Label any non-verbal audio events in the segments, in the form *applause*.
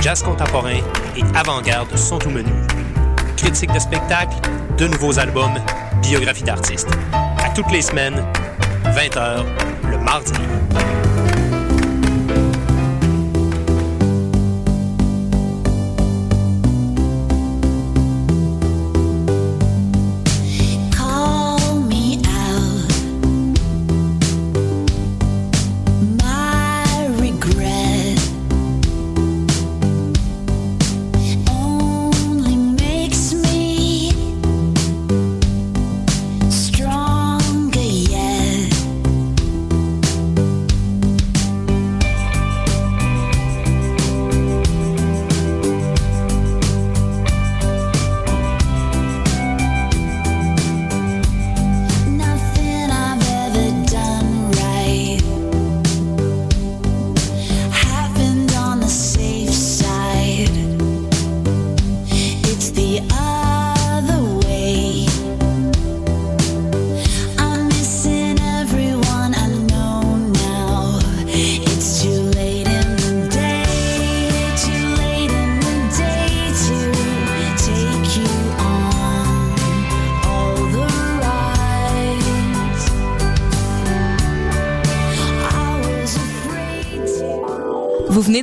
jazz contemporain et avant-garde sont au menu. Critiques de spectacles, de nouveaux albums, biographies d'artistes. À toutes les semaines, 20h, le mardi. Call me out. My regret only makes me stronger yet. Nothing I've ever done right happened on the safe side. It's the other way. I'm missing everyone I know now. It's too late in the day, too late in the day to take you on all the rides. I was afraid to. Vous venez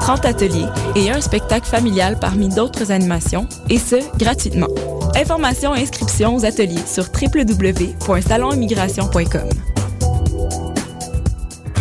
30 ateliers et un spectacle familial parmi d'autres animations, et ce, gratuitement. Informations et inscriptions aux ateliers sur www.salonimmigration.com.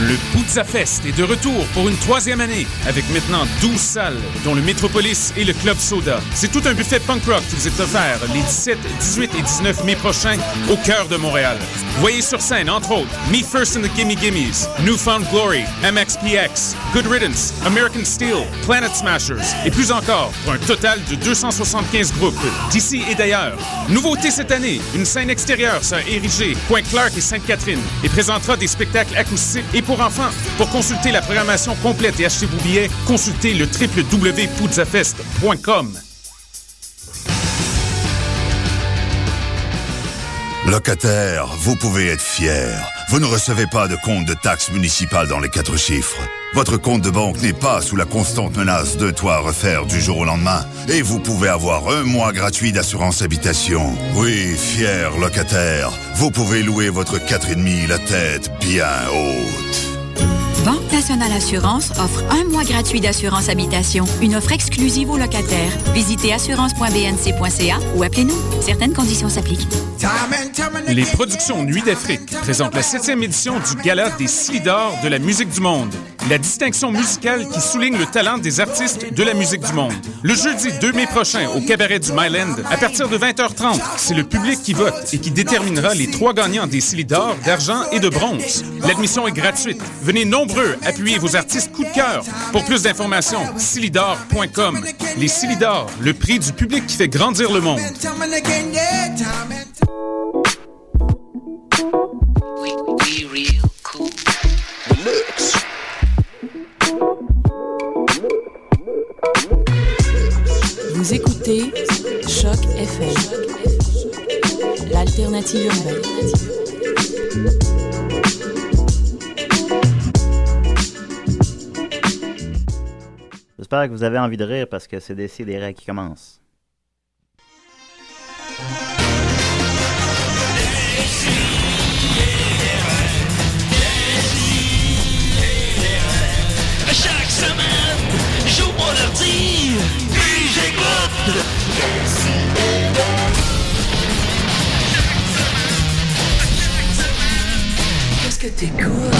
Le Pizza Fest est de retour pour une troisième année, avec maintenant 12 salles, dont le Metropolis et le Club Soda. C'est tout un buffet punk rock qui vous est offert les 17, 18 et 19 mai prochains au cœur de Montréal. Voyez sur scène, entre autres, Me First and the Gimme Gimmes, Newfound Glory, MXPX, Good Riddance, American Steel, Planet Smashers et plus encore pour un total de 275 groupes d'ici et d'ailleurs. Nouveauté cette année, une scène extérieure sera érigée, Point Clark et Sainte-Catherine, et présentera des spectacles acoustiques et pour enfants. Pour consulter la programmation complète et acheter vos billets, consultez le www.poudzafest.com. Locataire, vous pouvez être fier. Vous ne recevez pas de compte de taxes municipales dans les quatre chiffres. Votre compte de banque n'est pas sous la constante menace de toit à refaire du jour au lendemain. Et vous pouvez avoir un mois gratuit d'assurance habitation. Oui, fier locataire, vous pouvez louer votre 4,5 la tête bien haute. Banque Nationale Assurance offre un mois gratuit d'assurance habitation, une offre exclusive aux locataires. Visitez assurance.bnc.ca ou appelez-nous. Certaines conditions s'appliquent. Les productions Nuit d'Afrique présentent la 7e édition du Gala des Silidors de la musique du monde, la distinction musicale qui souligne le talent des artistes de la musique du monde. Le jeudi 2 mai prochain au cabaret du Myland, à partir de 20h30, c'est le public qui vote et qui déterminera les trois gagnants des Silidors d'argent et de bronze. L'admission est gratuite. Venez nombreux appuyer vos artistes coup de cœur. Pour plus d'informations, silidor.com. Les Silidors, le prix du public qui fait grandir le monde. Vous écoutez Choc FM, l'alternative urbaine. J'espère que vous avez envie de rire parce que c'est des des règles qui commencent. Chaque semaine, j'ouvre mon ordi, puis j'écoute C'est cool.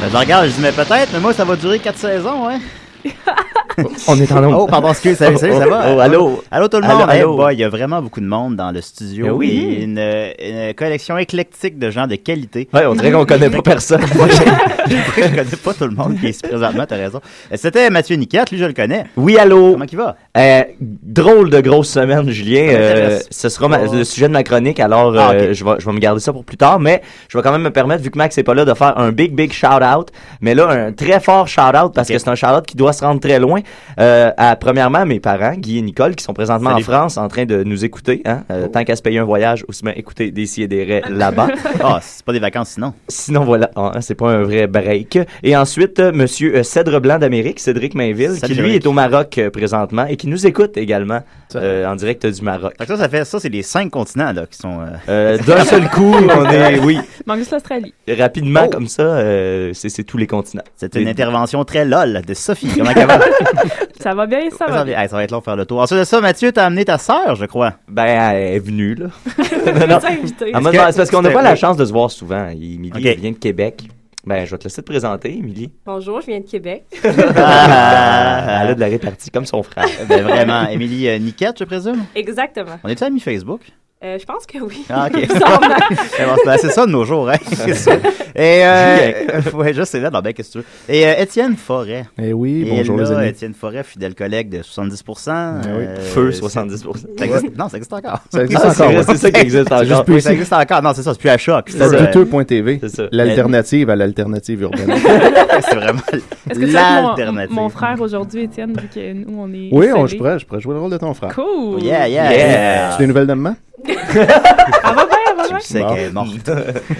Ben, je la regarde, je dis, mais peut-être, mais moi, ça va durer 4 saisons, hein. *laughs* On est en onde. Oh, pardon, excuse, salut, salut, ça va? Oh, allô? Allô tout le Allô, monde? Eh allô. boy, il y a vraiment beaucoup de monde dans le studio. Eh oui. Et Une, euh, une collection éclectique de gens de qualité. Ouais, on dirait qu'on connaît *laughs* pas personne. Moi, je je connais pas tout le monde qui est ici présentement, t'as raison. Euh, C'était Mathieu Niquette, lui, je le connais. Oui, allô. Comment il va? drôle de grosse semaine, Julien. Ça Euh, m'intéresse. ce sera ma- le sujet de ma chronique, alors Ah, euh, ok. je, vais, je vais me garder ça pour plus tard, mais je vais quand même me permettre, vu que Max n'est pas là, de faire un big, big shout-out, mais là, un très fort shout-out, parce que c'est un shout-out qui doit se rendre très loin, euh, à premièrement mes parents, Guy et Nicole, qui sont présentement Salut. Oh. en France en train de nous écouter. Hein? Euh, Tant qu'à se payer un voyage, aussi bien écouter des si et des *laughs* raies là-bas. Ah, c'est pas des vacances sinon. Sinon, voilà, Ah, hein, c'est pas un vrai break. Et ensuite, euh, Monsieur euh, Cèdre Blanc d'Amérique, Cédric Mainville, Salut, qui lui Cédric. est au Maroc euh, présentement et qui nous écoute également euh, en direct du Maroc. Ça, ça fait ça, c'est les cinq continents là, qui sont. Euh, D'un seul *laughs* coup, on est, oui, Manque juste l'Australie. rapidement comme ça, euh, c'est c'est tous les continents. Oh. C'est une intervention très lol de Sophie. *laughs* Comment elle va? Ça va bien, ça va bien. Hey, ça va être long de faire le *laughs* tour. Ensuite de ça, Mathieu, t'as amené ta sœur, je crois. Ben, elle est venue, là. non, non. invité. Ah, moi, Est-ce que- non, c'est parce qu'on n'a pas c'était- la chance de se voir souvent. Émilie vient de Québec. Ben, je vais te laisser te présenter, Émilie. Bonjour, je viens de *laughs* Québec. Ah. elle a de la répartie comme son *laughs* frère. Ben vraiment, Émilie euh, Niquette, je présume. Exactement. On est-tu amis Facebook? Euh, je pense que oui. Ah, *laughs* *laughs* ok. Il *laughs* me semble. Eh ben, c'est ben, c'est ça de *laughs* nos jours, hein? C'est ça. Et, euh, ouais, je sais là, non, ben, qu'est-ce que tu veux. Et euh, Étienne Forêt. Eh oui, Et bonjour, là, les amis. Étienne Forêt, fidèle collègue de 70%. Eh oui. euh, Feu c'est- 70%. Ça existe- Non, ça existe encore. Ça existe Ah, c'est encore, vrai, ouais. C'est ça qui existe C'est encore. juste plus Oui, ça ici. existe encore. Non, c'est ça, c'est plus à choc. C'est ça. euh, douteux.tv, l'alternative à *laughs* l'alternative urbaine. C'est vraiment Est-ce que tu vas être mon- L'alternative. Mon, frère aujourd'hui, Étienne, vu que nous, on est. Oui, on- je, scellés? pourrais, je pourrais jouer le rôle de ton frère. Oh, Cool. Yeah, yeah. Yeah. Tu as des nouvelles *laughs* de maman? Je sais qu'elle est morte.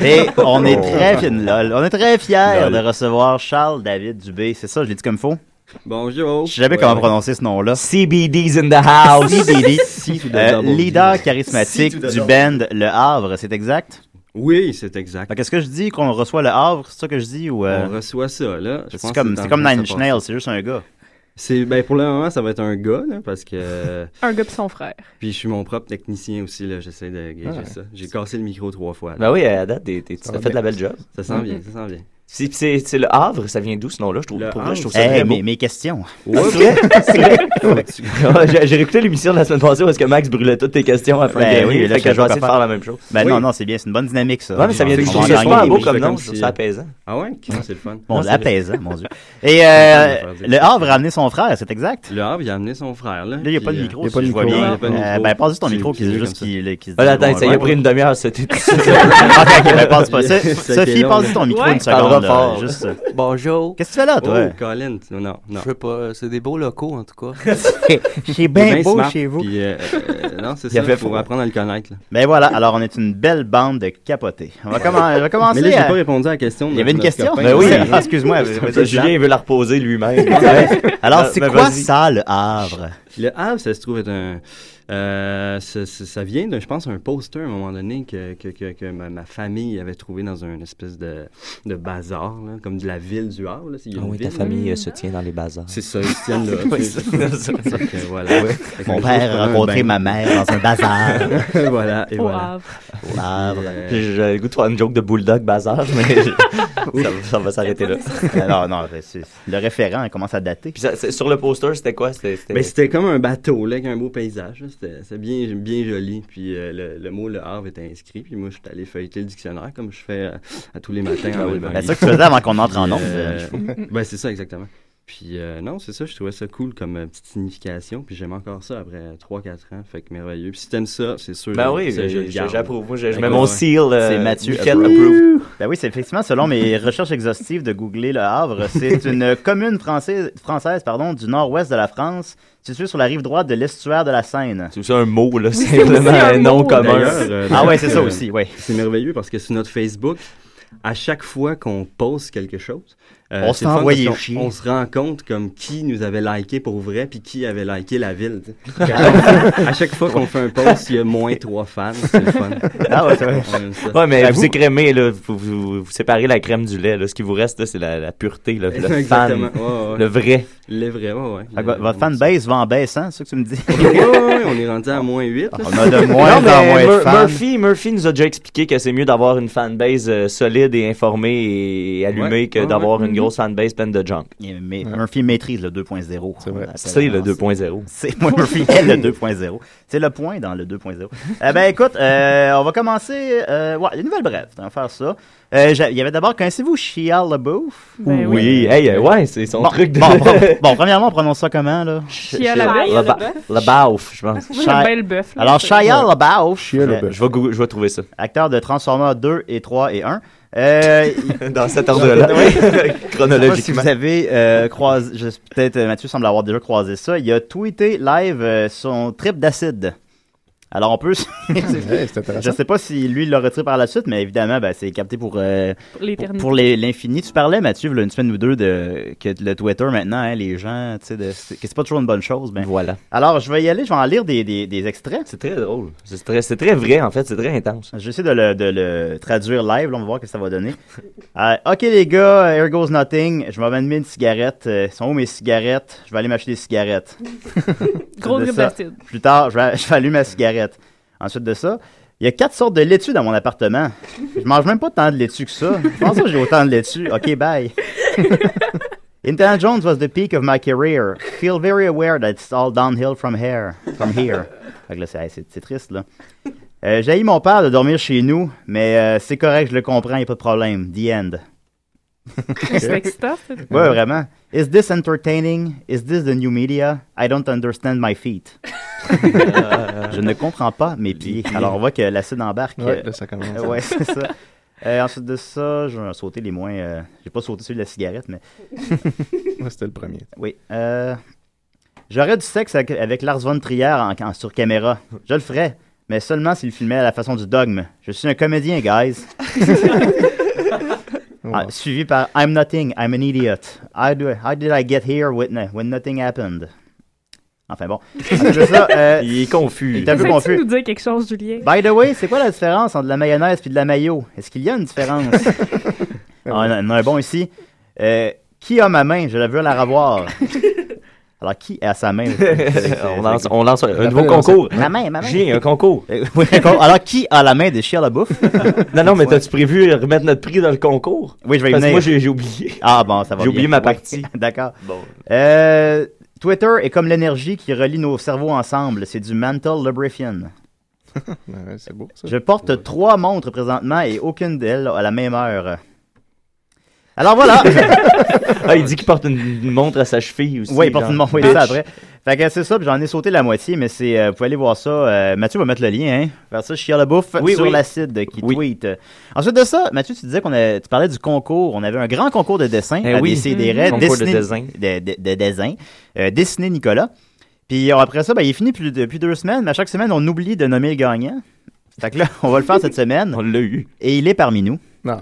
Et *laughs* on est très fiers, lol. On est très fiers de recevoir Charles David Dubé. C'est ça, je l'ai dit comme il faut. Bonjour. Je sais jamais Ouais. comment prononcer ce nom-là. CBD's in the *laughs* house. *laughs* CBD. C to the Euh, double D. leader charismatique C to the du double band Le Havre, c'est exact? Oui, c'est exact. Qu'est-ce que je dis qu'on reçoit Le Havre? C'est ça que je dis? Ou, euh, On reçoit ça, là. Je pense C'est que comme, dans c'est comme le Nine ça Inch passe. Nails, c'est juste un gars. C'est, ben, pour le moment, ça va être un gars, là, parce que. *laughs* Un gars pis son frère. Puis je suis mon propre technicien aussi, là. J'essaie de gager Ah. ça. J'ai cassé le micro trois fois. là. Ben oui, à date, t'es- t'es- tu Ça as va fait de la bien. belle job. Ça sent Mhm. Mm-hmm. bien, ça sent bien. C'est- C'est c'est le Havre, ça vient d'où ce nom-là? Je trouve, pour vrai, je trouve ça Eh, très beau. mes, mes questions. Ouais, c'est vrai, c'est vrai. *laughs* Ouais, j'ai- J'ai réécouté l'émission de la semaine passée où est-ce que Max brûlait toutes tes questions à Frank Ben Gagné, là, fait que sais je vais pas essayer de quoi faire la même chose. Ben Oui. non, non, c'est bien, c'est une bonne dynamique, ça. Ouais, mais ça vient de- On va c'est en super gagner beau des comme jeux. nom, ça, c'est euh, apaisant. Ah ouais? Non, c'est le fun. hein. Bon, Non, c'est apaisant, vrai. mon *laughs* Dieu. *laughs* Et euh, le Havre a amené son frère, c'est exact? Le Havre, il a amené son frère, là. Là, il n'y a puis, pas de euh, micro, si je vois bien. Euh, Ben, passe *laughs* juste ton micro qui est juste qui qui se Ah, là, dit- attends, ça y a Ouais. pris une demi-heure, c'était tout ça. *laughs* ok, ok, ben, passe *laughs* pas ça. Sophie, long, passe là. ton micro Ouais. une Parlera seconde. là, fort. juste. *laughs* Bonjour. Qu'est-ce que tu fais là, toi? Oh, Colin, non, non. Je sais pas, c'est des beaux locaux en tout cas. *laughs* C'est bien beau chez vous. Puis, euh, euh, non, c'est *laughs* Il a ça, fait il faut froid. apprendre à le connaître. Là. Ben voilà, alors on est une belle bande de capotés. On va, commen- on va commencer. Mais là, j'ai à- pas *laughs* répondu à la question. de Il y avait une notre question? copain. Ben oui, C'est- ah, excuse-moi. C'est un vas-y, peu Julien. veut la reposer lui-même. *laughs* Ben, Alors, c'est quoi ça, le Havre? Le Havre, ça se trouve être un. euh, ça, ça- ça vient, de, je pense, un poster à un moment donné que, que, que, que ma, ma famille avait trouvé dans une espèce de, de bazar, là, comme de la ville du Havre. Là. Il y a Ah une oui, ta ville, famille là. euh, se tient dans les bazars. C'est ça, ils se tiennent *laughs* là. Oui, C'est- c'est ça. c'est que, voilà. Ouais. Fait que Mon je père trouve a un rencontré bain. ma mère dans un bazar. *laughs* *laughs* voilà, et Au voilà. Havre. Au Havre. J'ai j'ai le goût de faire une joke *laughs* de bulldog bazar, mais *laughs* je- ça, ça va s'arrêter là. Euh, non, non, c'est- le référent il commence à dater. Puis ça, c'est- sur le poster, c'était quoi? C'était- c'était- Ben, c'était comme un bateau, là, avec un beau paysage. là. C'était c'était bien, bien joli. Puis euh, le, le mot le Havre était inscrit. Puis moi, je suis allé feuilleter le dictionnaire comme je fais euh, à tous les matins. Ah en oui, levant le ben, c'est ça lit. que tu faisais avant qu'on entre en Puis, ondes, *laughs* euh, euh, je trouve. ben, c'est ça, exactement. Puis euh, non, c'est ça, je trouvais ça cool comme euh, petite signification. Puis j'aime encore ça après 3-4 ans. Fait que merveilleux. Puis si t'aimes ça, c'est sûr. Ben oui, ça, je- le garde. j'approuve. Moi, je- je Fait mets que, mon ouais. seal, euh, C'est Mathieu Michel Approuve. Approuve. Ben oui, c'est effectivement, selon *laughs* mes recherches exhaustives de googler le Havre, c'est *laughs* une commune française, française pardon, du nord-ouest de la France, située sur la rive droite de l'estuaire de la Seine. C'est aussi un mot, là, simplement un nom commun. D'ailleurs, euh, ah ouais, donc, c'est ça euh, aussi, ouais. C'est merveilleux parce que sur notre Facebook, à chaque fois qu'on poste quelque chose, euh, On se fait c'est le fun parce envoyer qu'on- chier. On se rend compte comme qui nous avait liké pour vrai puis qui avait liké la ville. tu sais. *laughs* Quand on- à chaque fois qu'on fait un post, il y a moins trois fans. C'est le fun. Ah *laughs* ouais, c'est vrai. On aime ça. Ouais, mais Ben, vous écrémez, là, vous, vous- vous séparez la crème du lait. Là. Ce qui vous reste, là, c'est la, la pureté, là, le fan, Exactement. Ouais, ouais. le vrai. Ah, bah, Le vrai, ouais, ouais. Fait que vo- votre fanbase va en baissant, c'est ça que tu me dis? Oui, oui, on *laughs* est rendu à moins 8. On a de moins en moins de fans. Murphy, Murphy nous a déjà expliqué que c'est mieux d'avoir une fanbase euh, solide et informée et allumée Ouais, que ouais, d'avoir ouais. une grosse fanbase pleine de junk. Mais Murphy maîtrise le 2.0. C'est vrai. C'est le 2.0. C'est moi, Murphy est le 2.0. C'est le point dans le 2.0. Eh ben écoute, euh, on va commencer. Euh, ouais, une nouvelle brève. On va faire ça. Euh, j'a- Il y avait d'abord, connaissez-vous Shia LaBeouf? Ben oui. Oui, hey, euh, ouais, c'est son Bon, truc de- Bon, *laughs* pre- bon, premièrement, on prononce ça comment, là? Shia LaBeouf. LaBeouf. LaBeouf, je pense. Oui, le bel bœuf, là, Alors, c'est- Shia Ouais. LaBeouf. LaBeouf. Je vais, goog- je vais trouver ça. acteur de Transformers 2 et 3 et Euh, *laughs* 1. Dans cet *laughs* ordre-là. Chronologiquement. Je sais pas si vous avez euh, croisé, je- peut-être euh, Mathieu semble avoir déjà croisé ça. Il a tweeté live euh, son trip d'acide. Alors on peut. *laughs* c'est intéressant. je sais pas si lui il l'a retiré par la suite, mais évidemment, ben, c'est capté pour, euh, Pour l'éternité. pour les- l'infini. Tu parlais, Mathieu, il y a une semaine ou deux de que le Twitter maintenant, hein, les gens, tu sais, de- c'est- que c'est pas toujours une bonne chose. Ben. Voilà. Alors je vais y aller, je vais en lire des, des- des extraits. C'est très drôle. C'est très, c'est très vrai, en fait. C'est très intense. J'essaie de le, de le traduire live. là. on va voir ce que ça va donner. *laughs* Euh, OK, les gars, here goes nothing. Je vais m'allumer une cigarette. Euh, Ils sont où mes cigarettes? Je vais aller m'acheter *laughs* des cigarettes. Gros Ensuite drip de ça, d'acide. Plus tard, je vais, *laughs* je vais allumer ma cigarette. Ensuite de ça, il y a quatre sortes de laitue dans mon appartement. Je mange même pas tant de laitue que ça. Je pense pas que j'ai autant de laitue. OK, bye. *laughs* Indiana Jones was the peak of my career. Feel very aware that it's all downhill from here. From here. Fait que là, c'est, hey, c'est- c'est triste, là. Euh, j'ai mon père de dormir chez nous, mais euh, c'est correct, je le comprends, il a pas de problème. The end. *laughs* C'est excitant, ça. Ouais, vraiment. Is this entertaining? Is this the new media? I don't understand *laughs* my feet. je ne comprends pas mes pieds. Alors, on voit que l'acide embarque. Ouais, Euh, là, ça commence. euh, *laughs* ouais, c'est ça. Euh, ensuite de ça, je vais sauter les moins. euh, J'ai pas sauté celui de la cigarette, *laughs* mais. Moi, c'était le premier. Oui. euh, J'aurais du sexe avec, avec Lars von Trier en, en- sur caméra. Je le ferais, mais seulement s'il filmait à la façon du dogme. Je suis un *laughs* comédien, guys. Ah, suivi par I'm nothing, I'm an idiot. I do, how did I get here when, when nothing happened? *laughs* Enfin bon. Ensuite de ça, euh, il est confus. Il est un peu Peux-tu confus. nous dire quelque chose, Julien? By the way, c'est quoi la différence entre de la mayonnaise et de la mayo? Est-ce qu'il y a *laughs* une différence? Ah, on, a, on a un bon ici. Euh, qui a ma main? Je la veux la *laughs* revoir. Alors, qui a sa main? On lance- on lance un- un nouveau concours. Ma main, ma main. Julien, un concours. Oui, *laughs* un concours. Alors, qui a la main de Chia la *laughs* bouffe? non, non, mais t'as-tu prévu remettre notre prix dans le concours? Oui, je vais y Parce que venir. moi, j'ai j'ai oublié. Ah bon, ça va J'ai bien. oublié ma Oui. partie. *laughs* D'accord. Euh, Twitter est comme l'énergie qui relie nos cerveaux ensemble. C'est du mental lubrifiant. Ouais, c'est beau, ça. Je porte trois montres présentement et aucune d'elles à la même heure. Alors voilà! *laughs* Ah, il dit qu'il porte une, une montre à sa cheville aussi. Oui, il porte genre. une montre, oui, Bitch. ça après. Fait que c'est ça, puis j'en ai sauté la moitié, mais c'est, euh, vous pouvez aller voir ça. Euh, Mathieu va mettre le lien, hein. Vers ça, Chia la bouffe Oui, sur oui. l'acide qui tweet. Ensuite de ça, Mathieu, tu disais qu'on a, tu parlais du concours. On avait un grand concours de dessin. Eh Hein? à oui. DCDR, Mhm. Concours de dessiner- dessin. De, de- de dessin. Euh, dessiner Nicolas. Puis euh, après ça, ben, il est fini depuis, depuis deux semaines, mais à chaque semaine, on oublie de nommer le gagnant. Fait que là, on va le faire *laughs* cette semaine. On l'a eu. Et il est parmi nous. Non.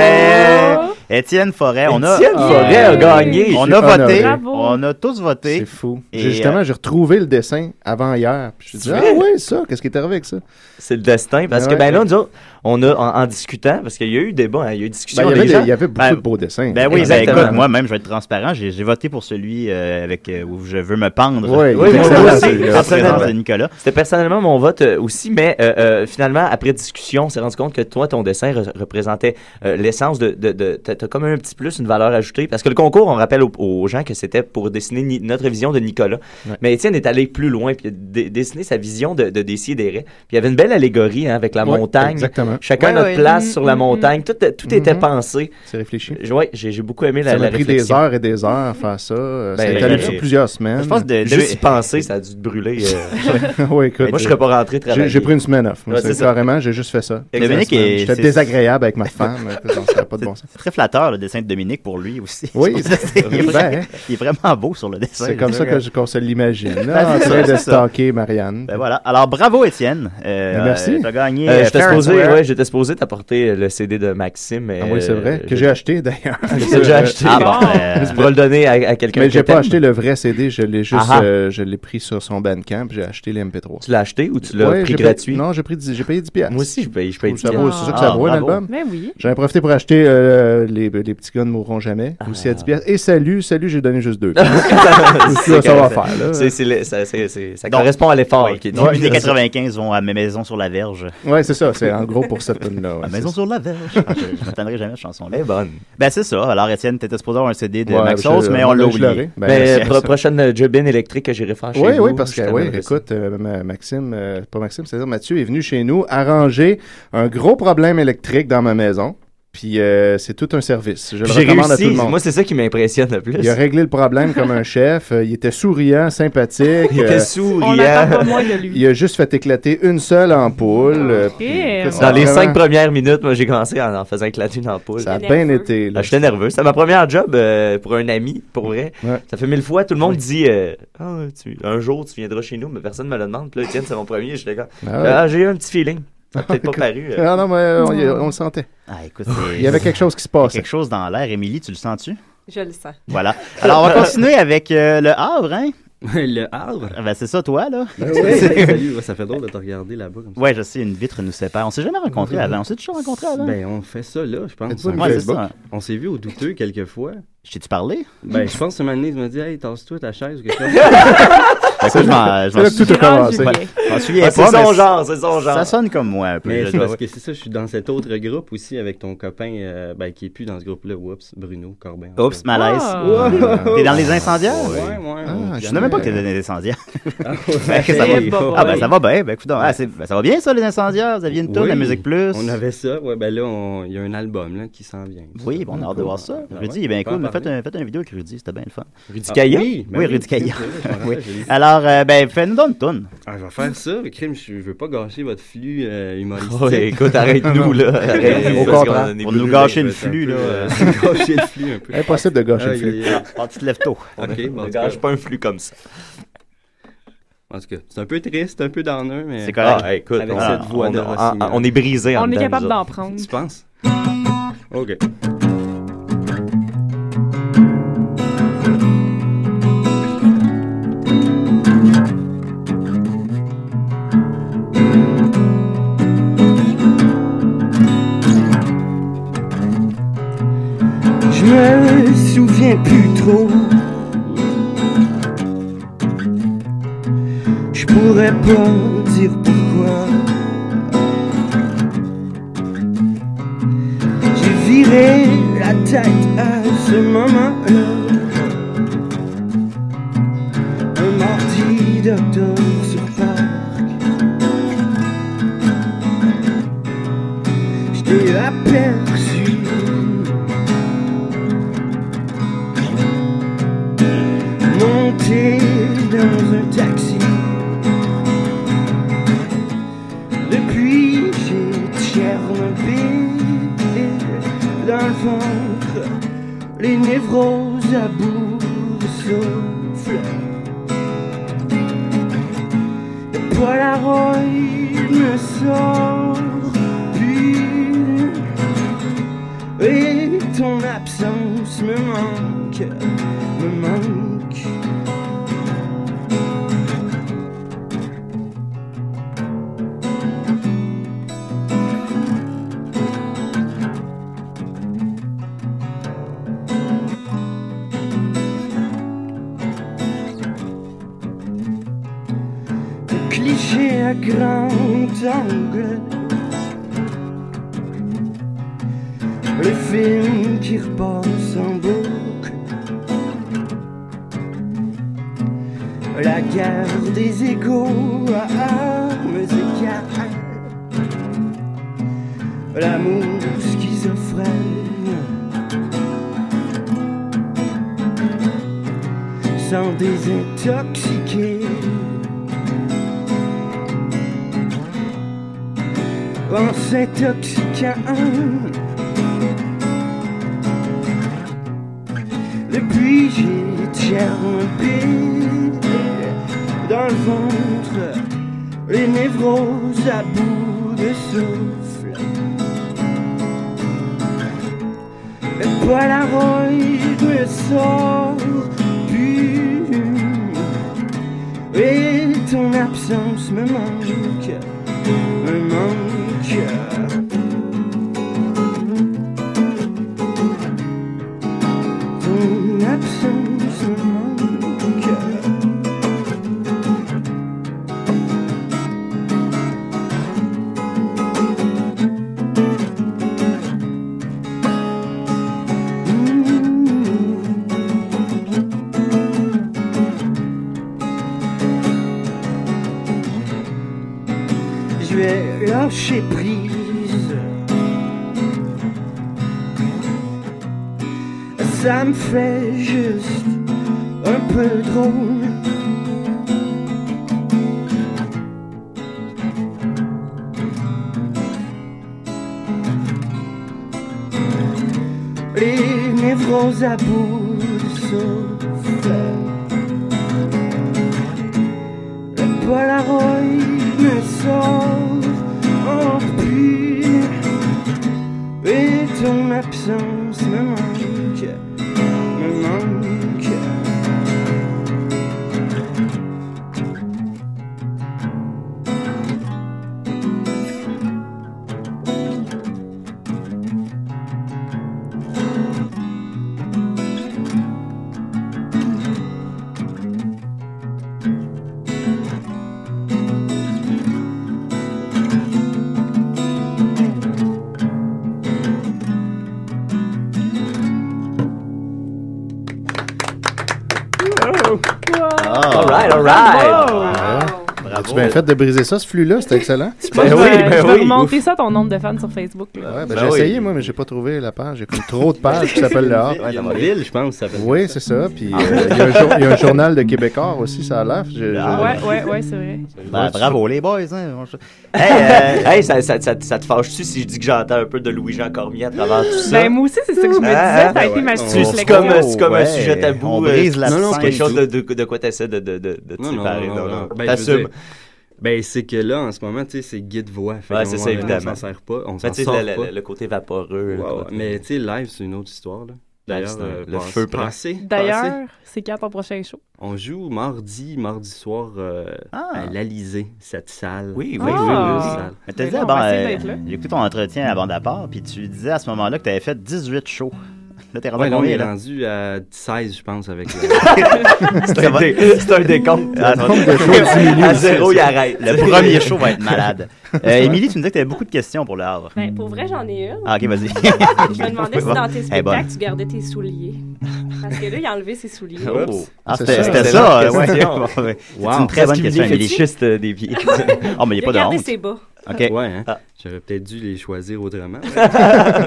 Euh, Étienne Forêt, on Oh! a. Étienne Forêt a gagné. On Je suis a honoré. voté. Bravo. On a tous voté. C'est fou. Et, J'ai- justement, euh, j'ai retrouvé le dessin avant hier. Puis je me suis dit, C'est ah vrai? ouais, ça, qu'est-ce qui est arrivé avec ça? C'est le destin. Parce Ah que, ouais. ben là, nous autres, on a, en, en discutant, parce qu'il y a eu débat, hein, il y a eu discussion. Ben, il y des avait des- gens. il y avait beaucoup Ben, de beaux dessins. Ben oui, ben Exactement. écoute, moi-même, je vais être transparent. J'ai j'ai voté pour celui euh, avec euh, où je veux me pendre. Oui, Avec moi la- aussi, la personnellement. présence de Nicolas. C'était personnellement mon vote euh, aussi, mais euh, euh, finalement, après discussion, on s'est rendu compte que toi, ton dessin re- représentait euh, l'essence de. de, de t'as t'as comme un petit plus, une valeur ajoutée. Parce que le concours, on rappelle au- aux gens que c'était pour dessiner ni- notre vision de Nicolas. Ouais. Mais Étienne est allé plus loin, puis il a dé- dessiné sa vision de, de Décideret. Puis il y avait une belle allégorie hein, avec la Ouais, montagne. exactement. Chacun Ouais, notre ouais. place Mhm, sur la mhm. montagne. Tout, euh, tout était Mhm. pensé. C'est réfléchi. Oui, j'ai j'ai beaucoup aimé la, ça la m'a pris des réflexion. heures et des heures à faire ça. Euh, ça Ben, a été allé ben, sur plusieurs semaines. Je pense que de, juste y penser, ça a dû te brûler. euh. *laughs* Ouais, écoute, Moi, je serais pas rentré j'ai- travailler. J'ai pris une semaine off. Moi, Ouais, c'est c'est ça. Carrément, j'ai juste fait ça. Dominique Semaine. est- J'étais c'est- désagréable avec ma femme. *laughs* euh, ça serait pas de bon sens. C'est très flatteur le dessin de Dominique pour lui aussi. Oui, Je pense que c'est- *laughs* il, est ben, vraiment, il est vraiment beau sur le dessin. C'est comme ça que je- qu'on se l'imagine. là, Ben, En *laughs* c'est train ça, de c'est ça. stalker Marianne. Ben voilà. Alors bravo Étienne. Euh, Ben, merci. Euh, T'as gagné. Euh, euh, J'étais fair and supposé, square. ouais, j'étais supposé t'apporter euh, le CD de Maxime. mais, Ah oui, c'est vrai, euh, que j'ai *laughs* acheté *laughs* d'ailleurs. Je l'ai déjà acheté. Ah Ah bon, ben, euh, tu pourras le donner à, à quelqu'un Mais j'ai que pas t'aimes. acheté le vrai CD, je l'ai juste, Ah ah. euh, je l'ai pris sur son Bandcamp, j'ai acheté le MP3. Tu l'as acheté ou tu l'as Ouais, pris j'ai payé- gratuit? Non, j'ai pris dix- j'ai payé 10 piastres. Moi aussi, je paye, je paye Je trouve 10 ça vaut, piastres. C'est ça que ça Ah, vaut, bravo. l'album. Mais oui. J'en ai profité pour acheter euh, les, les petits gars ne mourront jamais, Ah. aussi à 10 piastres. Et salut, salut, j'ai donné *laughs* juste deux. *laughs* C'est ça, ça va correct. faire, là. C'est- c'est le- ça- c'est- c'est- ça correspond à l'effort qui est dit. Début des 95 vont à mes maisons sur la verge. Ouais, c'est ça, c'est en gros pour cette tune-là. Ma ouais, maison c'est ça. sur la verge. Ah, *laughs* *laughs* je je m'attendrai jamais à cette chanson-là. Elle est bonne. Ben, c'est ça. Alors, Étienne, t'étais supposé avoir un CD de Ouais, Maxos, je- mais moi, on l'a je l'aurai. oublié. Ben, Mais c'est euh, pro- ça. prochaine euh, jobin électrique que j'irai faire chez Oui, vous. oui, parce je que, te oui, donnerai ça. écoute, euh, Ma- Maxime, euh, pas Maxime, c'est-à-dire Mathieu est venu chez nous arranger un gros problème électrique dans ma maison. Puis euh, c'est tout un service. Je le Puis J'ai recommande à tout réussi. le monde. Moi, c'est ça qui m'impressionne le plus. Il a réglé le problème comme un chef. Euh, Il était souriant, sympathique. Il était Euh, souriant. On n'attend pas moins de lui. Il a juste fait éclater une seule ampoule. euh, puis- Dans les cinq premières minutes, moi, j'ai commencé en, en faisant éclater une ampoule. Ça a J'étais bien nerveux. été, là. J'étais nerveux. C'était ma première job euh, pour un ami, pour vrai. Ouais. Ça fait mille fois, tout le monde dit euh, Ah, tu- un jour, tu viendras chez nous, mais personne ne me le demande. Puis là, Étienne, c'est mon premier. J'étais comme Ah ouais. Ah, J'ai eu un petit feeling. Ça a peut-être *laughs* pas paru. euh. Ah non, mais euh, on, y- on le sentait. Ah, écoute, Il y avait quelque chose qui se passait. Quelque chose dans l'air. Émilie, tu le sens-tu? Je le sens. Voilà. Alors, on va continuer avec euh, le Havre, hein? *laughs* le Havre? Ben, c'est ça, toi, là. *laughs* Ben *laughs* oui, salut. Ouais, ça fait drôle de te regarder là-bas comme ça. Ouais, je sais, une vitre nous sépare. On s'est jamais rencontrés Ouais. avant. On s'est toujours rencontrés avant. Ben, on fait ça là, je pense. Faites-vous une Ouais, c'est Facebook? ça. On s'est vu au douteux quelques fois. Je t'ai-tu parlé? Ben, je pense que Mané, il m'a dit Hey, tasse-toi ta chaise ou quelque chose. *laughs* Ben, écoute, je m'en- je m'en C'est là que tout a commencé. Ouais, je m'en souviens Ah, c'est pas, son mais genre, c'est son genre. Ça sonne comme moi un peu. Mais là, c'est je parce dois- que c'est ça, je suis dans cet autre groupe aussi avec ton copain euh, ben, qui est plus dans ce groupe-là. Oups, Bruno Corbin. Oups, malaise. Ah. Ouah. T'es dans les incendiaires? Ouais, ouais. Ah, Ah, je ne savais même pas que t'étais dans *laughs* les incendiaires. Ben, c'est *laughs* ça va- pas Ah, pareil. ben ça va bien. Ben, écoute, donc, ah, c'est- ben, ça va bien ça, les incendiaires. Vous aviez une tour Oui, la musique plus. On avait ça, ouais, ben là, on- il y a un album là, qui s'en vient. Oui, bon, on a hâte de voir ça. Ah, Rudy, ouais, ben on peut en cool, mais parler. faites, un, faites une vidéo avec Rudy, c'était bien le fun. Rudy Ah, Caillat? Oui, oui, ben oui. Rudy Caillat. Oui, je me rappelle, *laughs* Oui. je l'ai vu. Alors, euh, ben, fais-nous donc une toune. Ah, je vais faire ça, mais crime, je, je veux pas gâcher votre flux euh, humoristique. Ouais, écoute, arrête-nous, là. *laughs* Arrête-nous, Au parce contraire. qu'on en est Pour nous brûlés. gâcher le flux, là. euh, gâcher le flux un peu. Impossible de gâcher le Aïe, flux. aïe, aïe. Ah, tu te lèves tôt. *laughs* Ok, bon, en On tout gâche cas. pas un flux comme ça. En tout cas, c'est un peu triste, un peu downer, mais. C'est correct. Ah, écoute, Avec on, cette on- voix de on- on- Rossignol. on est brisé en On est dedans, capable nous d'en autres. prendre. Tu penses? OK. Je me souviens plus trop. Je pourrais pas dire pourquoi. J'ai viré la tête à ce moment-là. Un mardi d'octobre sur Parc. Je t'ai aperçu. monté dans un taxi. Depuis, j'ai Tchernobyl dans le ventre, les névroses à bout de souffle. Le Polaroid me sort plus. Et ton absence me manque, me manque. Le cliché à grand angle. Le film qui repasse en boucle La guerre des égaux à armes égales L'amour schizophrène Sans désintoxiquer En s'intoxiquant Depuis j'ai Tchernobyl dans le ventre, les névroses à bout de souffle. Polaroid ne sort plus Et ton absence me manque Me manque Ton absence me manque Je vais lâcher prise Ça me fait juste un peu drôle Les névroses à bout de souffle Le Polaroid me sort en plus Et ton absence me manque Me manque Mm-hmm. Ah. All right, all right. As-tu bien fait de briser ça, ce flux-là? C'était excellent. Je Ben vais- ben je vais remonter ça à ton nombre de fans sur Facebook. là. Ouais, ben, j'ai essayé, moi, mais j'ai pas trouvé la page. J'ai comme trop de pages qui *laughs* s'appellent Le Havre. Il y a une ville, je pense, qui s'appelle Oui, c'est ça. Puis Ah. euh, il y a un jour- il y, a un journal de Québécois aussi, ça a l'air. J'ai- j'ai- Ah, Ouais, ouais, ouais, c'est vrai. Ben, bravo les boys. Hein. *laughs* Hey, euh, hey, ça, ça- ça- ça te fâche-tu si je dis que j'entends un peu de Louis-Jean Cormier à travers tout ça? Ah, Ben, moi aussi, c'est ça que je me disais, ça a été ma C'est- C'est réflexion. comme, c'est comme un Ouais, sujet tabou. on euh, brise la non, non, scène. c'est quelque chose de, de, de quoi tu essaies de, de, de, de te Non, non, séparer. non, non, non. non. Ben, je veux T'assumes. dire, Ben, c'est que là, en ce moment, tu sais, c'est guide voix. Ouais, c'est ça, évidemment. On s'en sert pas. On Ben, s'en tu sais, sort le- le- pas. le côté vaporeux. le Ouais, ouais. côté- Mais, tu sais, live, c'est une autre histoire, là. D'ailleurs, c'est un- euh, le passe- feu prend. passez, passez. D'ailleurs, c'est quand ton prochain show? On joue mardi, mardi soir euh, à l'Alysée, cette salle. Oui, oui, Ah. oui, oui. Mais t'as Mais dit là, on avant, va essayer euh, d'être là. j'ai écouté ton entretien avant d'appart, puis tu disais à ce moment-là que t'avais fait 18 shows. *laughs* Là, Ah, t'es rendu Ouais, à là, on combien, est *laughs* là? rendu à 16, je pense, avec *laughs* la- C'est un dé- c'est un décompte. Ah, Le nombre de shows *laughs* diminue. À zéro, il arrête. Le premier show va être malade. Euh, Émilie, tu me disais que t'avais beaucoup de questions pour le Havre. Ben, pour vrai, j'en ai une. Ah, ok, vas-y. *laughs* je me demandais si *laughs* Bon. dans tes Eh, spectacles, bonne. tu gardais tes souliers. Parce que là, il a enlevé ses souliers. Oh. Ah, C'est c'était ça, c'était c'est ça, la euh, ouais. question. Bon, *laughs* ouais. C'est Wow. une très Est-ce bonne qu'il question, devient Émilie. fétichiste, euh, des pieds? *laughs* oh, mais il n'y a pas de Regardez honte. ses bas. OK. Ah. Ouais, hein. J'aurais peut-être dû les choisir autrement. *laughs* *laughs*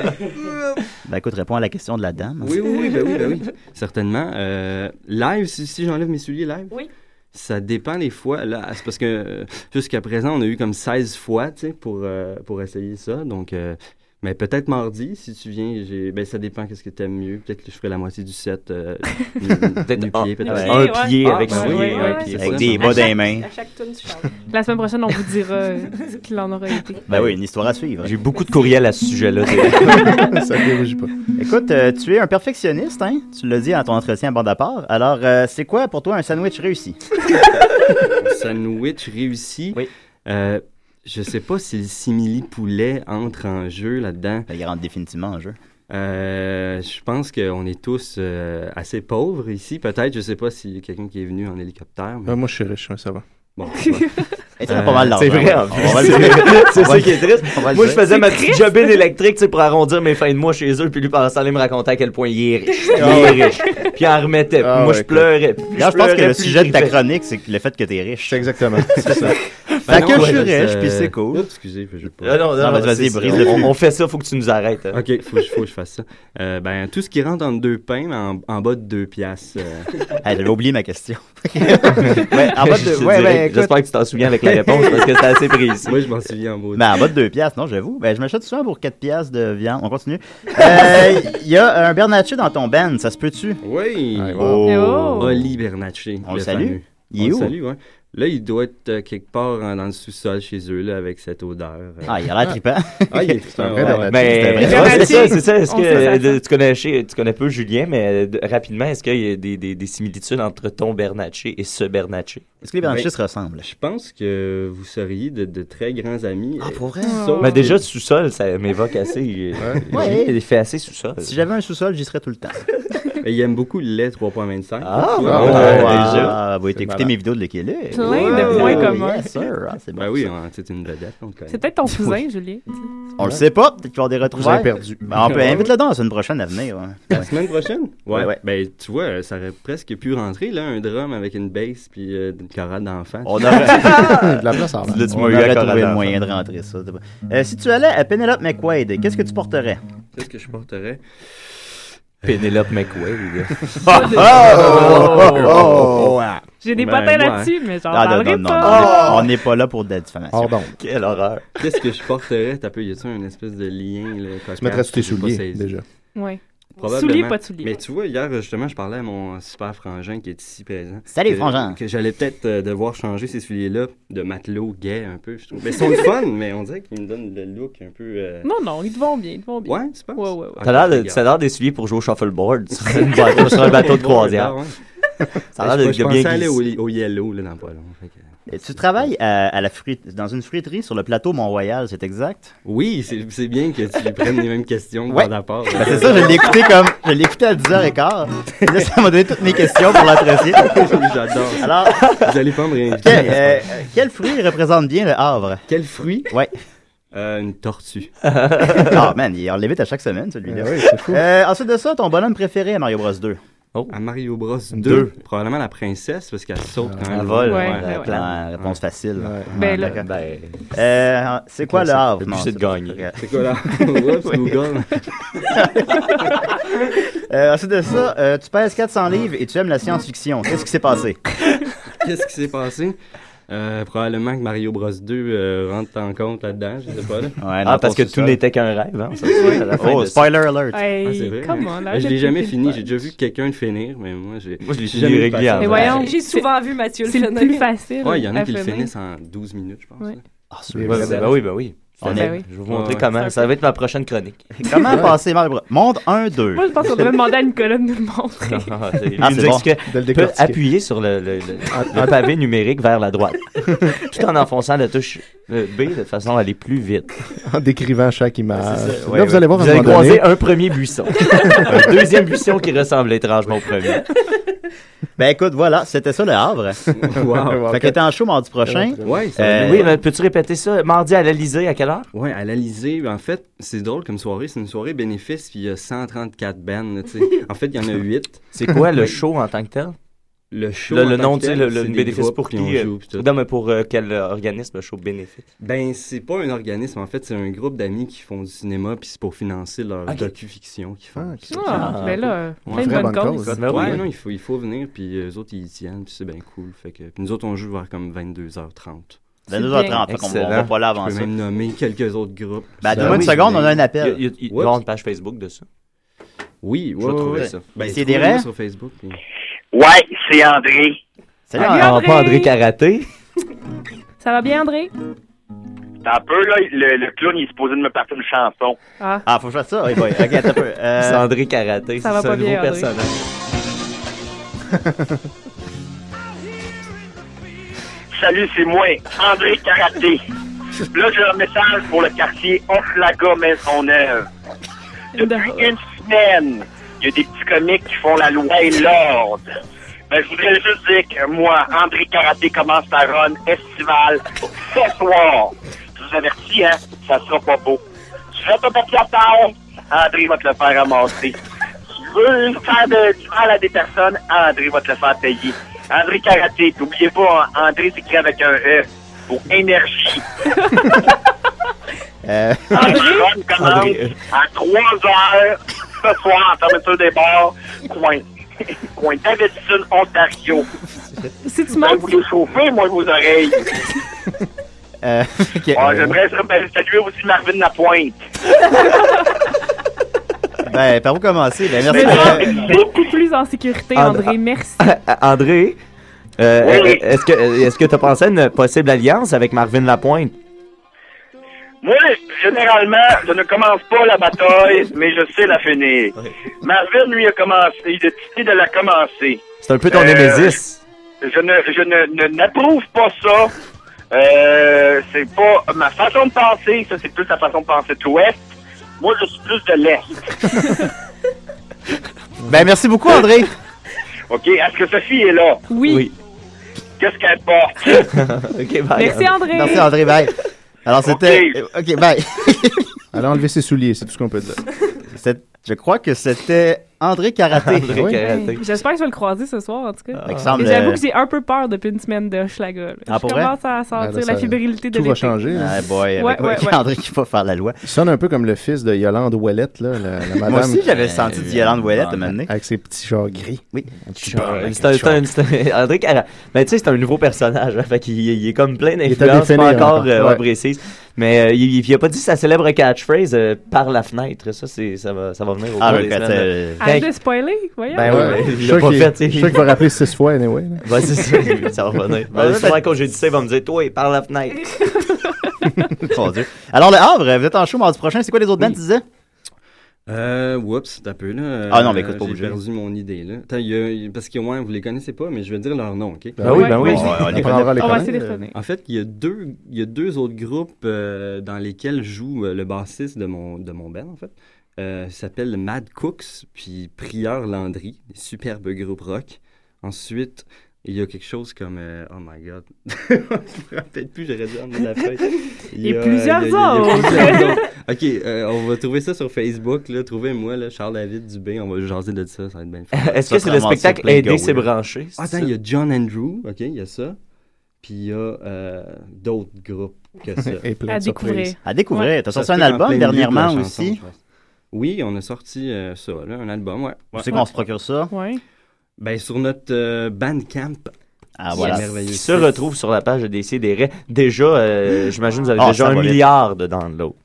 Ben écoute, réponds à la question de la dame. Oui, oui, oui, ben oui, ben oui. Certainement. Euh, live, si, si j'enlève mes souliers live, ça dépend des fois. Là, c'est parce que euh, jusqu'à présent, on a eu comme 16 fois tu sais, pour, euh, pour essayer ça. Donc, euh, mais peut-être mardi, si tu viens, j'ai, ben, ça dépend qu'est-ce que tu aimes mieux. Peut-être que je ferai la moitié du set. *laughs* euh, nu- Peut-être nu-pied, un- peut-être. ouais. un pied Ah, avec ben souliers, oui, un ouais, pied. c'est Avec ça. des bas des mains. À chaque tune, tu changes. La semaine prochaine, on vous dira euh, ce qu'il en aura été. Ben oui, une histoire à suivre. J'ai beaucoup de courriels à ce sujet-là. *laughs* Ça ne dérougit pas. Écoute, euh, tu es un perfectionniste, hein? Tu l'as dit à ton entretien à bande à part. Alors, euh, c'est quoi pour toi un sandwich réussi? sandwich réussi. Euh, je sais pas si le simili poulet entre en jeu là-dedans. Ben, Euh, il rentre définitivement en jeu. je pense qu'on est tous euh, assez pauvres ici. Peut-être, je sais pas s'il y a quelqu'un qui est venu en hélicoptère. mais- Ah, moi, je suis riche, ouais, ça va. *laughs* Bon, Et tu as Eh, pas mal d'argent. C'est vrai, en On plus. va le *laughs* C'est- *laughs* dire. C'est On va ça le- qui est triste. on va le Moi, je dire. faisais ma C'est petite triste. jobine électrique tu sais, pour arrondir mes fins de mois chez eux, puis lui, pendant ça, il me racontait à quel point il est riche. Il Ah est ouais. riche. Puis il en remettait. Puis Ah moi, ouais, je écoute. pleurais. Puis Là, je pense que pleurais, le puis sujet de ta riais. chronique, c'est le fait que t'es riche. C'est exactement. *laughs* C'est ça. Ben Fait que non, je suis ouais, c'est- riche, puis c'est cool. Oups, excusez, je vais pas- Ah non, non, Non, non, mais vas-y, c'est- brise on- le flux. On fait ça, faut que tu nous arrêtes. hein. OK, faut, que je- faut que je fasse ça. Euh, ben, tout ce qui rentre entre deux pains, mais en, en bas de deux piastres. euh. *laughs* Ah, j'avais oublié *laughs* ma question. Ouais, en bas de- ouais, ben, écoute. J'espère que tu t'en souviens avec la réponse parce que c'était assez précis. Moi, je m'en souviens en beau. Ben, en bas de 2 piastres, non, j'avoue. Ben, je m'achète souvent pour 4 piastres de viande. *laughs* On continue. Euh, Il y a un Bernatchez dans ton band, ça se peut-tu? Oui. Oh. Oli Bernatchez. On le salue. fameux. Il est On le où? salue, ouais. Là, il doit être euh, quelque part euh, dans le sous-sol chez eux, là, avec cette odeur. euh. Ah, il a l'air trippant. *laughs* Ah, il est C'est un *laughs* trippant. vrai ouais. Bernatchez, c'est un Mais vrai ouais, Bernatchez. c'est ça, c'est ça. Est-ce On que sait ça, euh, tu connais chez- tu connais peu Julien, mais euh, de- rapidement, est-ce qu'il y a des, des, des similitudes entre ton Bernatché et ce Bernatché Est-ce que les Bernatchez se ressemblent? Je pense que Euh, vous seriez de, de très grands amis. Ah, pour vrai? Mais déjà sous-sol, ça m'évoque assez. *laughs* Ouais. Ouais. Il fait assez sous-sol. Si j'avais un sous-sol, j'y serais tout le temps. Mais il aime beaucoup le lait 3.25. Ah, Ouais. ouais, Ouais, ah, déjà. vous avez écouté mes vidéos de l'équilibre. Plein de points communs. Yes, sir. Ah, c'est bon, Ben oui, ça. hein, c'est une vedette, on le connaît. C'est peut-être ton cousin, *laughs* Oui. Euh. Julien. tu sais. On le sait pas, peut-être qu'il va y avoir des retrouvailles. Vous avez perdu. Ben, on *laughs* peut invite le dans la semaine prochaine à venir. ouais. La Ouais. semaine prochaine? Ouais, Ouais. ouais. Ben, tu vois, euh, ça aurait presque pu rentrer, là, un drum avec une bass puis euh, une chorale d'enfants. *laughs* On aurait, de On aurait trouvé le moyen de rentrer ça. C'est bon. Euh, si tu allais à Penelope McQuaid, qu'est-ce que tu porterais? Qu'est-ce que je porterais? Penelope McQuaid. *laughs* Ah, ah, oh, oh, oh, oh, ah. J'ai des potins là-dessus, mais j'en Ah, non, parlerai non, non, pas. non, On n'est pas là pour de la diffamation. Quelle horreur. Qu'est-ce que je porterais? T'as peu, y a-tu un espèce de lien, là? cocasse mettrais-tu tes que j'ai pas souliers, saisi? déjà? Ouais. Probablement. Souliers, pas de souliers. Mais tu vois, hier, justement, je parlais à mon super frangin qui est ici présent. Salut, Que- frangin. Que j'allais peut-être euh, devoir changer ces souliers-là de matelot gay un peu, je trouve. Mais ils sont le fun, mais on dirait qu'ils me donnent le look un peu. euh, Non, non, ils te vont bien, ils te vont bien. Ouais, tu penses? Ouais, ouais, ouais. T'as l'air de- ça a l'air des souliers pour jouer au *laughs* shuffleboard sur, une bateau- sur un bateau de croisière. *laughs* Ça a l'air de, je, je de bien pensais aller au, glisser. au yellow, là, dans pas long. Fait que- Et tu travailles à, à la fruit- dans une fruiterie sur le plateau Mont-Royal, c'est exact? Oui, c'est c'est bien que tu lui prennes les mêmes questions Ouais. par rapport. Ben, c'est ça, je l'ai écouté comme. Je l'ai écouté à 10h15. Et Là, ça m'a donné toutes mes questions *laughs* pour l'entretien. J'adore. Alors, Vous allez pas me réinviter. *laughs* quel, euh, quel fruit représente bien le Havre? Ah. Quel fruit? Ouais. Euh, une tortue. *laughs* Ah, man, il- on l'évite à chaque semaine, celui-là. Ah oui, c'est fou. Euh, ensuite de ça, ton bonhomme préféré à Mario Bros 2? Oh. À Mario Bros 2. Deux. Probablement la princesse, parce qu'elle saute quand Elle même. vole, Ouais, ouais, ouais. plan, réponse facile. Ben là- d'accord. Ben, Euh, c'est quoi le classique. Havre? Le but, Non, c'est de pas gagner. correct. C'est quoi le Havre? Oups, Oui. *laughs* Google. Euh, ensuite de ça, euh, tu pèses 400 livres et tu aimes la Ah. science-fiction. Qu'est-ce qui s'est passé? *laughs* Qu'est-ce qui s'est passé? Euh, probablement que Mario Bros 2 euh, rentre en compte là-dedans, je sais pas. Là. Ah, parce que tout n'était qu'un rêve. Hein, ça, Oui. à la fin Oh, de ça. spoiler alert. Hey, Ah, c'est vrai, come hein. on, Ben, je arrête l'ai jamais de fini. J'ai déjà vu quelqu'un le finir, mais moi, j'ai. Moi, je l'ai j'ai fini jamais eu le régulièrement. patience. Mais voyons, J'ai c'est- souvent vu Mathieu le C'est le finir. plus facile. Ouais, il y en a à qui le finir. finissent en 12 minutes, je pense. Ouais. Ah, Oui, ben, ben, ben oui, ben oui. On Je est- vais vous montrer Ouais, ouais. comment. Ça va être ma prochaine chronique. hein. *laughs* Comment passer Mario Bros? Monde 1, 2. Moi, je pense qu'on devrait demander à Nicolas de nous le montrer. Ah, Ah, il c'est nous bon. explique De le peut décortiquer. appuyer sur le, le- le- le pavé numérique vers la droite, *laughs* tout en enfonçant la touche euh, B de façon à aller plus *laughs* vite. En décrivant chaque Ben, C'est image. ça, Là, ouais, vous ouais. allez voir, à vous un allez moment donné- croiser un *laughs* premier buisson, *laughs* un deuxième buisson qui ressemble étrangement au premier. *laughs* Ben écoute, voilà, c'était ça le Havre. *laughs* Wow. Fait que t'es en show mardi prochain. Ouais, ça Euh, va. oui, mais peux-tu répéter ça? Mardi à l'Elysée, à quelle heure? Ouais, à l'Alizé, en fait, c'est drôle comme soirée. C'est une soirée bénéfice, puis il y a 134 bands, là, tu sais. En fait, il y en a 8. C'est quoi le show en tant que tel? Le show Le, en le tant nom, que tu sais, tel, le, le c'est des bénéfice groupes, pour puis qui? on euh, joue, puis tout. non, mais pour euh, quel euh, organisme, le show bénéfice? Ben, c'est pas un organisme, en fait, c'est un groupe d'amis qui font du cinéma, puis c'est pour financer leur Ok. docu-fiction qu'ils font. Ah, ok. Ah, C'est ben cool. là, euh, plein de Vraie bonnes bonne causes. cause. Ben oui. Ouais, non, il faut, il faut venir, puis euh, eux autres, ils y tiennent, puis c'est bien cool. Fait que, puis nous autres, on joue vers comme 22h30. 22h30, fait qu'on- on va pas là avant Je ça. peux même nommer quelques autres groupes. Ben, donne-moi une seconde, on a un appel. Il y a, il y a Oups. une page Facebook de ça. Oui, Je vais ouais, trouver ouais. ça. Ben, C'est c'est des des rêves? sur Facebook. puis- Ouais, c'est André. Salut, Ah, pas André *laughs* Karaté. Ça va bien, André? T'as un peu, là, le, le clown, il est supposé de me partir une chanson. Ah. Ah, faut que je fasse ça? Oui, oui. Ok, attends un peu. Euh, C'est André Karaté, Ça c'est va ça, pas un nouveau bien, André. personnage. Salut, c'est moi, André Karaté. Là, j'ai un message pour le quartier Onflaga Maisonneuve. Depuis une semaine, il y a des petits comiques qui font la loi et l'ordre. Ben, je voudrais juste dire que moi, André Karaté commence sa run estivale ce soir. Je vous avertis, hein, ça sera pas beau. Tu veux ton papier à terre, André va te le faire ramasser. Tu veux faire de- du mal à des personnes, André va te le faire payer. André Karaté, n'oubliez pas, hein, André s'écrit avec un E pour énergie. euh, André commence à 3 heures ce soir en fermeture des bars, coin, coin Davidson, Ontario. Si tu montes... Vous les chauffez, moi, vos oreilles. euh, *laughs* ok, Ah, euh, J'aimerais ça- ben, saluer aussi Marvin Lapointe. ben, par où commencer? Ben, merci. Beaucoup plus en sécurité, André- André. Merci. Ah, André, Euh, euh, Est-ce que est-ce que tu as pensé à une possible alliance avec Marvin Lapointe? Moi, généralement, je ne commence pas la bataille, mais je sais la finir. Marvin, lui, a commencé, il a décidé de la commencer. C'est un peu ton Euh, Némésis. Je ne, je ne, ne- n'approuve pas ça. Euh, c'est pas ma façon de penser. Ça, c'est plus la façon de penser de l'Ouest. Moi, je suis plus de l'Est. Ben, merci beaucoup, André. OK? Est-ce que Sophie est là? Oui. Qu'est-ce qu'elle *laughs* porte? OK, bye. Merci, André. Merci, André, bye. Alors, c'était. euh, OK, bye. *laughs* Allez enlever ses souliers, c'est tout ce qu'on peut dire. Je crois que c'était André Karaté. André Oui. Karaté. J'espère que je vais le croiser ce soir, en tout cas. Il semble, Et J'avoue euh, que j'ai un peu peur depuis une semaine de Schlager. là. Ah, je pour vrai? commence à sentir Ben là, ça- la fébrilité de tout va l'été. changer, là. Ah, boy, avec- Ouais, ouais, avec ouais. *laughs* André qui va faire la loi. Il sonne un peu comme le fils de Yolande Ouellette, là, la, la madame. Euh, aussi, j'avais le senti de Yolande Ouellette, à un moment donné. Avec ses petits chats gris. Oui. C'est un- c'est un- c'est un- André Cara- Mais tu sais, c'est un nouveau personnage. hein, fait qu'il il est comme plein est à d'influences, pas définir encore encore, euh, ouais. précise. Mais euh, il, il a pas dit sa célèbre catchphrase euh, par la fenêtre. Ça, c'est, ça, va, ça va venir au Ah, cours ben, des quand, semaines, euh, là. Arrête Quand- de spoiler, voyons. Ben ouais, ouais, Je il suis l'a sûr pas qu'il- fait. je suis sûr qu'il va rappeler six fois, anyway. là. Ouais, c'est ça, ça va revenir. Ben, Ouais, souvent, quand j'ai dit ça, il va me dire Toi, par la *laughs* fenêtre. *laughs* Mon Dieu. Alors, le Havre, vous êtes en show mardi prochain. C'est quoi les autres bandes, tu disais? Euh, oups, t'as peu, là. Euh, Ah non, mais écoute, pas J'ai obligé. perdu mon idée, là. Attends, il y a- il y a- parce que, ouais, vous les connaissez pas, mais je vais dire leur nom, OK? Ben oui, ben oui. Ouais, on les On connaît. prendra les On va connaître. essayer de les Euh, En fait, il y a deux, il y a deux autres groupes euh, dans lesquels joue euh, le bassiste de mon, de mon band, en fait. Euh, il s'appelle Mad Cooks, puis Prieur Landry, superbe groupe rock. Ensuite, il y a quelque chose comme... euh, oh *laughs* my God. je me rappelle plus, j'aurais dû emmener la feuille. Il y Et a- plusieurs il y a- il y a *laughs* autres. plusieurs autres. OK, euh, on va trouver ça sur Facebook. là. Trouvez-moi, là, Charles-David Dubé. On va jaser de ça. Ça va être bien le fun. Est-ce que c'est le spectacle Aider, c'est branché? Ah, Attends, il y a John Andrew. OK, il y a ça. Puis il y a euh, d'autres groupes que *laughs* ça. Et plein À de découvrir. surprises. À découvrir. T'as sorti se un fait en plein album milieu de la dernièrement chanson, aussi. je pense. Oui, on a sorti euh, ça, là, un album, ouais. Où Ouais. c'est qu'on se procure ça? Ouais. Ben, sur notre euh, Bandcamp. Ah, C'est voilà. merveilleux. Qui se retrouve sur la page de DCDR. Déjà, *gasps* euh, j'imagine que vous avez Ah, déjà ça un va vite. milliard de downloads.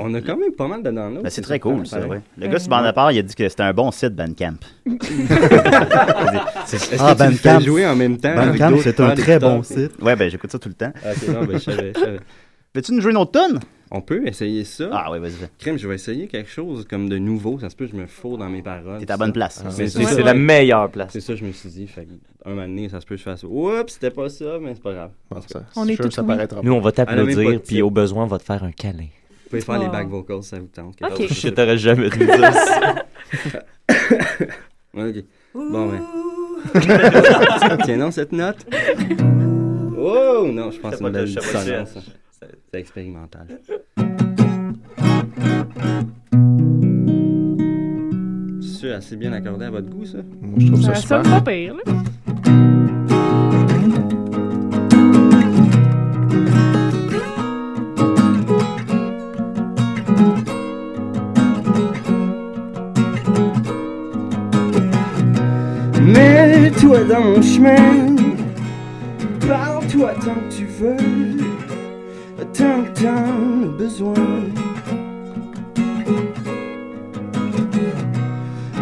On a quand même pas mal de downloads. Ben, c'est très cool, ça. pareil. ouais. Le gars sur Bande à part, il a dit que c'était un bon site, *laughs* Bandcamp. Ah, Est-ce que tu le fais jouer en même temps avec Bandcamp, d'autres c'est un fans très plus tard? bon site. Ouais, ben j'écoute ça tout le temps. Ok, non, ben, je savais, je savais. Veux-tu nous jouer une autre tonne? On peut essayer ça. Ah oui, vas-y. Crème, je vais essayer quelque chose comme de nouveau. Ça se peut que je me fous dans mes paroles. T'es à la bonne place. Ah, C'est mais ça. C'est la meilleure place. C'est ça, je me suis dit. Fait que, un moment donné, ça se peut que je fasse. Oups, c'était pas ça, mais c'est pas grave. En tout cas, On est je suis sûr tout que ça oui. paraîtra Nous, pas. on va t'applaudir, Elle a même pas de puis titre. au besoin, on va te faire un câlin. Vous pouvez faire les Oh. back vocals, ça vous tente. Ok. quelque chose, Je sais t'aurais pas. jamais dit ça. Ouais, *coughs* ok. Bon, ben. *laughs* *laughs* Tiens, non, cette note. Oh, non, je pense Ça que c'est va une te- belle ça va te- dissonance. hein. C'est expérimental. C'est assez bien accordé à votre goût, ça? Moi, je trouve Ça sonne pas pire, là. Mets-toi dans mon chemin, parle-toi tant que tu veux, tant que t'en as besoin.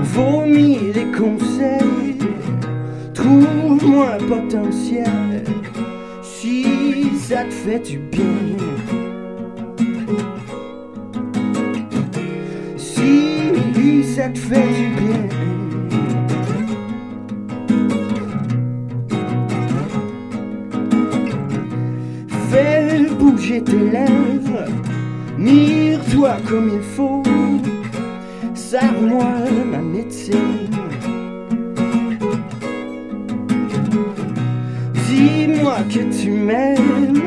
Vomis les conseils, trouve-moi un potentiel, si ça te fait du bien. Si ça te fait du bien. Fais bouger tes lèvres, mire-toi comme il faut, serre-moi ma médecine. Dis-moi que tu m'aimes,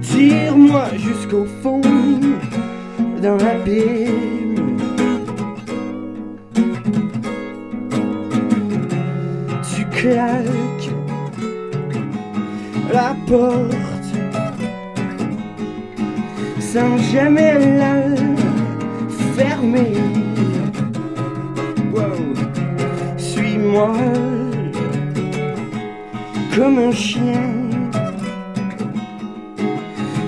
tire-moi jusqu'au fond, dans l'abîme. Tu claques la porte sans jamais la fermer. Wow. Suis-moi comme un chien,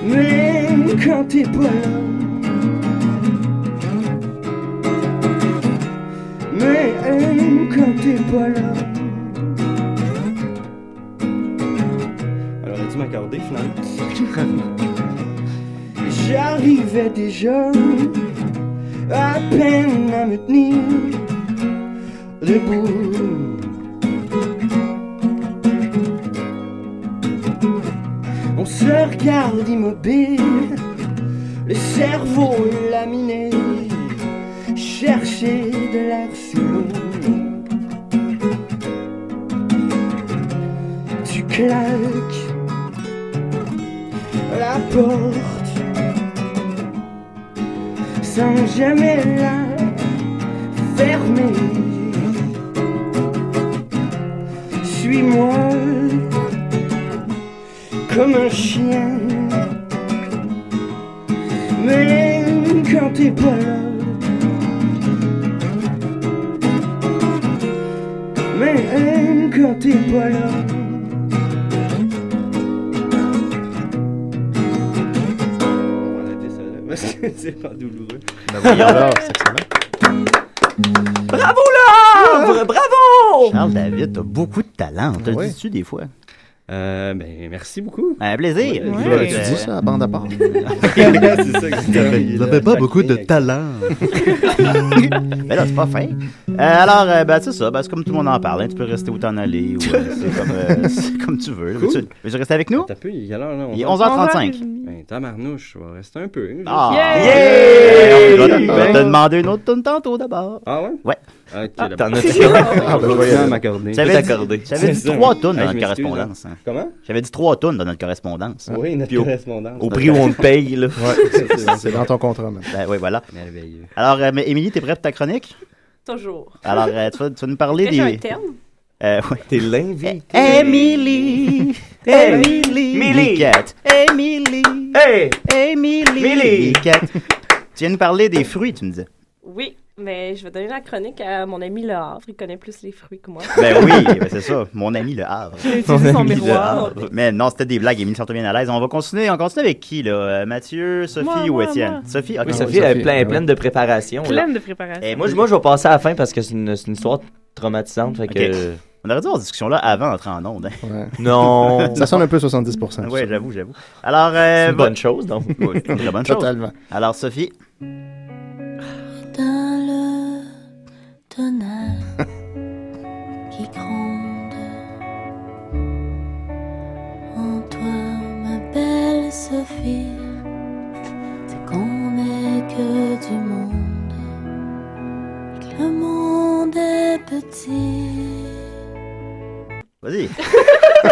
même quand t'es pas là. Même quand t'es pas là. dû m'accorder finalement. *laughs* J'arrivais déjà à peine à me tenir debout. On se regarde immobile, le cerveau laminé, chercher de l'air sous l'eau. Tu claques la porte sans jamais la fermer. Suis-moi comme un chien. Même quand t'es pas là. Même quand t'es pas là. *laughs* Parce que c'est pas douloureux. Ben voyons donc, c'est Bravo là! Bravo! Charles David, t'as beaucoup de talent. On te le dis-tu des fois? Ah, ben, merci beaucoup. Un plaisir. Ouais, vous l'avez-tu dit, ça, à bande à part? *laughs* c'est ça que Vous avez pas beaucoup de talent. Mais Ben là, c'est pas fin. Euh, alors, euh, ben, c'est ça. Ben, c'est comme tout le monde en parle. hein. Tu peux rester où t'en aller. Ou, euh, c'est comme, euh, *laughs* c'est comme tu veux. là. Cool. Veux-tu veux-tu rester avec nous? T'as peu, il est quelle heure, là? Il est 11h35. Ben, tabarnouche, je vais rester un peu. hein, Ah! Juste- Yeah! On va te- on va te demander une autre tonne tantôt d'abord. Ah ouais? Ouais. Ok, Ah, d'abord. t'en as Ah, ben, voyons, à m'accorder. J'avais Tout dit- accordé. J'avais dit C'est ça. trois tonnes dans Hey, je notre m'excuse, correspondance. hein. hein. Comment? J'avais dit trois tonnes dans notre correspondance. hein. Oui, notre Puis au- correspondance. Au prix où on te paye, là. Ouais, c'est- c'est dans ton contrat, même. Ben oui, voilà. Merveilleux. Alors, euh, mais Émilie, t'es prête pour ta chronique? Toujours. Alors, euh, tu, vas, tu vas nous parler Est-ce que des... j'ai un terme? Euh, ouais. Eh, T'es l'invité. Emily! Emily! Millie. Miquette. Emily! Eh, Hey! Emily! Millie. Miquette. Tu viens nous parler des fruits, tu me dis. Oui, mais je vais donner la chronique à mon ami Le Havre. Il connaît plus les fruits que moi. Ben oui, ben *laughs* c'est ça, mon ami le Havre. Il a utilisé Mon son ami Le miroir. Havre. Mais non, c'était des blagues, Émilie s'en bien à l'aise. On va continuer, on continue avec qui, là? Euh, Mathieu, Sophie Moi, ou moi, Étienne? moi. Sophie, ok. Oui, Sophie, elle est pleine, pleine de préparation. là. Pleine de préparation. Eh, moi, je- moi, je vais passer à la fin parce que c'est une, c'est une histoire traumatisante. Fait que... Ok. On aurait dû avoir cette discussion-là avant d'entrer en onde. hein. *laughs* *laughs* Non. Ça sonne un peu 70%. Ouais, j'avoue, j'avoue. Alors, euh, C'est une bon- bonne chose, *laughs* donc. Ouais, c'est une très bonne chose. Totalement. Alors, Sophie, Dans le tonnerre qui gronde en toi, ma belle Sophie, c'est qu'on n'est que du monde, et que le monde est petit. *laughs* vas-y. *laughs*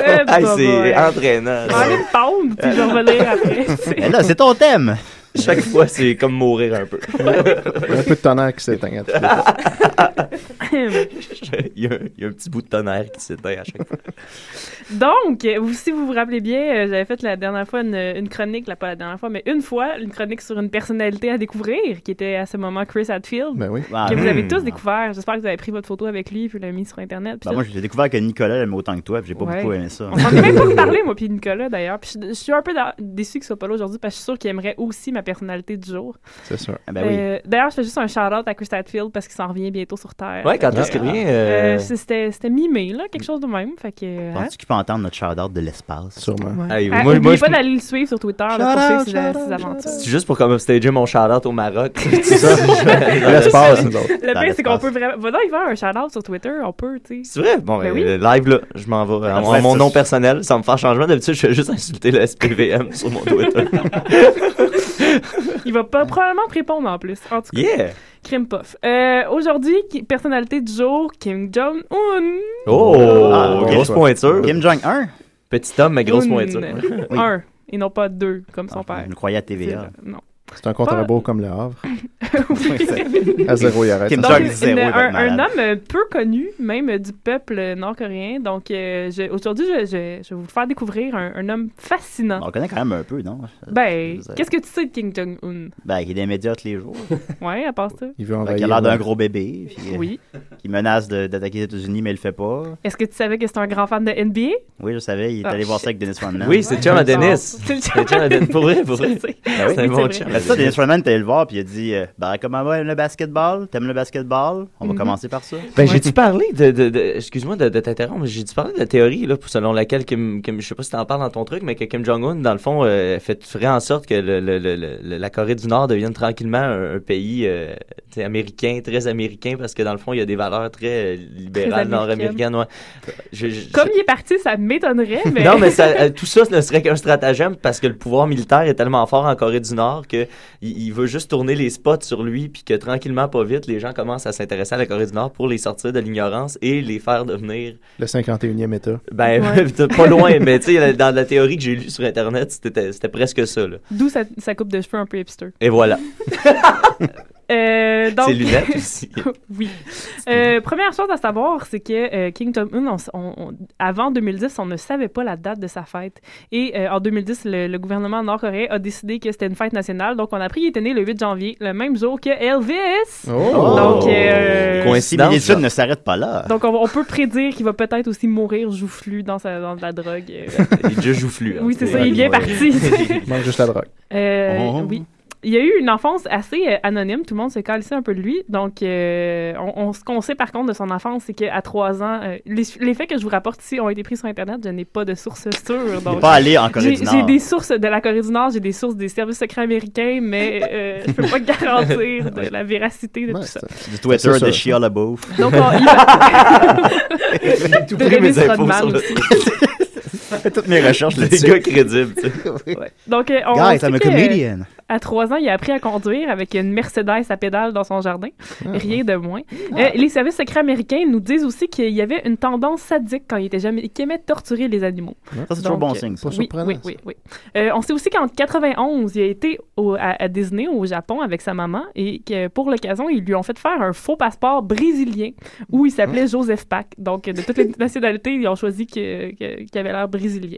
Eh, Hey, c'est boy. entraînant, ça. Enlève une Ben, paume, puis je vais revenir après. Mais Eh là, c'est ton thème. *laughs* Chaque fois, c'est comme mourir un peu. Un peu de tonnerre qui s'éteint. à tout de suite. *laughs* il, y a un, il y a un petit bout de tonnerre qui s'éteint à chaque fois. *laughs* Donc, euh, vous- si vous vous rappelez bien, euh, j'avais fait la dernière fois une, une chronique, là, pas la dernière fois, mais une fois, une chronique sur une personnalité à découvrir, qui était à ce moment Chris Hadfield, Ben oui. que vous avez Hmm. tous découvert. J'espère que vous avez pris votre photo avec lui, puis l'avez mis sur Internet. puis Ben, tout. moi, j'ai découvert que Nicolas l'aime autant que toi, puis j'ai pas Ouais. beaucoup aimé ça. On s'en est même *laughs* pas parlé, moi puis Nicolas, d'ailleurs. Puis je, je suis un peu da- déçue qu'il soit pas là aujourd'hui, parce que je suis sûre qu'il aimerait aussi ma personnalité du jour. C'est sûr. Ah ben oui. Euh, D'ailleurs, je fais juste un shout-out à Chris Hadfield, parce qu'il s'en revient bientôt sur Terre. Ouais, quand est-ce qu'il revient, euh? Euh, c'est- C'était c'était mi-mai, là, quelque chose de même. Fait que... euh, hein? Penses-tu qu'il peut entendre notre shout-out de l'espace? Sûrement. Hey, Ah, moi, oubliez moi, je- pas d'aller le suivre sur Twitter là, pour Shout-out, suivre ses- shout-out, ses aventures. C'est juste pour comme stager mon shout-out au *laughs* Maroc. C'est ça. L'espace, nous autres. Le pire, c'est qu'on peut vraiment. Va donc y faire un shout-out sur Twitter, on peut, tu sais. C'est vrai? Bon, Ben euh, oui. live, là, je m'en vais. En- en ouais, mon ça, nom je- personnel, ça me fait un changement. D'habitude, je fais juste insulter le SPVM sur mon *laughs* Twitter. Il va pas, probablement te répondre en plus. En tout cas. Yeah. Crime puff. Euh, Aujourd'hui, qui- personnalité du jour, Kim Jong-un. Oh! Ah, ok. grosse pointure. Kim Jong-un? Petit homme, mais grosse Un. pointure. *laughs* Oui. Un. Et non pas deux, comme son père. Une Ah, croyais à TVA. *laughs* Non. C'est un compte à rebours comme le Havre. Oui. À zéro, il arrête. Kim Donc, Jong une- zéro, il va un, être un malade. homme euh, peu connu, même euh, du peuple euh, nord-coréen. Donc, euh, je- aujourd'hui, je, je- je vais vous faire découvrir un, un homme fascinant. On le connaît quand même un peu, non? Ben, Je- qu'est-ce que tu sais de Kim *laughs* Jong-un? Ben, il est dans les médias tous les *laughs* jours. Ouais, à part ça. Il veut Il envahir. Ben, a l'air d'un gros bébé. puis, euh, Oui. Qui menace de- d'attaquer les États-Unis, mais il le fait pas. Est-ce que tu savais que c'est un grand fan de NBA? Oui, je savais, il est Ah, allé voir ça shit. avec Dennis *laughs* Rodman. Oui, c'est le chum à Dennis. C'est le chum *laughs* C'est le chum à Dennis. Pour vrai, pour Je vrai. Ben sais. C'est un Oui, bon c'est chum. vrai. Fait que Ben, ça, Dennis Rodman est allé le voir, puis il a dit euh, Barack Obama aime le basketball, t'aimes le basketball, on va Mhm. commencer par ça. Ben, j'ai-tu parlé de. de- de- Excuse-moi de, de t'interrompre, mais j'ai-tu parlé de la théorie, là, pour- selon laquelle Kim. Kim- je sais pas si t'en parles dans ton truc, mais que Kim Jong-un, dans le fond, euh, fait, ferait en sorte que le, le- le- le- la Corée du Nord devienne tranquillement un, un pays euh, tu sais, américain, très américain, parce que dans le fond, il y a des valeurs très euh, libérales américaines. nord-américaines. ouais. Je- je- Comme il est parti, *laughs* ça m'étonnerait, *laughs* mais. Non, mais ça, euh, tout ça ce ne serait qu'un stratagème parce que le pouvoir militaire est tellement fort en Corée du Nord que il, il veut juste tourner les spots sur lui puis que tranquillement, pas vite, les gens commencent à s'intéresser à la Corée du Nord pour les sortir de l'ignorance et les faire devenir. Le 51e État. Ben, *laughs* pas loin, mais tu sais, dans la théorie que j'ai lue sur Internet, c'était c'était presque ça. là. D'où sa, sa coupe de cheveux un peu hipster. Et voilà. *laughs* Euh, donc- Ses lunettes aussi. *laughs* oui. Euh, première chose à savoir, c'est que euh, King Tom Hoon, on- on- on- avant 2010, on ne savait pas la date de sa fête. Et euh, en 2010, le, le gouvernement nord-coréen a décidé que c'était une fête nationale. Donc, on a appris qu'il était né le 8 janvier, le même jour que Elvis. Oh! Oh! Donc, euh, Les similitudes ne s'arrêtent pas là. donc, on, on peut prédire qu'il va peut-être aussi mourir joufflu dans, sa, dans de la drogue. Euh, Il déjà joufflu. hein. Oui, c'est ça, il est bien parti. *laughs* Il manque juste la drogue. Euh, Oh. Oui. Il y a eu une enfance assez euh, anonyme. Tout le monde se calissait un peu de lui. Donc, euh, on, on- ce qu'on sait par contre de son enfance, c'est qu'à trois ans, euh, les, les faits que je vous rapporte ici ont été pris sur Internet. Je n'ai pas de sources sûres. Il Donc, n'est pas allé en Corée j'ai- du Nord. J'ai des sources de la Corée du Nord, j'ai des sources des services secrets américains, mais euh, je ne peux pas *laughs* garantir de la véracité de tout ça. Du Twitter C'est ça. de Shia LaBeouf. Donc, on- *laughs* il va- *laughs* J'ai tout De pris mes Dennis infos Rodman sur le- aussi. Toutes mes recherches Des là-dessus. gars crédibles, tu *laughs* sais. *laughs* Donc, euh, on Guys, sait I'm a que, euh, comedian. À trois ans, il a appris à conduire avec une Mercedes à pédale dans son jardin. Ah. Rien de moins. Euh, les services secrets américains nous disent aussi qu'il y avait une tendance sadique quand il était jamais, qu'il aimait torturer les animaux. Ça, c'est toujours Donc, bon signe, ça. euh, Pas Oui, surprenant, oui, oui. oui. Euh, on sait aussi qu'en 91, il a été au- à, à Disney, au Japon, avec sa maman, et que pour l'occasion, ils lui ont fait faire un faux passeport brésilien où il s'appelait Joseph Pack. Donc, de toutes les nationalités, ils ont choisi que- que- qu'il avait l'air brésilien.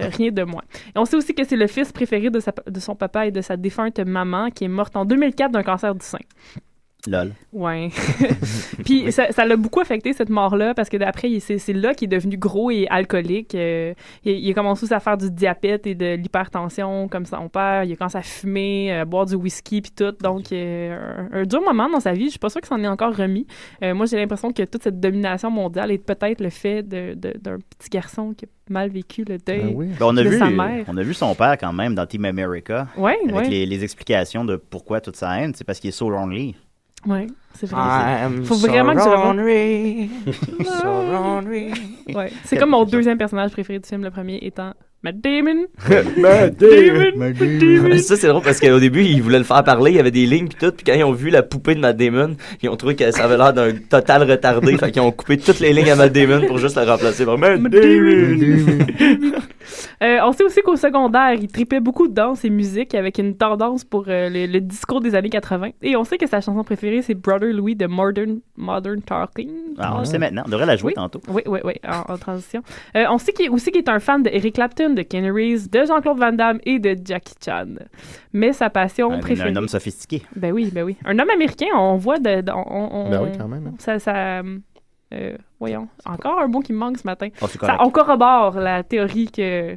Euh, Rien de moins. Et on sait aussi que c'est le fils préféré de, sa- de son papa et de sa défunte maman qui est morte en 2004 d'un cancer du sein. Ben Lol. Ouais. Puis ça ça l'a beaucoup affecté, cette mort-là, parce que d'après, il- c'est c'est là qu'il est devenu gros et alcoolique. Euh, il, il a commencé aussi à faire du diabète et de l'hypertension, comme son père. Il a commencé à fumer, à boire du whisky, puis tout. Donc, euh, un, un dur moment dans sa vie. Je suis pas sûre qu'il s'en est encore remis. Euh, moi, j'ai l'impression que toute cette domination mondiale est peut-être le fait de- de- d'un petit garçon qui a mal vécu le deuil Ben, on, a de vu, sa mère. on a vu son père quand même dans Team America. Ouais, avec ouais. Les, les explications de pourquoi toute sa haine, c'est parce qu'il est so lonely. Oui, c'est vrai. I'm Faut so vraiment que tu lonely. *laughs* Ouais. C'est comme mon deuxième personnage préféré du film, le premier étant Matt Damon. Matt Damon, Ça, c'est drôle parce qu'au début, ils voulaient le faire parler, il y avait des lignes pis tout, puis quand ils ont vu la poupée de Matt Damon, ils ont trouvé que ça avait l'air d'un total retardé, fait qu'ils ont coupé toutes les lignes à Matt Damon pour juste le remplacer par Matt Damon! *laughs* Euh, on sait aussi qu'au secondaire, il tripait beaucoup de danse et musique avec une tendance pour euh, le, le discours des années 80. Et on sait que sa chanson préférée, c'est Brother Louis de Modern, Modern Talking. Ah, on le sait maintenant. On devrait la jouer Oui. tantôt. Oui, oui, oui, en, en transition. Euh, on sait qu'il- aussi qu'il est un fan de Eric Clapton, de Ken Reeves, de Jean-Claude Van Damme et de Jackie Chan. Mais sa passion Un, préférée. un homme sophistiqué. Ben oui, ben oui. Un homme américain, on voit de. de- on, on- Ben oui, quand même, hein. Ça. ça, euh, voyons. Encore un mot qui me manque ce matin. Oh, c'est ça, correct. on corrobore la théorie que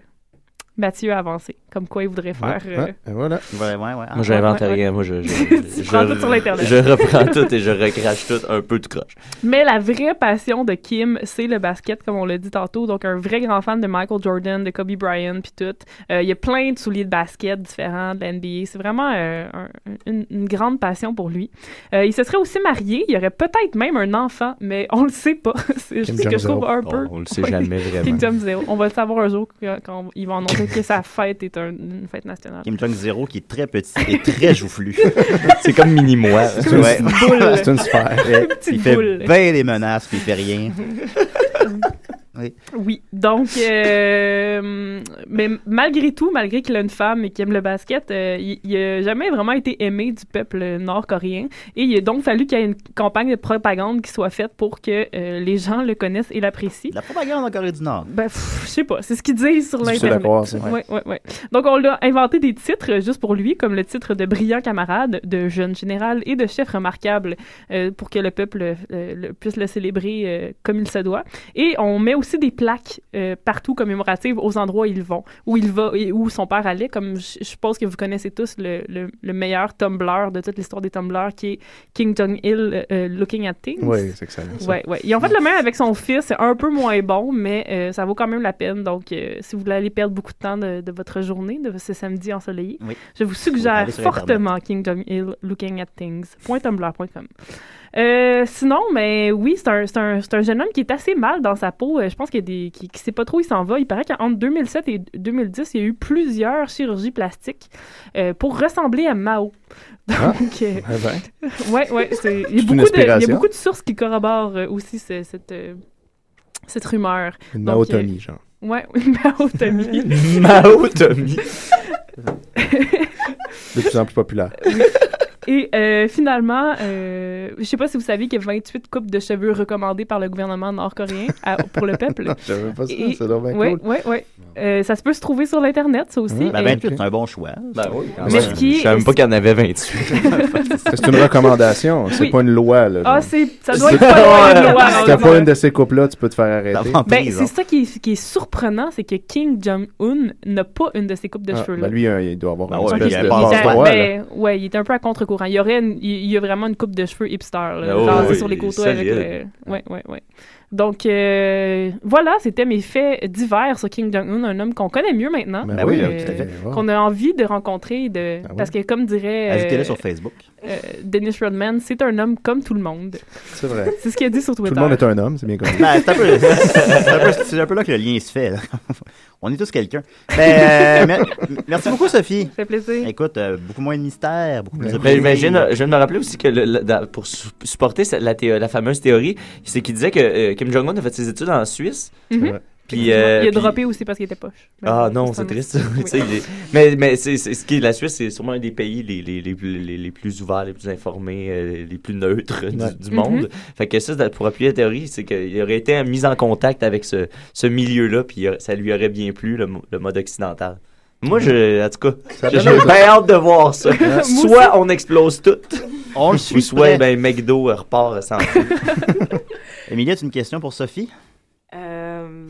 Mathieu a avancée, comme quoi il voudrait faire. euh, voilà. Ouais, ouais, ouais. Moi, Ah, j'invente rien, moi, *laughs* je. je, je, prends tout sur l'Internet. je reprends tout *laughs* et je recrache tout un peu de croche. Mais la vraie passion de Kim, c'est le basket, comme on l'a dit tantôt. Donc, un vrai grand fan de Michael Jordan, de Kobe Bryant, puis tout. Euh, il y a plein de souliers de basket différents de l'NBA. C'est vraiment euh, un- une, une grande passion pour lui. Euh, il se serait aussi marié. Il y aurait peut-être même un enfant, mais on le sait pas. *laughs* C'est Kim ce que je Jong-un. trouve un On- peu. on le sait Oui. jamais vraiment. *laughs* Kim Jong-un. On va le savoir un jour quand, quand ils vont annoncer que sa fête est un- une fête nationale. Kim Jong Zero qui est très petit *laughs* et très joufflu. C'est comme mini-moi. C'est comme une petite boule. C'est une sphère. Une petite il fait boule. bien des menaces puis il fait rien. Oui. Oui, donc, euh, mais malgré tout, malgré qu'il a une femme et qu'il aime le basket, euh, il il a jamais vraiment été aimé du peuple nord-coréen. Et il a donc fallu qu'il y ait une campagne de propagande qui soit faite pour que euh, les gens le connaissent et l'apprécient. La propagande en Corée du Nord. Ben, pff, je sais pas, c'est ce qu'ils disent sur Difficile à l'Internet. croire, ça. Ouais, ouais, ouais. Donc, on l'a inventé des titres euh, juste pour lui, comme le titre de brillant camarade, de jeune général et de chef remarquable, euh, pour que le peuple euh, le- puisse le célébrer euh, comme il se doit. Et on met aussi aussi des plaques euh, partout commémoratives aux endroits où ils vont, où il va et où son père allait. Comme je je suppose que vous connaissez tous le, le- le meilleur Tumblr de toute l'histoire des Tumblr, qui est King Jong Il euh, Looking at Things. Oui, c'est excellent. ça. Ouais, ouais. Ils ont fait le même avec son fils. C'est un peu moins bon, mais euh, ça vaut quand même la peine. Donc, euh, si vous voulez aller perdre beaucoup de temps de, de votre journée, de ce samedi ensoleillé, Oui. je vous Faut suggère aller sur fortement Kingdom Hill Looking at Things.tumblr.com. Euh, sinon, mais oui, c'est un, c'est un- c'est un jeune homme qui est assez mal dans sa peau. Euh, Je pense qu'il y a des, qui, qui sait pas trop où il s'en va. Il paraît qu'entre 2007 et 2010, il y a eu plusieurs chirurgies plastiques euh, pour ressembler à Mao. Donc, euh, Ah ben. ouais, ouais, c'est- il y, a C'est une beaucoup de- il y a inspiration. beaucoup de sources qui corroborent euh, aussi ce- cette, euh, cette rumeur. Une Donc, maotomie, euh, genre. Ouais, *laughs* une maotomie. *laughs* Une maotomie. De plus en plus populaire. Oui. *laughs* Et euh, finalement, euh, je sais pas si vous saviez qu'il y a 28 coupes de cheveux recommandées par le gouvernement nord-coréen à- pour le peuple. *laughs* Non, je savais pas ça, Et- c'est donc bien ouais, cool. ouais, ouais. Euh, ça se peut se trouver sur l'Internet, ça aussi. Ben, Et- 28, c'est un bon choix. Ben oui, quand Mais même. ce qui est- Je savais même pas qu'il y en avait *laughs* 28. C'est une recommandation, c'est Oui. pas une loi. Là, Ah, genre. c'est- ça doit être pas une loi, Si t'as heureusement. pas une de ces coupes-là, tu peux te faire arrêter. Ben, c'est ça qui est, qui est surprenant, c'est que King Jong-un n'a pas une de ses coupes de Ah, cheveux-là. ben lui, euh, il doit avoir Ben une ouais, espèce il a de pas- passe-droit, Ben, Ben, là. ouais, il est un peu à contre-courant. Il y aurait une- il y a vraiment une coupe de cheveux hipster, là, Ben Ah oui, rasée oui, sur les il est côtés avec solide. le- Ouais, ouais, ouais. Donc, euh, voilà, c'était mes faits divers sur King Jong-un, un homme qu'on connaît mieux maintenant. euh, Ben oui, tout à fait. Qu'on a envie de rencontrer, et Ben de... parce que comme dirait... Ajoutez-le euh, sur Facebook. euh, Dennis Rodman, c'est un homme comme tout le monde. C'est vrai. C'est ce qu'il a dit sur Twitter. Tout le monde est un homme, c'est bien connu. Ben, c'est un *laughs* peu, c'est un peu- c'est un peu là que le lien se fait. là. *laughs* On est tous quelqu'un. Ben, euh, mer- merci beaucoup, Sophie. Ça fait plaisir. Écoute, euh, beaucoup moins de mystère, beaucoup Ben, plus de Mais, mais Ben, je, viens plaisir. de, je viens de me rappeler aussi que le- le- da- pour su- supporter cette- la, thé- euh, la fameuse théorie, c'est qu'il disait que euh, Kim Jong-un a fait ses études en Suisse. Mhm. C'est vrai. Puis, euh, il puis- a droppé aussi parce qu'il était poche. Ah Ben, non, ça c'est me- triste. *laughs* Tu sais, il est- Mais, mais c'est, c'est- ce qui est- la Suisse, c'est sûrement un des pays les, les, les, plus- les- les plus ouverts, les plus informés, euh, les plus neutres du, Ouais. du Mhm. monde. Fait que ça, ça, pour appuyer la théorie, c'est qu'il aurait été mis en contact avec ce, ce milieu-là, puis il aurait- ça lui aurait bien plu, le, mo- le mode occidental. Moi, je, en tout cas, Ça j'ai donne bien un- hâte de voir ça. Moi aussi. soit on explose tout, On le ou suit soit de près. ben, McDo repart sans *laughs* Emilia, tu as une question pour Sophie? Euh,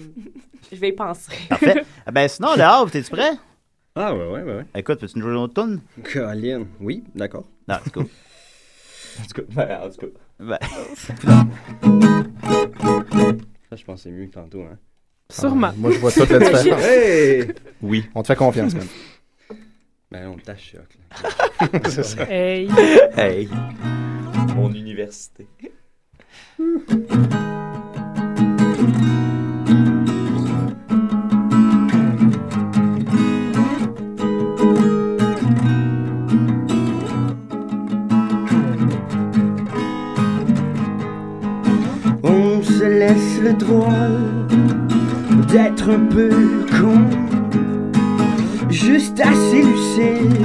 je vais y penser. Parfait. Eh Ah *laughs* ben, sinon, le Havre, t'es-tu prêt? Ah, ouais, ouais, ouais. ouais. Écoute, peux-tu nous jouer une autre tune? Colin, oui, d'accord. Non, Ah, c'est *laughs* cool. En tout cas, ben, en tout cas. Ça, je pense que c'est mieux que tantôt, hein. Sûrement. Ah, Moi, je vois toute la différence. Hey! Oui. On te fait confiance, man. Ben là, on tâche choc, *laughs* C'est ça. Hey. Hey. Mon université. On se laisse le droit d'être un peu con, juste assez lucide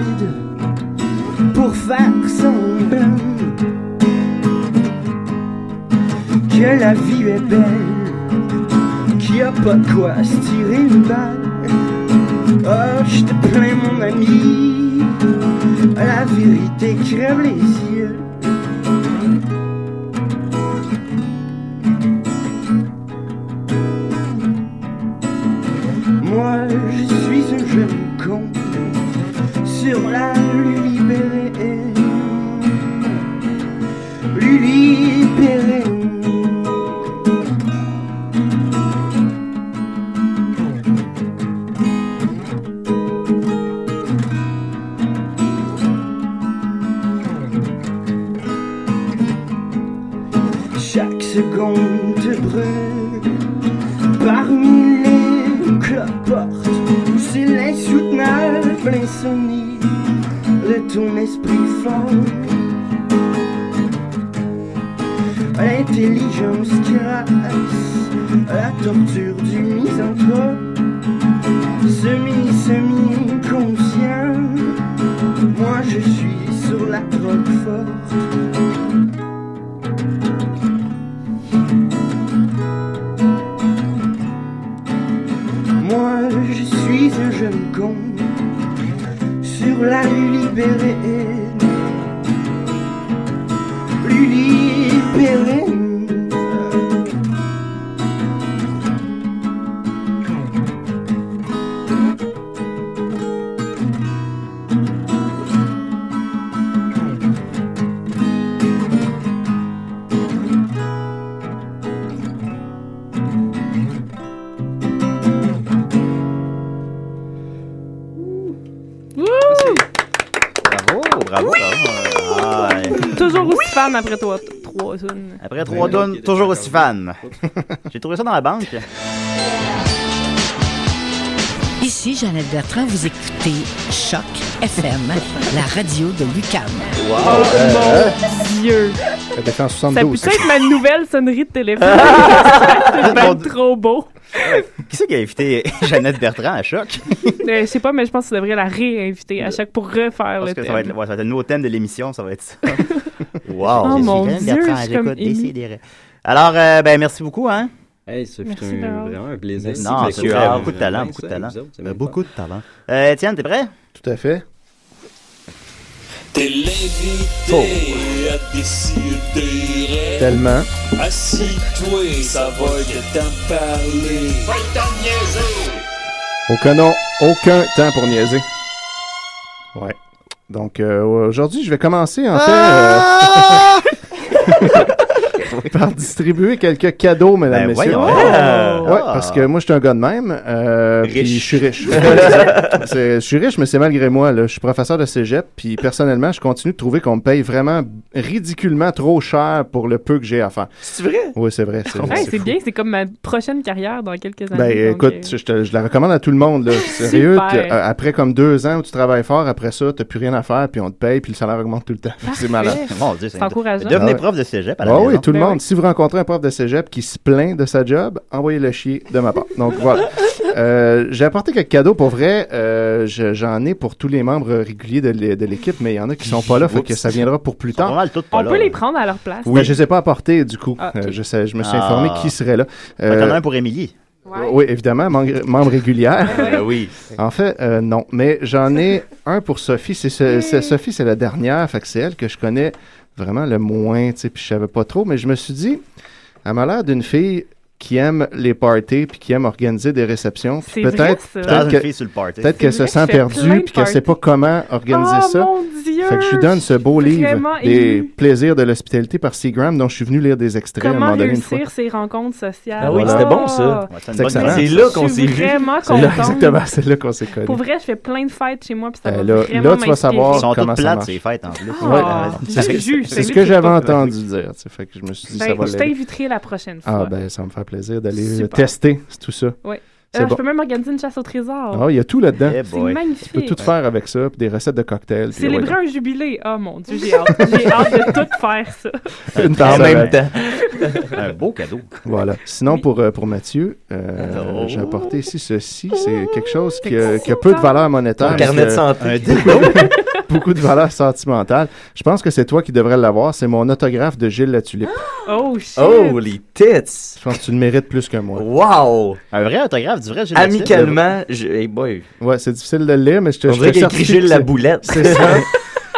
pour faire semblant que la vie est belle, qu'il n'y a pas de quoi se tirer une balle. Oh, je te plains, mon ami, la vérité crève les yeux. Moi, je suis un jeune con sur la libérée. Libérée. Chaque seconde te brûle Parmi les cloportes, c'est l'insoutenable insomnie de ton esprit fort. L'intelligence crasse la torture du misanthrope, semi-semi-conscient. Moi je suis sur la drogue forte. Moi, je suis un jeune con sur la libérée. Plus libérée. Oh, bravo. bravo. Ah, ouais. Toujours aussi fan après toi, trois zones. Après trois tonnes, toujours aussi fan. J'ai trouvé ça dans la banque. Ici Jeannette Bertrand, vous écoutez Choc FM, la radio de Lucam. Wow. Euh, Mon Dieu. Elle était en Ça peut 72. être ma nouvelle sonnerie de téléphone. c'est ben trop beau. Qui c'est qui a invité *laughs* Jeannette Bertrand à choc? Euh, je sais pas, mais je pense que tu devrais la réinviter à chaque pour refaire Parce le que thème. ça va, être, ouais, ça va être le nouveau thème de l'émission, ça va *laughs* être ça. Oh, wow! mon Jeannette Dieu, Bertrand, je suis comme j'écoute émue. Décidérez. Alors, euh, ben, merci beaucoup, hein? Hey, ce fut Merci, un- Laurent. vraiment un plaisir. Merci, Non, monsieur c'est Hall. vrai, Beaucoup de vraiment, talent, ça, beaucoup de vous talent. autres, vous Ben, avez beaucoup de talent. Euh, Étienne, t'es prêt? Tout à fait. T'es l'invité à décider. Tellement. Assis-toi, ça va que t'en parler. Va t'en niaiser! *laughs* Aucun, nom, aucun temps pour niaiser. Ouais. Donc, euh, aujourd'hui, je vais commencer, en fait, euh, *laughs* par distribuer quelques cadeaux, mesdames, Ben, messieurs. voyons. Ouais, Oh. ouais, parce que moi, je suis un gars de même. euh, puis je suis riche. Ouais, c'est ça. C'est- je suis riche, mais c'est malgré moi. là. Je suis professeur de cégep. Puis personnellement, je continue de trouver qu'on me paye vraiment ridiculement trop cher pour le peu que j'ai à faire. C'est vrai? Oui, c'est vrai. c'est- Ouais, c'est c'est bien, c'est comme ma prochaine carrière dans quelques années. ben donc, euh, écoute, je, te- je la recommande à tout *laughs* le monde. Là. Sérieux, Super. t'as- euh, après comme deux ans où tu travailles fort, après ça, t'as plus rien à faire, puis on te paye, puis le salaire augmente tout le temps. *laughs* Fait que C'est malade. Mon Dieu, C'est encourageant. Devenez Ah ouais. prof de cégep à la Ah maison. oui, tout le Ben monde. Si vous rencontrez un prof de cégep qui se plaint de sa job, envoyez-le chier de ma part. Donc *laughs* voilà. Euh, J'ai apporté quelques cadeaux pour vrai. Euh, je- J'en ai pour tous les membres réguliers de l'é- de l'équipe, mais il y en a qui sont pas là, fait que ça viendra pour plus tard. on peut les prendre à leur place. Oui, Ben, je les ai pas apportés, du coup. Ah, Euh, je, sais- je me suis Ah. informé qui serait là. Ben, t'en as un pour Émilie. Oui, évidemment, mem- membre régulière. *laughs* Ben oui. En fait, euh, non, mais j'en ai un pour Sophie. C'est ce- c'est- Sophie, c'est la dernière, fait que c'est elle que je connais vraiment le moins, tu sais, puis je savais pas trop, mais je me suis dit, elle m'a l'air d'une fille qui aime les parties puis qui aime organiser des réceptions. puis Peut-être C'est vrai, ça. peut-être Une que- fille sur le party. peut-être C'est qu'elle vrai se que je sent fais plein de Ah, perdue puis qu'elle sait pas comment organiser Oh, ça. mon Dieu! Fait que je lui donne ce beau Je suis livre vraiment des émue. plaisirs de l'hospitalité par Seagram dont je suis venu lire des extraits à un Comment moment donné une fois. réussir ses rencontres sociales. Ah oui, Oh! c'était bon, ça. Ouais, c'est une bonne excellent. idée. C'est là qu'on Je suis s'est vus. vraiment C'est là, contente. exactement, c'est là qu'on s'est connus. Pour vrai, je fais plein de fêtes chez moi, puis ça Euh, va là, vraiment là, tu vas m'inspirer. savoir Ils sont comment toutes ça plates, marche. ces fêtes, en plus. Ouais, Ah, euh, c'est ce que- juge, c'est ce c'est que lui qui j'avais est pas entendu dire. tu sais, Fait que je me suis dit, Ben, ça va je l'aider. t'inviterai la prochaine Ah fois. ben, ça me fait plaisir d'aller Super. euh, tester c'est tout ça. Ouais. C'est Ah, Je bon. peux même organiser une chasse au trésor. Ah, il y a tout là-dedans. Eh C'est magnifique. Tu peux tout faire avec ça, puis des recettes de cocktails. puis Célébrer ouais. un jubilé. Oh mon Dieu, j'ai hâte. J'ai hâte de tout faire ça. *laughs* Une En par même semaine. *laughs* temps. Un beau cadeau. Voilà. Sinon, pour, euh, pour Mathieu, euh, j'ai apporté ici ceci. C'est quelque chose qui a, qui a peu de valeur monétaire. Internet mais que- santé. Un beaucoup, *laughs* beaucoup de valeur sentimentale. Je pense que c'est toi qui devrais l'avoir. C'est mon autographe de Gilles Latulippe. Oh shit. Holy tits! Je pense que tu le mérites plus que moi. Wow! Un vrai autographe du vrai Gilles Latulippe. Amicalement, je- hey boy. Ouais, c'est difficile de le lire, mais je te On je te dirait qu'il y a écrit certifie Gilles que la c'est- boulette. C'est ça.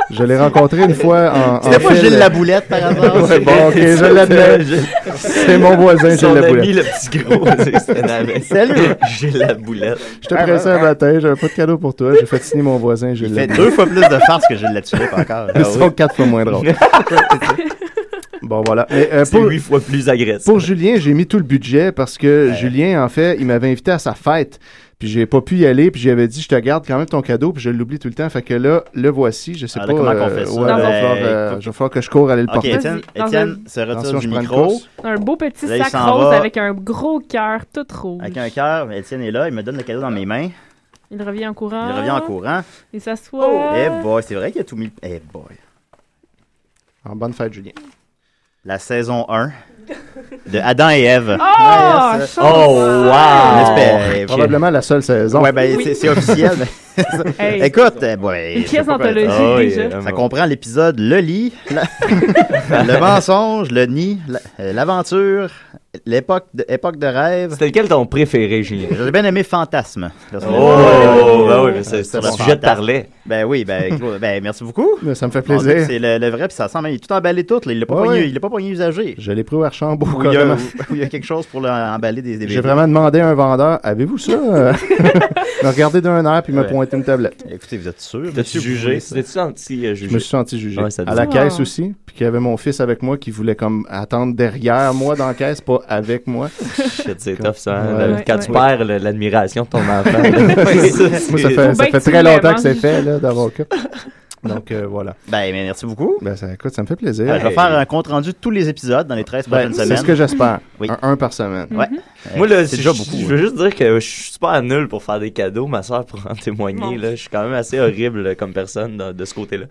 Je l'ai rencontré une fois en. C'était en pas fil- Gilles la *laughs* boulette, par hasard? ouais, bon, ok, je l'admets. C'est mon voisin, Gilles Son la ami, boulette. le petit gros. *laughs* c'était navet. Salut. Gilles la boulette. Je te pressais un matin, j'avais pas de cadeau pour toi, j'ai fait signer mon voisin, Gilles Il la fait boulette. *laughs* deux fois plus de farce que Gilles Latulippe encore. Ils sont quatre fois moins *laughs* drôles. Bon, voilà. Mais, euh, C'est pour- huit fois plus agressif. Pour Julien, j'ai mis tout le budget parce que Julien, en fait, il m'avait invité à sa fête. Puis j'ai pas pu y aller, puis j'avais dit, je te garde quand même ton cadeau, puis je l'oublie tout le temps. Fait que là, le voici. Je sais Ah, pas. là, comment euh, qu'on fait ça? ouais, il va Ben, falloir, euh, écoute. je vais falloir que je cours aller le Ok, porter. Étienne, Vas-y. Étienne se Attention, retire du je prends une micro. course. Un beau petit Là, il sac s'en rose va. avec un gros cœur tout rouge. Avec un cœur, Étienne est là, il me donne le cadeau dans mes mains. Il revient en courant. Il revient en courant. Il s'assoit. Eh boy, c'est vrai qu'il a tout mis. Eh boy. En bonne fête, Julien. La saison 1 de Adam et Oh, Ève. Ouais, ça- chance. wow! C'est Probablement la seule saison. Ouais, ben, c'est- c'est officiel. mais- *laughs* Hey. Écoute, eh, ouais, Une je pièce sais pas quoi d'anthologie, dire. Ah oui, déjà. euh, Ça comprend l'épisode Le lit, la- *laughs* le mensonge, le nid, la- euh, l'aventure, l'époque de, époque de rêve. C'était lequel ton préféré, Julien? J'ai bien aimé Fantasme. Oh! Ben oui, mais c'est- c'est Sur le le sujet de fantasme. parler. Ben oui, *laughs* ben, Claude, ben merci beaucoup. Ça me fait Mon Dieu, plaisir. C'est le, le vrai, puis ça sent, mais il est tout emballé tout. là. Il l'a pas, Ouais, pogné- ouais. il l'a pas pogné usagé. Je l'ai pris au Archambault. Ou il, y a, carrément. ou il y a quelque chose pour le- emballer des des J'ai vraiment demandé à un vendeur, avez-vous *laughs* ça? *laughs* il m'a regardé d'un air, puis il m'a Ouais. pointé une tablette. Écoutez, vous êtes sûr? T'as-tu jugé? T'as-tu senti euh, Je jugé? me suis senti jugé. Ouais, ça à la dit. caisse aussi. Puis qu'il y avait mon fils avec moi qui voulait comme attendre derrière moi dans la caisse, pas avec *laughs* moi. Shit, C'est tough, ça. hein, Ouais. le- Quand Ouais. tu perds le- *laughs* l'admiration de ton enfant. là. Moi, ça fait, c'est- *laughs* ça fait très longtemps que c'est fait, là, d'avoir cas. Donc, euh, voilà. Ben, mais merci beaucoup. Ben, ça, écoute, ça me fait plaisir. Euh, je vais faire un compte-rendu de tous les épisodes dans les 13 Ben, prochaines semaines. c'est ce que *laughs* j'espère. Oui. Un, un par semaine. Ouais. Moi, là, si c'est déjà je- beaucoup. hein. Je veux juste dire que je suis pas nul pour faire des cadeaux. Ma soeur pour en témoigner. Là, je suis quand même assez horrible là, comme personne de, de ce côté-là.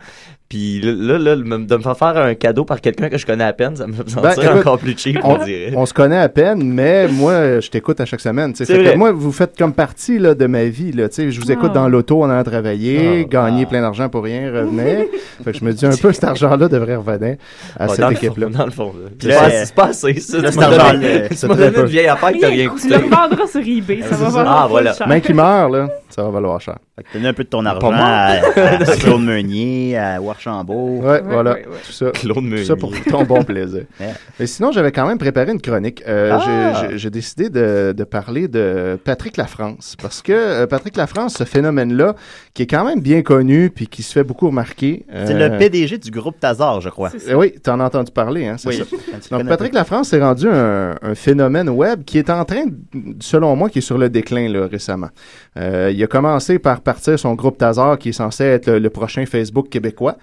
Puis là, là, me- de me faire faire un cadeau par quelqu'un que je connais à peine, ça me fait Ben, sentir écoute, encore plus cheap, on, on, dirait. on se connaît à peine, mais moi, je t'écoute à chaque semaine. tu sais. C'est Fait que vrai. moi, vous faites comme partie là, de ma vie. Là, tu sais. je vous écoute Ah. dans l'auto en allant travailler, gagner plein d'argent pour rien, *laughs* revenir. fait que je me dis un peu, cet argent-là devrait revenir à Bon, cette dans le équipe-là. fond, dans le fond, là. Puis C'est pas- là, c'est pas assez, ça. là, Tu cet m'as donné- argent-là, tu c'est euh, m'as très donné peu. une vieille affaire que t'as rien Tu coûté. le vendras sur eBay. Ça va valoir Ah, full voilà. cher. Mais qui meurt, là, ça va valoir cher. Ah, Fait que Donnez un peu de ton argent moi. à, *laughs* *laughs* à Claude Meunier, à Warchambault. Ouais, voilà. Tout ça. tout ça pour ton bon plaisir. *laughs* Ouais. Mais sinon, j'avais quand même préparé une chronique. Euh, Ah! j'ai- j'ai- J'ai décidé de, de parler de Patrick Lafrance. Parce que euh, Patrick Lafrance, ce phénomène-là, qui est quand même bien connu puis qui se fait beaucoup remarquer. C'est euh, le PDG du groupe Tazar, je crois. euh, oui, tu en as entendu parler, hein, c'est Oui, ça. tu le connais Donc, un Patrick peu. Lafrance est rendu un, un phénomène web qui est en train, de- selon moi, qui est sur le déclin là, récemment. Euh, il a commencé par partir son groupe Tazar, qui est censé être le, le prochain Facebook québécois,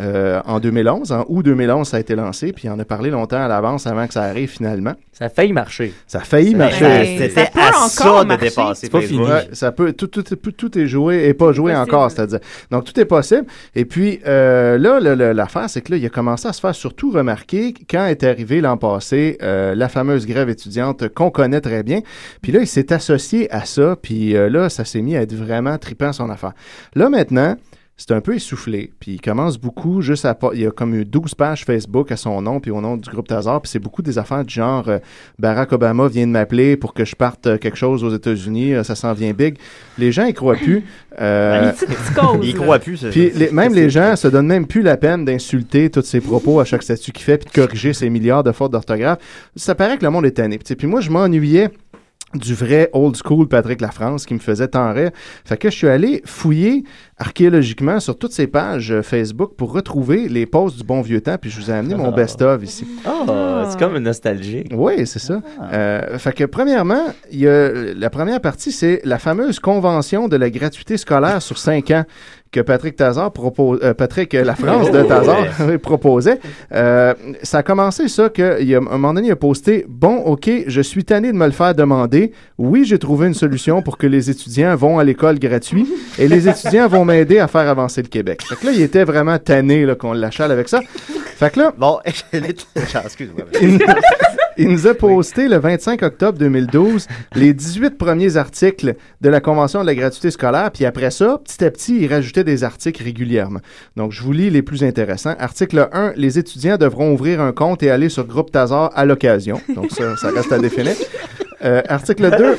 euh, en 2011. En août 2011, ça a été lancé, puis il en a parlé longtemps à l'avance avant que ça arrive finalement. Ça a failli marcher. Ça a failli Ça- marcher. ça- C'était Ben, ça peut à encore ça de marcher. dépasser C'est pas Facebook. fini. Ouais, ça peut, tout, tout, tout- tout est joué et pas joué encore, c'est-à-dire. Donc, tout est possible. Et puis, euh, là, le- le- l'affaire, c'est que là, il a commencé à se faire surtout remarquer quand est arrivée l'an passé euh, la fameuse grève étudiante qu'on connaît très bien. Puis là, il s'est associé à ça. Puis euh, là, ça s'est mis à être vraiment tripant son affaire. Là, maintenant, c'est un peu essoufflé. Puis il commence beaucoup juste à. pa- Il y a comme eu 12 pages Facebook à son nom, puis au nom du groupe Tazar. Puis c'est beaucoup des affaires du genre euh, Barack Obama vient de m'appeler pour que je parte euh, quelque chose aux États-Unis, euh, ça s'en vient big. Les gens y croient *laughs* plus. Euh, Une petite cause, Ils y là. croient plus, ça. Puis les- même les gens se donnent même plus la peine d'insulter tous ses propos à chaque statut qu'il fait, puis de corriger ses milliards de fautes d'orthographe. Ça paraît que le monde est tanné. Puis tu sais, Puis moi, je m'ennuyais du vrai old school Patrick Lafrance qui me faisait tant rire. Fait que je suis allé fouiller archéologiquement sur toutes ces pages euh, Facebook pour retrouver les posts du bon vieux temps, puis je vous ai amené mon Ah. best-of ici. Ah, c'est comme nostalgique. Ah. Oui, c'est ça. Euh, fait que premièrement, il y a- la première partie, c'est la fameuse convention de la gratuité scolaire sur cinq ans que Patrick Tazard propose, euh, Patrick euh, la France de Oh, Tazard ouais. *laughs* oui, proposait. Euh, ça a commencé ça que il y a, un moment donné, il a posté Bon, OK, je suis tanné de me le faire demander. Oui, j'ai trouvé une solution pour que les étudiants vont à l'école gratuit et les étudiants vont m'aider à faire avancer le Québec. Fait que là, il était vraiment tanné là, qu'on l'achale avec ça. Fait que là. Bon, *laughs* excuse-moi. il, nous- *laughs* il nous a posté le 25 octobre 2012 les 18 premiers articles de la Convention de la gratuité scolaire, puis après ça, petit à petit, il rajoutait des articles régulièrement. Donc, je vous lis les plus intéressants. Article 1, les étudiants devront ouvrir un compte et aller sur Groupe Tazar à l'occasion. Donc, ça, ça reste à définir. Euh, article 2,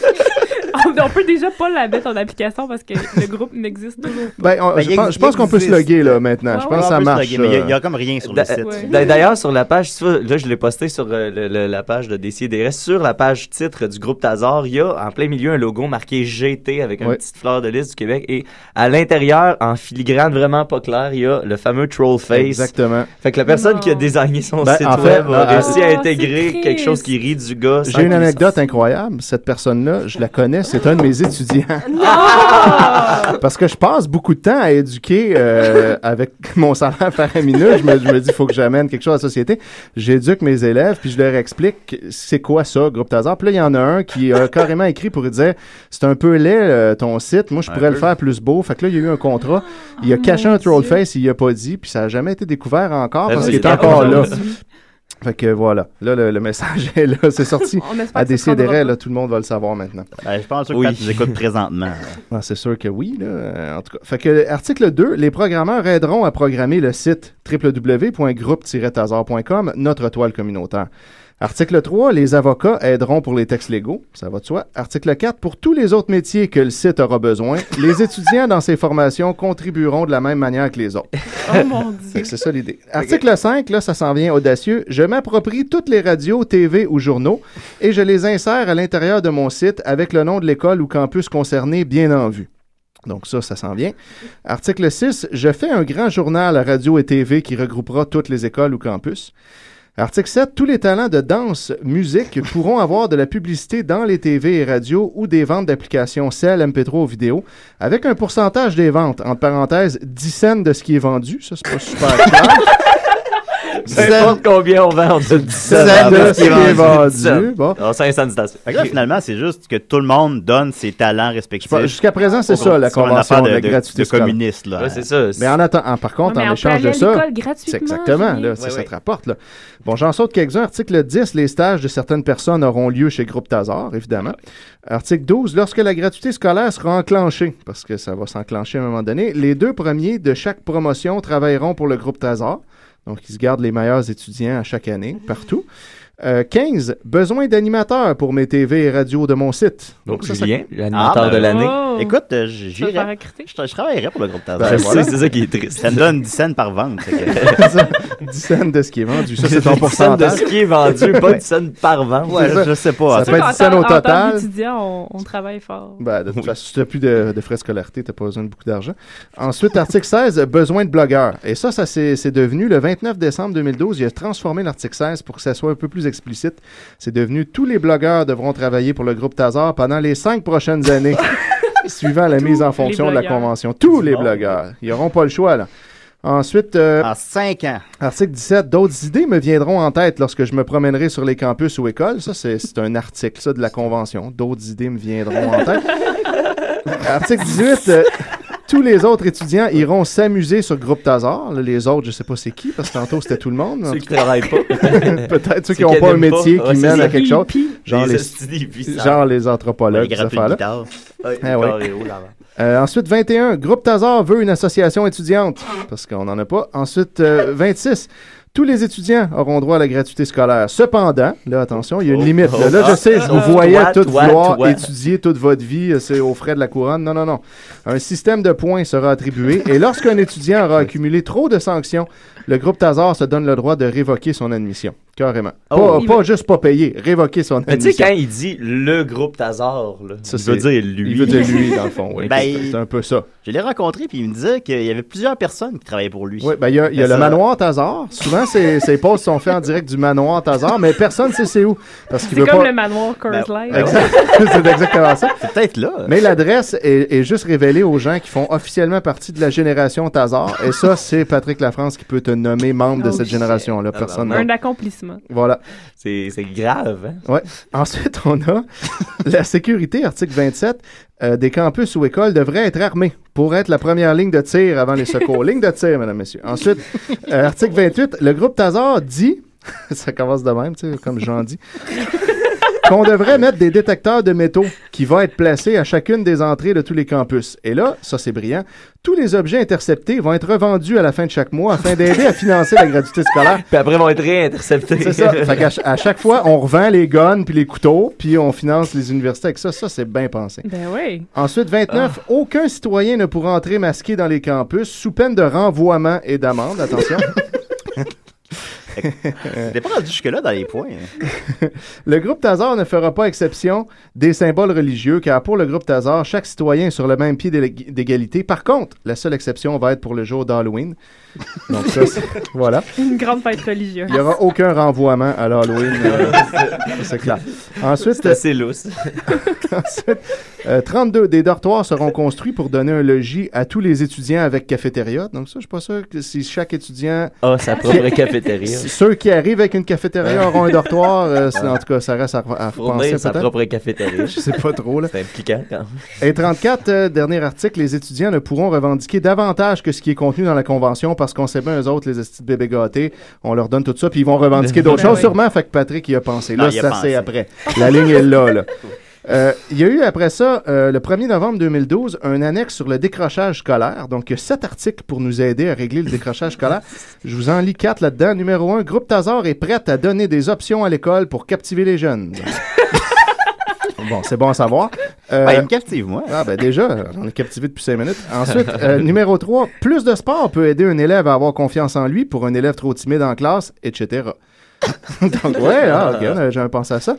*laughs* on, on peut déjà pas la mettre en application parce que le groupe n'existe toujours pas. ben, on- je, pense, je pense qu'on peut se loguer là Ah, maintenant. je pense que ça marche. euh. D'a- d'a- D'ailleurs, sur la page, ça, là, je l'ai posté sur euh, le- le- la page de DCDRS, sur la page titre du groupe Tazar, il y a en plein milieu un logo marqué GT avec une Ouais. petite fleur de lys du Québec et à l'intérieur, en filigrane vraiment pas clair, il y a le fameux troll face. Exactement. Fait que la personne qui a désigné son Ben, site en fait, web a euh, réussi à Oh, intégrer quelque chose qui rit du gars. sans J'ai une qu'il anecdote incroyable. Cette personne-là, je la connais, c'est un de mes étudiants. Parce que je passe beaucoup de temps à éduquer euh, avec mon salaire faramineux. Je me, je me dis, il faut que j'amène quelque chose à la société. J'éduque mes élèves, puis je leur explique c'est quoi ça, groupe Tazar. Puis là, il y en a un qui a carrément écrit pour dire c'est un peu laid euh, ton site. Moi, je pourrais le faire plus beau. Fait que là, il y a eu un contrat. Il a caché un troll face, il y a pas dit, puis ça n'a jamais été découvert encore Ben, parce c'est qu'il est vrai, encore là. aujourd'hui. Fait que voilà, là le, le message est là, c'est sorti *laughs* On espère à que ça des prendra là, tout le monde va le savoir maintenant. Ben, je pense que Pat nous écoute *laughs* présentement. Ah, c'est sûr que oui, là. euh, en tout cas. Fait que euh, article 2, les programmeurs aideront à programmer le site www.groupe-tazar.com, notre toile communautaire. Article 3, les avocats aideront pour les textes légaux, ça va de soi. Article 4, pour tous les autres métiers que le site aura besoin, les étudiants dans ces formations contribueront de la même manière que les autres. Oh mon dieu. Fait que C'est ça l'idée. Article 5, là, ça s'en vient audacieux. Je m'approprie toutes les radios, TV ou journaux et je les insère à l'intérieur de mon site avec le nom de l'école ou campus concerné bien en vue. Donc ça, ça s'en vient. Article 6, je fais un grand journal à radio et TV qui regroupera toutes les écoles ou campus. Article 7. Tous les talents de danse, *laughs* musique pourront avoir de la publicité dans les TV et radios ou des ventes d'applications CEL, MP3 ou vidéo avec un pourcentage des ventes, entre parenthèses, 10 cents de ce qui est vendu. Ça, c'est pas *laughs* super clair. N'importe combien on vend, on dit 10 cents de ce qui est vendu. Bon. Alors, 500 citations. Fait que là, finalement, c'est juste que tout le monde donne ses talents respectifs. Pas- jusqu'à présent, c'est ça, la C'est une convention affaire de la gratuité de scolaire. communiste. Là. Mais en attendant, par contre, Ouais, mais en on peut échange aller de à ça, l'école gratuitement, c'est exactement, Julien. là, c'est Ouais, ça ouais. te rapporte. Là. Bon, j'en saute quelques-uns. Article 10, les stages de certaines personnes auront lieu chez Groupe Tazar, évidemment. Article 12, lorsque la gratuité scolaire sera enclenchée, parce que ça va s'enclencher à un moment donné, les deux premiers de chaque promotion travailleront pour le Groupe Tazar. Donc, ils se gardent les meilleurs étudiants à chaque année, Mm-hmm. partout. Euh, 15, besoin d'animateurs pour mes TV et radios de mon site. Donc, ça, Ah, ben ça- Julien, Ah, ben l'animateur de l'année. Oh. Écoute, euh, j'irai. Ça va Je, tra- je travaillerai pour le groupe Tazar. Ben, je sais, c'est ça qui est triste. Ça me donne 10 cents par vente. *laughs* fait que- 10 cents de ce qui est vendu. Ça, c'est ton 10 cents de pourcentage. ce qui est vendu, pas 10 cents par vente. Ouais, C'est ça. je sais pas. Ça peut être 10 cents au total. étudiant, on, on travaille fort. Ben, de toute façon, si tu n'as plus de, de frais de scolarité, tu n'as pas besoin de beaucoup d'argent. Ensuite, article 16, euh, besoin de blogueurs. Et ça, ça c'est c'est devenu le 29 décembre 2012. Il a transformé l'article 16 pour que ça soit un peu plus explicite. C'est devenu tous les blogueurs devront travailler pour le groupe Tazar pendant les cinq prochaines années, suivant la mise en fonction de la blogueurs. convention. Tous les blogueurs. Ils n'auront pas le choix, là. Ensuite. en 5 ans. Article 17. D'autres idées me viendront en tête lorsque je me promènerai sur les campus ou écoles. Ça, c'est c'est un article, ça, de la convention. D'autres idées me viendront en tête. Article 18. euh, tous les autres étudiants iront s'amuser sur Groupe Tazar. Là, les autres, je sais pas c'est qui, parce que tantôt c'était tout le monde. mais en Ceux tout qui cas- travaillent pas. *laughs* Peut-être Ceux ceux qui n'ont qui pas un aiment pas. métier Ouais, qui c'est mène ça. à quelque chose. Hippies. Genre Les les, hippies, hippies, ça. genre les anthropologues, Ouais, les ces grappes de affaires-là. guitare. Ouais, Eh ouais. carré haut, là-bas. Euh, ensuite, 21. Groupe Tazar veut une association étudiante. Parce qu'on n'en a pas. *laughs* Ensuite, euh, 26. Tous les étudiants auront droit à la gratuité scolaire. Cependant, là, attention, il y a une limite. Là, Là, je sais, je vous Oh, voyais toi, tout toi, vouloir toi. étudier toute votre vie, euh, c'est aux frais de la couronne. Non, non, non. Un système de points sera attribué et lorsqu'un étudiant aura accumulé trop de sanctions, le groupe Tazar se donne le droit de révoquer son admission. Carrément. Pas, Oh. pas juste pas payer, révoquer son Mais tu sais, admission. quand il dit le groupe Tazar, là, Ça, il veut c'est- dire lui. il veut dire lui, dans le fond, oui. Ben, C'est un peu ça. Je l'ai rencontré, puis il me disait qu'il y avait plusieurs personnes qui travaillaient pour lui. Oui, ben il y a, il y a Ben, le ça- manoir Tazar. Souvent, ces, ces posts sont faits en direct du manoir Tazar, mais personne ne sait c'est où. Parce qu'il C'est veut comme pas... le manoir Curse Light. Exact. *laughs* *laughs* c'est exactement ça. peut-être là. Mais l'adresse est, est juste révélée aux gens qui font officiellement partie de la génération Tazar. Et ça, c'est Patrick Lafrance qui peut te nommer membre de Oh cette shit. génération-là. Personne Un d'autre. accomplissement. Voilà. C'est c'est grave, hein? Ouais. Ensuite, on *laughs* a la sécurité, article 27. euh, des campus ou écoles devraient être armés pour être la première ligne de tir avant *laughs* les secours. ligne de tir, mesdames, messieurs. Ensuite, euh, article 28. Le groupe Tazar dit, *laughs* ça commence de même, tu sais, comme *laughs* Jean dit, qu'on devrait mettre des détecteurs de métaux qui vont être placés à chacune des entrées de tous les campus. Et là, ça c'est brillant, tous les objets interceptés vont être revendus à la fin de chaque mois afin d'aider à financer la gratuité scolaire. Puis après, ils vont être réinterceptés. *laughs* C'est ça. Fait qu'à ch- à chaque fois, on revend les guns puis les couteaux, puis on finance les universités avec ça. Ça, c'est bien pensé. Ben oui. Ensuite, 29, aucun citoyen ne pourra entrer masqué dans les campus sous peine de renvoiement et d'amende. Attention. Euh, T'es pas rendu jusque-là dans les points. hein. le groupe Tazar ne fera pas exception des symboles religieux, car pour le groupe Tazar, chaque citoyen est sur le même pied d'é- d'égalité. Par contre, la seule exception va être pour le jour d'Halloween. Donc *laughs* ça, c'est- voilà. Une grande fête religieuse. Il n'y aura aucun renvoiement à l'Halloween. *laughs* euh, c'est clair. Ensuite, C'est assez lousse. *laughs* Ensuite, euh, 32 des dortoirs seront construits pour donner un logis à tous les étudiants avec cafétéria. Donc ça, je suis pas sûr que si chaque étudiant... Ah, sa propre Qui- cafétéria. *laughs* Ceux qui arrivent avec une cafétéria auront un dortoir. euh, c'est- en tout cas, ça reste à, re- à penser Fournir sa peut-être. propre cafétéria. Je sais pas trop, là. C'est impliquant, quand même. Et 34, euh, dernier article, les étudiants ne pourront revendiquer davantage que ce qui est contenu dans la convention parce qu'on sait bien, eux autres, les estis de bébés gâtés, on leur donne tout ça, puis ils vont revendiquer *laughs* d'autres Ben choses oui. sûrement. Fait que Patrick y a pensé. Non, Là, Ah, il a ça, pensé. c'est après. La ligne est là, là. Euh, il y a eu après ça, euh, le 1er novembre 2012, un annexe sur le décrochage scolaire. Donc, il y a sept articles pour nous aider à régler le décrochage scolaire. Je vous en lis quatre là-dedans. Numéro un, Groupe Tazar est prête à donner des options à l'école pour captiver les *laughs* jeunes. Bon, c'est bon à savoir. Euh, Ben, il me captive, moi. Ah, ben déjà, on est captivé depuis cinq minutes. Ensuite, euh, numéro 3, plus de sport peut aider un élève à avoir confiance en lui pour un élève trop timide en classe, etc. *laughs* Donc, ouais, ah, ok, on avait jamais pensé à ça.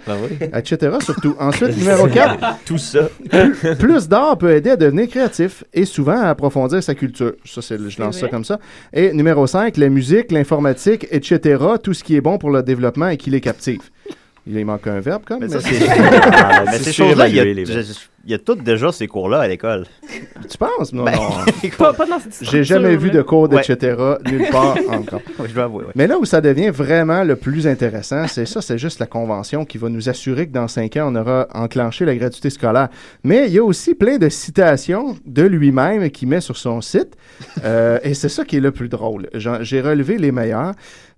Etc. Surtout. Ensuite, Ben, numéro *laughs* 4. Tout ça. Plus, plus d'art peut aider à devenir créatif et souvent à approfondir sa culture. Ça, c'est, le- je lance ça vrai. comme ça. Et numéro 5, la musique, l'informatique, etc. Tout ce qui est bon pour le développement et qui les captive. Il y manque un verbe, comme. Mais ben, mais- ça, *laughs* c'est. Ah, mais ces choses-là, il y a- surévalué, les verts. je- je- il y a toutes déjà ces cours-là à l'école. Ben, Tu penses? Non, non. *laughs* Pas, pas dans cette J'ai jamais vu de cours, Ouais. etc. nulle part *laughs* encore. Oui, je dois avouer, ouais. Mais là où ça devient vraiment le plus intéressant, c'est ça, c'est juste la convention qui va nous assurer que dans cinq ans, on aura enclenché la gratuité scolaire. Mais il y a aussi plein de citations de lui-même qu'il met sur son site. *laughs* Euh, et c'est ça qui est le plus drôle. J'en- J'ai relevé les meilleurs.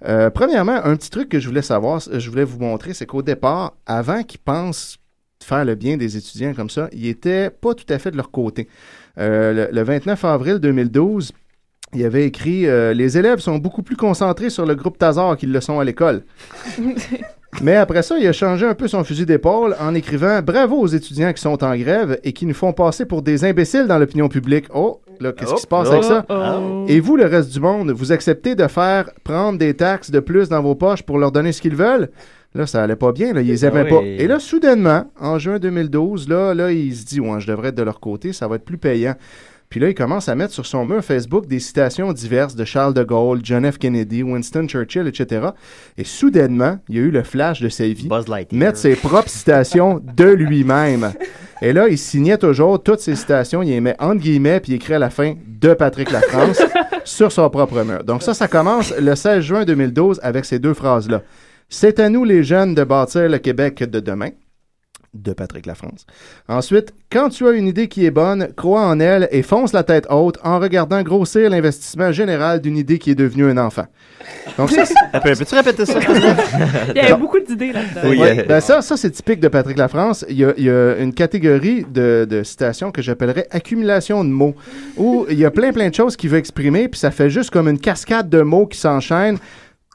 Euh, premièrement, un petit truc que je voulais savoir, c- je voulais vous montrer, c'est qu'au départ, avant qu'il pense faire le bien des étudiants comme ça, ils n'étaient pas tout à fait de leur côté. Euh, le, le 29 avril 2012, il avait écrit euh, Les élèves sont beaucoup plus concentrés sur le groupe Tazar qu'ils le sont à l'école. Mais après ça, il a changé un peu son fusil d'épaule en écrivant Bravo aux étudiants qui sont en grève et qui nous font passer pour des imbéciles dans l'opinion publique. Oh, là, qu'est-ce qui se passe avec ça? Ah. Uh-oh. Et vous, le reste du monde, vous acceptez de faire prendre des taxes de plus dans vos poches pour leur donner ce qu'ils veulent? Là, ça allait pas bien, là, ils les Ah aimaient oui. pas. Et là, soudainement, en juin 2012, là, là, il se dit, ouais, je devrais être de leur côté, ça va être plus payant. Puis là, il commence à mettre sur son mur Facebook des citations diverses de Charles de Gaulle, John F. Kennedy, Winston Churchill, etc. Et soudainement, il y a eu le flash de sa vie. Mettre ses propres citations de lui-même. Et là, il signait toujours toutes ses citations, il les met entre guillemets, puis il écrit à la fin de Patrick Lafrance sur son propre mur. Donc ça, ça commence le 16 juin 2012 avec ces deux phrases-là. C'est à nous les jeunes de bâtir le Québec de demain de Patrick Lafrance. Ensuite, quand tu as une idée qui est bonne, crois en elle et fonce la tête haute en regardant grossir l'investissement général d'une idée qui est devenue un enfant. Donc ça, c'est- Peux-tu répéter ça? Il y avait beaucoup d'idées là-dedans. Ouais. Ben ça, ça c'est typique de Patrick Lafrance. Il y a, il y a une catégorie de, de citations que j'appellerais accumulation de mots, où il y a plein, plein de choses qu'il veut exprimer, puis ça fait juste comme une cascade de mots qui s'enchaînent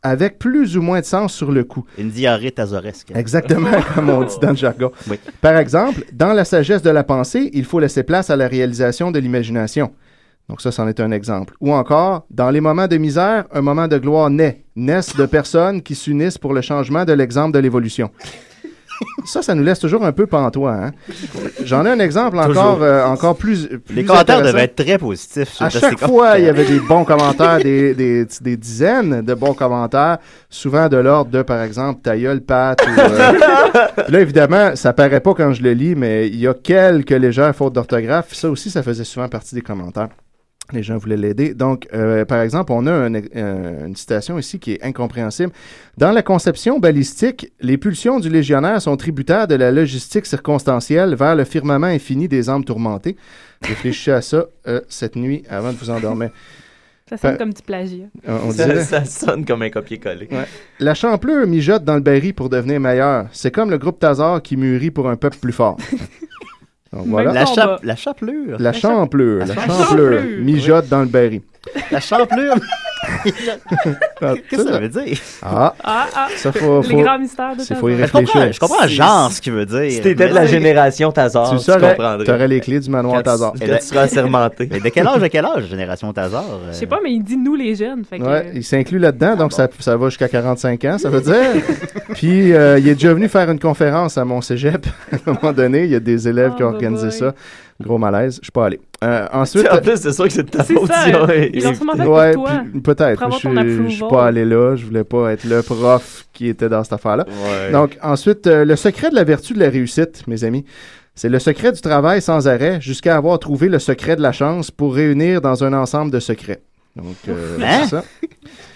avec plus ou moins de sens sur le coup. Une diarrhée tazoresque. *laughs* Exactement comme on dit dans le jargon. Par exemple, dans la sagesse de la pensée, il faut laisser place à la réalisation de l'imagination. Donc ça, c'en est un exemple. Ou encore, dans les moments de misère, un moment de gloire naît. Naissent de personnes qui s'unissent pour le changement de l'exemple de l'évolution. Ça, ça nous laisse toujours un peu pantois. hein. J'en ai un exemple encore, Toujours. euh, encore plus, plus Les commentaires intéressant. devaient être très positifs. sur À ce- chaque c'est comme- fois, il y avait des *laughs* bons commentaires, des, des- des dizaines de bons commentaires, souvent de l'ordre de, par exemple, ta gueule, Pat. ou, euh, Là, évidemment, ça paraît pas quand je le lis, mais il y a quelques légères fautes d'orthographe. Ça aussi, ça faisait souvent partie des commentaires. Les gens voulaient l'aider. Donc, euh, par exemple, on a un- euh, une citation ici qui est incompréhensible. Dans la conception balistique, les pulsions du légionnaire sont tributaires de la logistique circonstancielle vers le firmament infini des âmes tourmentées. Réfléchissez à ça euh, cette nuit avant de vous endormir. Ça sonne Ben, comme du plagiat. euh, *laughs* on ça, dirait- ça sonne comme un copier-coller. Ouais. La champleur mijote dans le baril pour devenir meilleur. C'est comme le groupe Tazar qui mûrit pour un peuple plus fort. Donc, voilà. La, chape, la chapelure. La champleur, la champleur mijote dans le baril. La champleur. *laughs* Qu'est-ce que ça veut dire? Ah, Ah, ah. ça faut, Les faut- grands mystères de c'est- faut y Tazar. réfléchir. Je comprends, je comprends genre ce qu'il veut dire. Si t'étais de la Mais- génération Tazar, Tu tu, le saurais, comprendrais. t'aurais les clés du manoir Tazar. Quand tu seras assermenté. Mais de quel âge à quel âge, génération Tazar? euh? *laughs* Je sais pas, mais il dit nous les jeunes. Fait que, Ouais, il s'inclut là-dedans, donc ça, ça va jusqu'à 45 ans, ça *laughs* veut dire. Puis, euh, il est déjà venu faire une conférence à mon cégep. *laughs* à un moment donné, il y a des élèves Oh, qui ont organisé ça. Gros malaise, je suis pas allé. Euh, ensuite... En plus, c'est sûr que c'est de ta C'est faute. ça, si on- euh, ils l'ont sûrement fait pour Ouais, toi, puis peut-être. pour avoir Je ton suis- je suis approval. pas allé là. Je voulais pas être le prof qui était dans cette affaire-là. Ouais. Donc, ensuite, euh, le secret de la vertu de la réussite, mes amis, c'est le secret du travail sans arrêt jusqu'à avoir trouvé le secret de la chance pour réunir dans un ensemble de secrets. Donc, euh, Hein? c'est ça.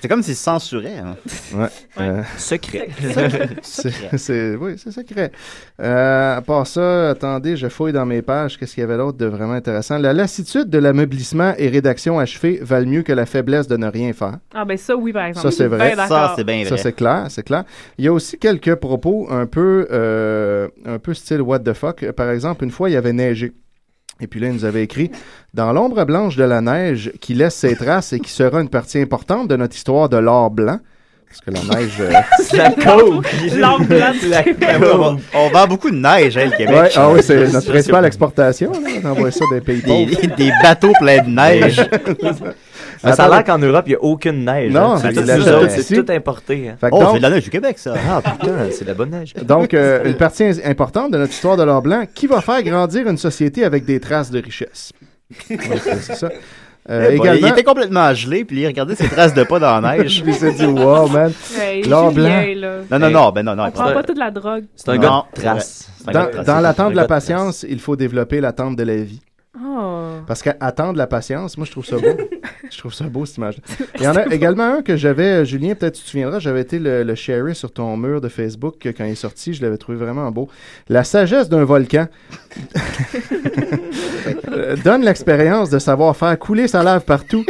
C'est comme s'il se censurait. hein. Ouais. euh, Secret. *laughs* C'est- c'est- oui, c'est secret. Euh, à part ça, attendez, je fouille dans mes pages. Qu'est-ce qu'il y avait d'autre de vraiment intéressant? La lassitude de l'ameublissement et rédaction achevée valent mieux que la faiblesse de ne rien faire. Ah, ben ça, oui, par exemple. Ça, c'est Ben vrai. d'accord. Ça, c'est clair, c'est clair. Il y a aussi quelques propos un peu, euh, un peu style what the fuck. Par exemple, une fois, il avait neigé. Et puis là, il nous avait écrit Dans l'ombre blanche de la neige qui laisse ses traces et qui sera une partie importante de notre histoire de l'or blanc, Parce que la neige. euh, La coke. L'arbre blanc. La coke. On vend beaucoup de neige, hein, le Québec. Ouais, ah oui, *laughs* c'est notre principale exportation. là. On envoie ça des pays Des, pauvres. *laughs* des bateaux pleins *laughs* de neige. Mais ça a l'air qu'en Europe, il n'y a aucune neige. Non, hein. c'est c'est tout, de la nous neige autres, c'est ici. tout importé. hein. Fait que Oh, donc- c'est de la neige du Québec, ça. Ah putain, c'est de la bonne neige. Donc, euh, une partie in- importante de notre histoire de l'or blanc, qui va faire grandir une société avec des traces de richesse? Ouais, c'est c'est ça. Euh, Eh, bon, également, Il était complètement gelé, puis il regardait ses traces de pas dans la neige. *laughs* Puis il s'est dit, wow, man. Hey, l'or Julien, blanc. là. Non, non, non, ben non, non. On il prend prend- pas toute la drogue. un gars de Non. traces. C'est un gars de Dans, dans traces. C'est un l'attente de gars la de traces. patience, il faut développer l'attente de la vie. *laughs* Oh. Ah. Parce qu'attendre la patience, moi je trouve ça beau. je trouve ça beau cette *laughs* image. Il y en a également un que j'avais, euh, Julien, peut-être tu te souviendras, j'avais été le, le sharer sur ton mur de Facebook que quand il est sorti, je l'avais trouvé vraiment beau. La sagesse d'un *laughs* volcan Euh, donne l'expérience de savoir faire couler sa lave *laughs* partout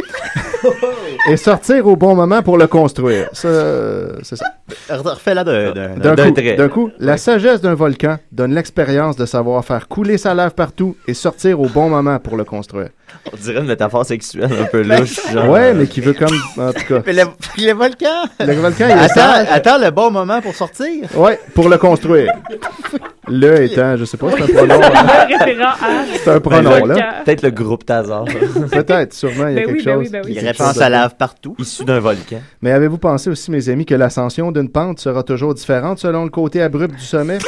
et sortir au bon moment pour le construire. Ça, euh, c'est ça. Refais-la de- de- D'un d'un coup, trait. d'un coup, la sagesse d'un volcan donne l'expérience de savoir faire couler sa lave partout et sortir au bon moment pour le construire. *laughs* On dirait une métaphore sexuelle un peu louche. genre. Ouais, mais qui veut comme. En tout cas. euh, *laughs* Mais le, le volcan! Le volcan, il est attends, sage. attends le bon moment pour sortir. Ouais, pour le construire. Le étant, je sais pas, c'est un pronom. hein. C'est un Ben, pronom, là. Peut-être le groupe Tazar. Peut-être, sûrement, Ben il y a quelque chose. Il quelque répand chose sa de- lave partout. Issu d'un volcan. Mais avez-vous pensé aussi, mes amis, que l'ascension d'une pente sera toujours différente selon le côté abrupt du *laughs* sommet?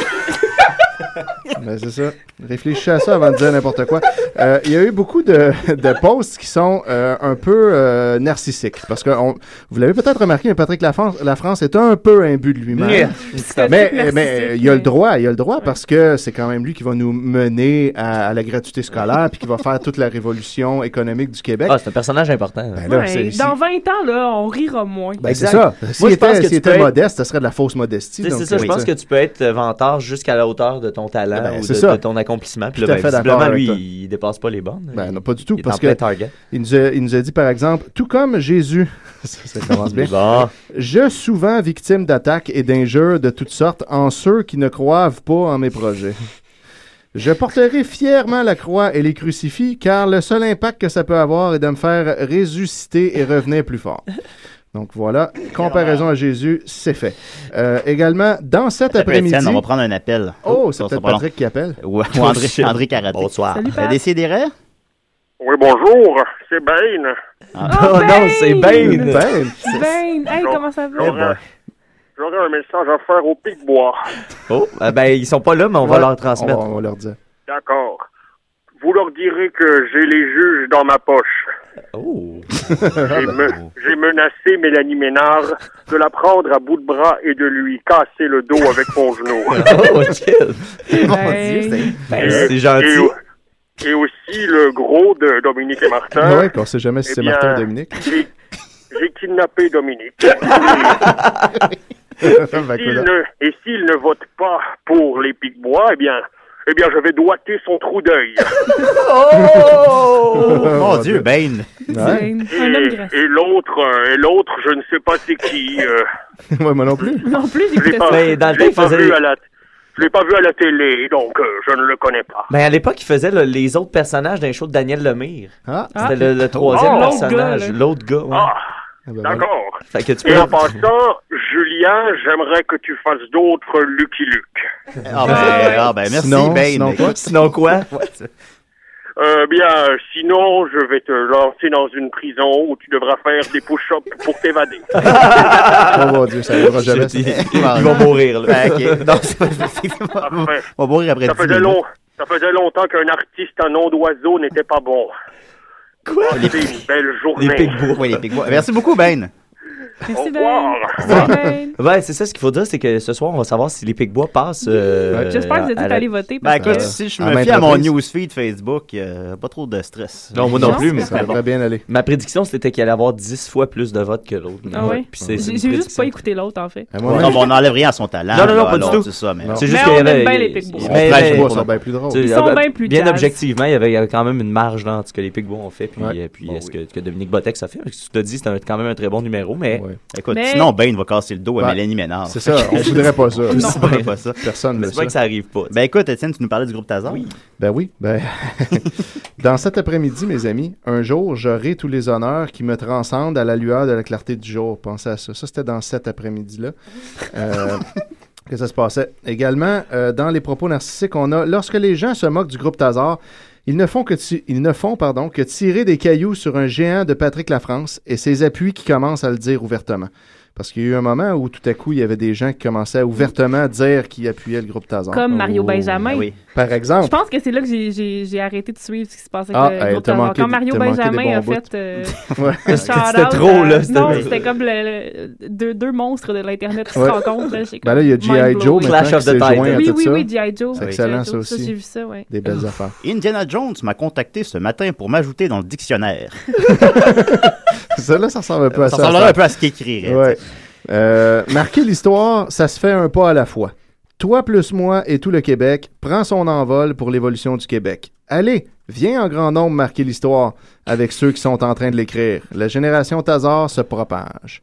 Ben, c'est ça. Réfléchissez à ça avant de dire n'importe quoi. Euh, Il y a eu beaucoup de, de posts qui sont euh, un peu euh, narcissiques. Parce que on- vous l'avez peut-être remarqué, mais Patrick Lafrance- la France est un peu imbu de lui-même. Yeah. Mais, Narcissique, mais il y a le droit, il y a le droit parce que c'est quand même lui qui va nous mener à, à la gratuité scolaire puis qui va faire toute la révolution économique du Québec. Ah, c'est un personnage important. Ben là, Ouais, c'est- dans 20 ans, là, on rira moins. ben, c'est ça. S'il je était, pense que s'il tu était peux être- modeste, ce serait de la fausse modestie. Tu sais, donc, C'est ça, je oui, pense que tu peux être euh, vantard jusqu'à la hauteur de ton talent Ben, ou c'est de, ça. de ton accomplissement. Puis Tout là, à ben, fait d'accord visiblement, avec lui, toi. il il dépasse pas les bornes. Ben, non, pas du tout. Il est parce en plein que target. Il, nous a, il nous a dit, par exemple, tout comme Jésus, *laughs* ça, ça commence bien, Bon. je souvent victime d'attaques et d'injures de toutes sortes en ceux qui ne croient pas en mes projets. Je porterai fièrement la croix et les crucifix, car le seul impact que ça peut avoir est de me faire ressusciter et revenir plus fort. Donc voilà, comparaison à Jésus, c'est fait. Euh, également, dans cet Attends, après-midi... Étienne, on va prendre un appel. Oh, c'est ça, ça peut-être va long. Patrick qui appelle. Oh, Ou, ou André, André Karaté. Bonsoir. Salut, Pat. Décidérez? Oui, bonjour, c'est Bane. Ah, *laughs* Oh, ben! non, c'est Bane. Bane. Bane, hey, comment ça va? Bon. J'aurais un message à faire au Pic-Bois. Oh, euh, ben, ils sont pas là, mais on va Ouais, leur transmettre. on va- on va leur dire. *laughs* D'accord. Vous leur direz que j'ai les juges dans ma poche. Oh. J'ai me- j'ai menacé Mélanie Ménard de la prendre à bout de bras et de lui casser le dos avec mon genou. Oh, chill. Mon Dieu, c'est- Et- Ben, c'est gentil. Et, et aussi le gros de Dominique et Martin. Ah Ouais, Ben qu'on sait jamais si Eh c'est bien, Martin ou Dominique. J'ai, j'ai kidnappé Dominique. et, s'il ne, et s'il ne vote pas pour les Pic-Bois, eh bien, eh bien, je vais doiter son trou d'œil. Oh! Oh, Mon Dieu, Ben! Bane. Ouais. Ben. Et, et l'autre, euh, et l'autre, je ne sais pas c'est qui. euh, Ouais, moi non plus. Non plus, je l'ai pas, je l'ai pas vu à la, je l'ai pas vu à la télé, donc euh, je ne le connais pas. Ben, à l'époque, il faisait le- les autres personnages d'un show de Daniel Lemire. Ah. C'était le, le troisième Oh, l'autre personnage. gars, là. L'autre gars, ouais. Ah, Ah, ben, D'accord. Fait que tu Et peux- en passant, Julien, j'aimerais que tu fasses d'autres Lucky Luke. Ah ben, ah, ben, merci, Euh, Sinon- sinon Bane. quoi? Écoute. Sinon *laughs* quoi? Euh, bien, euh, sinon, je vais te lancer dans une prison où tu devras faire des push-ups pour t'évader. *laughs* Oh mon Dieu, ça arrivera jamais. ça. Ben, Ils vont mourir, là. ok. Non, c'est pas- effectivement, on va- on va mourir après Ça 10 faisait, minutes. long- ça faisait longtemps qu'un artiste à nom d'oiseau n'était pas bon. Quoi? C'était une belle journée. Les Pigbois. Oui, les Pigbois. Merci beaucoup, Ben. Bane. Au revoir. Ah. Ouais, c'est ça ce qu'il faut dire, c'est que ce soir, on va savoir si les Picbois passent. euh, J'espère que vous êtes à tous la- allés voter. Ben parce écoute, que- si je à me maintes fie à mon reprises. newsfeed Facebook, euh, pas trop de stress. Non, moi non plus, mais ça devrait bien aller. Ma prédiction, c'était qu'il allait avoir 10 fois plus de votes que l'autre. Ah ouais? Puis c'est- J'ai c'est j'ai une juste prédiction. pas écouté l'autre, en fait. Ah, moi, Non, mais on n'enlève rien à son talent. Non, non, non, là, pas alors, du tout. C'est ça, mais. C'est juste Mais qu'il y on aime avait- bien les Picbois. Mais- On flash mais- bois, ils sont bien plus drôles. Tu sais, Ils sont ah, bien plus Bien jazz. objectivement, il y avait il y avait quand même une euh, Bah marge là, entre ce que les Picbois ont fait puis, et puis est-ce que, que Dominique Botex a fait. Parce que tu te dis, c'était un- quand même un très bon numéro, mais Ben, ouais. Écoute, Mais- sinon, Bane va casser le dos à Ouais. Mélanie Ménard. C'est ça, *laughs* on voudrait pas ça. On Non. voudrait pas ça. Personne Mais veut c'est vrai ça. que ça arrive pas. Ben écoute, Étienne, tu nous parlais du groupe Tazar. Oui. Ben oui, ben. *laughs* Dans cet après-midi, mes amis, un jour, j'aurai tous les honneurs qui me transcendent à la lueur de la clarté du jour. Pensez à ça. Ça, c'était dans cet après-midi-là. euh, que ça se passait. Également, euh, dans les propos narcissiques, on a lorsque les gens se moquent du groupe Tazar, ils ne font que ti- ils ne font pardon que tirer des cailloux sur un géant de Patrick Lafrance et ses appuis qui commencent à le dire ouvertement. Parce qu'il y a eu un moment où tout à coup, il y avait des gens qui commençaient à ouvertement dire qu'ils appuyaient le groupe Tazar. Comme Oh, Mario Benjamin. ben Ah Par exemple. Je pense que c'est là que j'ai- j'ai j'ai arrêté de suivre ce qui se passait Ah, avec le hey, groupe t'as Tazar. manqué- Quand Mario t'as manqué des Benjamin a bons fait. euh, *laughs* Ouais. le C'était shout-out trop, à- là, c'était- Non, c'était comme le- le- deux, deux monstres de l'Internet qui Ouais. se rencontrent. là, j'ai Ben comme là, il y a mind G.I. Joe blowing. maintenant Clash of the Titans. Oui, oui, ça. oui, G.I. Joe. C'est excellent, G.I. Joe, ça aussi. j'ai vu ça, ouais. Des belles affaires. Ben, Indiana Jones m'a contacté ce matin pour m'ajouter dans le dictionnaire. *laughs* ça, là, ça ressemble un peu à ça. Ça ressemblerait un peu à ce qu'il écrirait. Ouais. Euh, marquer l'histoire, ça se fait un pas à la fois. Toi plus moi et tout le Québec prend son envol pour l'évolution du Québec. Allez, viens en grand nombre marquer l'histoire avec ceux qui sont en train de l'écrire. La génération Tazar se propage.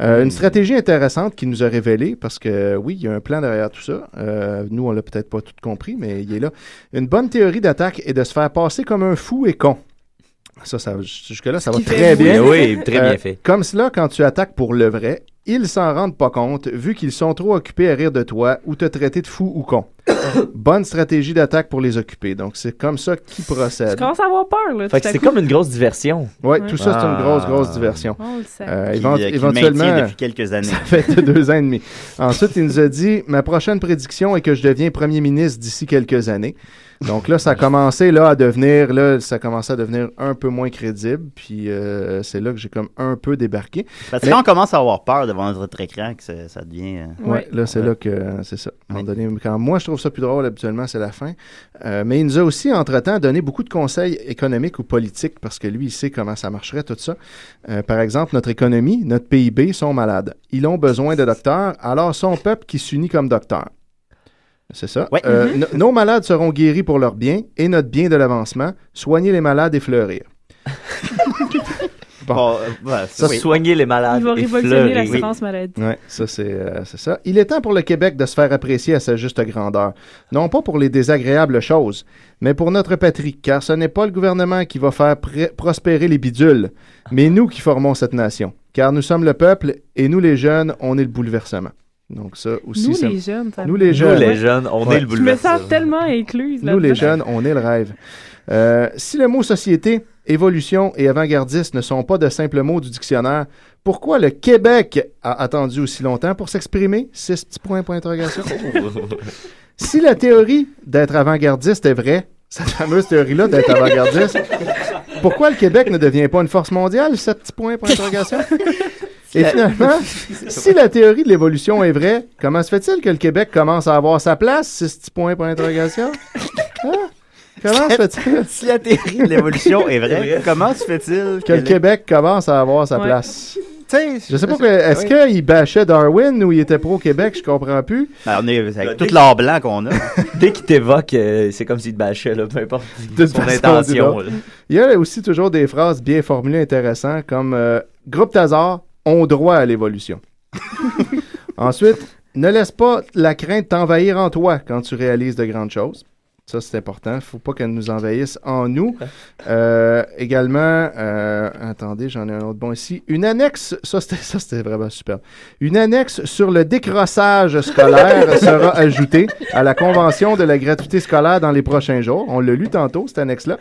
Euh, Une stratégie intéressante qui nous a révélé, parce que oui, il y a un plan derrière tout ça. Euh, nous, on l'a peut-être pas tout compris, mais il est là. Une bonne théorie d'attaque est de se faire passer comme un fou et con. Ça, ça jusque-là, ça va qui fait très oui. bien. Euh, Oui, très bien fait. Comme cela, quand tu attaques pour le vrai, ils s'en rendent pas compte vu qu'ils sont trop occupés à rire de toi ou te traiter de fou ou con. *coughs* Bonne stratégie d'attaque pour les occuper. Donc, c'est comme ça qu'ils Je procèdent. commence à avoir peur, là. tout à coup. une grosse diversion. Oui, tout ça, c'est une grosse, grosse Ah. diversion. On le sait. Euh, Qui- évent- qui éventuellement, maintient depuis quelques *laughs* années. ça fait deux ans et demi. Ensuite, il nous a dit Ma prochaine prédiction est que je deviens premier ministre d'ici quelques années. Donc là, ça a commencé là, à devenir, là, ça a commencé à devenir un peu moins crédible. Puis euh, c'est là que j'ai comme un peu débarqué. Parce que Mais- quand on commence à avoir peur devant notre écran, que ça, ça devient. euh, Ouais, là, c'est là que euh, c'est ça. À un moment donné, quand moi, je trouve ça plus drôle, habituellement, c'est la fin. Euh, mais il nous a aussi, entre-temps, donné beaucoup de conseils économiques ou politiques parce que lui, il sait comment ça marcherait, tout ça. Euh, par exemple, notre économie, notre PIB sont malades. Ils ont besoin de docteurs, alors son peuple qui s'unit comme docteur. C'est ça. Euh, Mhm. no- nos malades seront guéris pour leur bien et notre bien de l'avancement. Soigner les malades et fleurir. Bon. Bon, euh, ouais, Ça, oui. soigner les malades Il va et révolutionner fleurir. l'assurance maladie. Ouais, ça, c'est euh, c'est ça. Il est temps pour le Québec de se faire apprécier à sa juste grandeur. Non pas pour les désagréables choses, mais pour notre patrie, car ce n'est pas le gouvernement qui va faire pré- prospérer les bidules, mais nous qui formons cette nation. Car nous sommes le peuple et nous, les jeunes, on est le bouleversement. Donc, ça aussi. Nous, ça- les jeunes, ça Nous, me- les Nous, jeunes. les jeunes, on est le Je me sens tellement incluse. nous, les là-dedans. jeunes, on est le rêve. Euh, si le mot société, évolution et avant-gardiste ne sont pas de simples mots du dictionnaire, pourquoi le Québec a attendu aussi longtemps pour s'exprimer? Six petits points, point d'interrogation. oh. si la théorie d'être avant-gardiste est vraie, cette fameuse théorie-là d'être avant-gardiste, pourquoi le Québec ne devient pas une force mondiale? Sept petits points, point d'interrogation. Et finalement, si la théorie de l'évolution est vraie, comment se fait-il que le Québec commence à avoir sa place? Six petits points, point d'interrogation. Hein? Comment se fait-il? *laughs* Si la théorie de l'évolution est vraie, comment se fait-il *laughs* que le Québec commence à avoir sa Ouais. place. T'sais, Je sais pas, c'est- que- est-ce oui. qu'il bâchait Darwin ou il était pro-Québec, je comprends plus. Ben, on est avec dès tout que- l'or blanc qu'on a. *laughs* Dès qu'il t'évoque, euh, c'est comme s'il te bâchait, là, peu importe De son façon intention. ou d'une autre. Il y a aussi toujours des phrases bien formulées intéressantes comme euh, Groupe Tazar ont droit à l'évolution. Ensuite, ne laisse pas la crainte t'envahir en toi quand tu réalises de grandes choses. Ça, c'est important. Il ne faut pas qu'elle nous envahisse en nous. Euh, également, euh, attendez, j'en ai un autre bon ici. Une annexe, ça c'était, ça, c'était vraiment superbe. Une annexe sur le décrossage scolaire sera ajoutée à la Convention de la gratuité scolaire dans les prochains jours. On l'a lu tantôt, cette annexe-là.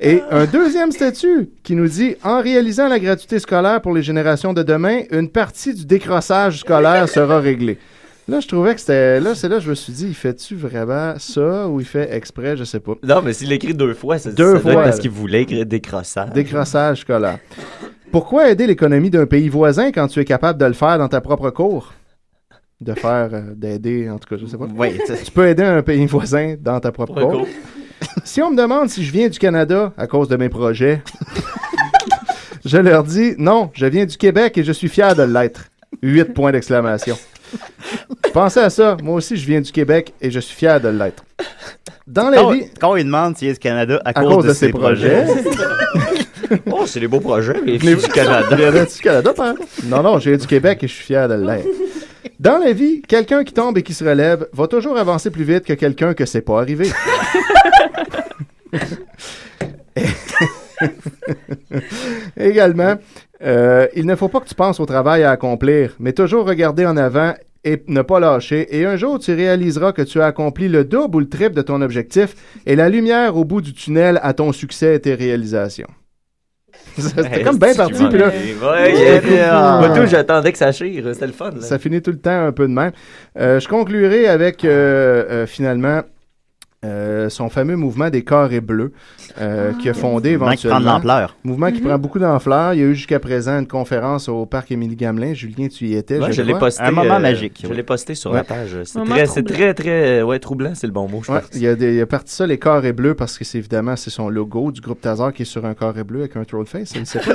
Et un deuxième statut qui nous dit En réalisant la gratuité scolaire pour les générations de demain, une partie du décrossage scolaire sera réglée. Là, je trouvais que c'était. Là, c'est là que je me suis dit, il fait-tu vraiment ça ou il fait exprès, je sais pas. Non, mais s'il l'écrit deux fois, c'est Deux ça doit être fois, parce là. qu'il voulait écrire décrossage. Décrossage scolaire. Pourquoi aider l'économie d'un pays voisin quand tu es capable de le faire dans ta propre cour? De faire, euh, d'aider, en tout cas, je sais pas. Oui, tu- tu peux aider un pays voisin dans ta propre Propre cour. cour. *laughs* si on me demande si je viens du Canada à cause de mes projets, *laughs* je leur dis non, je viens du Québec et je suis fier de l'être. Huit points d'exclamation. Pensez à ça. Moi aussi, je viens du Québec et je suis fier de l'être. Dans la quand, vie, quand on lui demande s'il est du Canada *laughs* à, à cause de ses projets, Oh, c'est des beaux projets, les Venez filles du *laughs* Canada. du Canada, par Non, non, j'ai du Québec et je suis fier de l'être. Dans la vie, quelqu'un qui tombe et qui se relève va toujours avancer plus vite que quelqu'un que c'est pas arrivé. *laughs* Également, euh, il ne faut pas que tu penses au travail à accomplir, mais toujours regarder en avant et ne pas lâcher. Et un jour, tu réaliseras que tu as accompli le double ou le triple de ton objectif et la lumière au bout du tunnel à ton succès et tes réalisations. C'était comme bien parti, puis là. Ouais, yeah, yeah. Moi, tout, j'attendais que ça chire. euh, C'était le fun. là. Ça finit tout le temps un peu de même. Euh, je conclurai avec euh, euh, finalement euh, son fameux mouvement des carrés bleus euh, qui a fondé Mouvement qui éventuellement. prend de l'ampleur. Mouvement qui Mhm. prend beaucoup d'ampleur. Il y a eu jusqu'à présent une conférence au parc Émilie Gamelin. Julien, tu y étais. Ouais, je l'ai crois. posté. euh, Je l'ai posté sur Ouais. la page. C'est très, c'est très, très, euh, ouais, troublant, c'est le bon mot, je Ouais, pense. il, y a des, il y a parti ça, les carrés bleus, parce que c'est évidemment c'est son logo du groupe Tazar qui est sur un carré bleu avec un troll face, je *laughs* ne sais pas.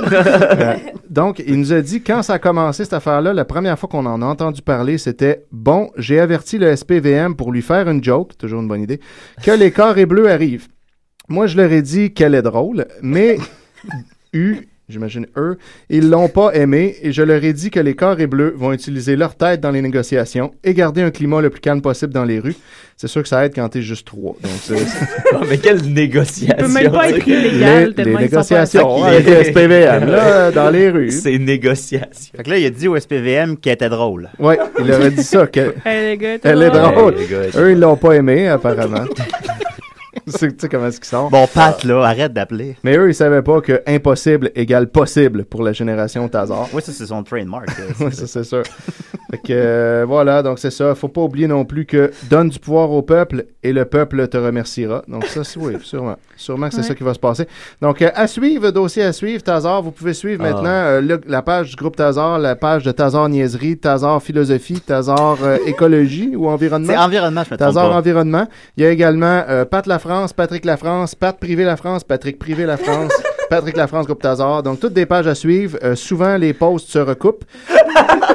Euh, donc, il nous a dit, quand ça a commencé cette affaire-là, la première fois qu'on en a entendu parler, c'était Bon, j'ai averti le SPVM pour lui faire une joke, toujours une bonne idée, que les carrés bleus arrivent. Moi, je leur ai dit qu'elle est drôle, mais eu. J'imagine eux, ils l'ont pas aimé et je leur ai dit que les carrés bleus vont utiliser leur tête dans les négociations et garder un climat le plus calme possible dans les rues. C'est sûr que ça aide quand t'es juste trois. Donc c'est- Ah, mais quelle négociation! Il peut même pas être illégal, Les- tellement les ils sont négociations pas- avec le *laughs* SPVM, là, dans les rues. C'est négociation. Fait que là, il a dit au SPVM qu'elle était drôle. Ouais, il leur a dit ça. Que... Hey, les gars, t'es Elle est drôle. drôle. Hey, les gars, ils sont Eux, ils l'ont pas aimé, apparemment. *laughs* c'est, tu sais comment est-ce qu'ils sont. Bon, Pat, là, arrête d'appeler. Mais eux, ils savaient pas que impossible égale possible pour la génération Tazar. Oui, ça, c'est son trademark. ça. *laughs* Oui, ça, c'est sûr. Fait que, euh, voilà, donc c'est ça. Faut pas oublier non plus que donne du pouvoir au peuple et le peuple te remerciera. Donc ça, c'est- oui, sûrement. Sûrement que c'est Ouais. ça qui va se passer. Donc, euh, à suivre, dossier à suivre, Tazar. Vous pouvez suivre Ah. maintenant euh, le- la page du groupe Tazar, la page de Tazar Niaiserie, Tazar Philosophie, Tazar *laughs* euh, Écologie ou Environnement. C'est Environnement, je me trompe Tazar pas. Environnement. Il y a également euh, Pat La France, Patrick La France, Pat Privé La France, Patrick Privé La *laughs* France, Patrick La France, Groupe Tazar. Donc, toutes des pages à suivre. Euh, souvent, les posts se *laughs* recoupent.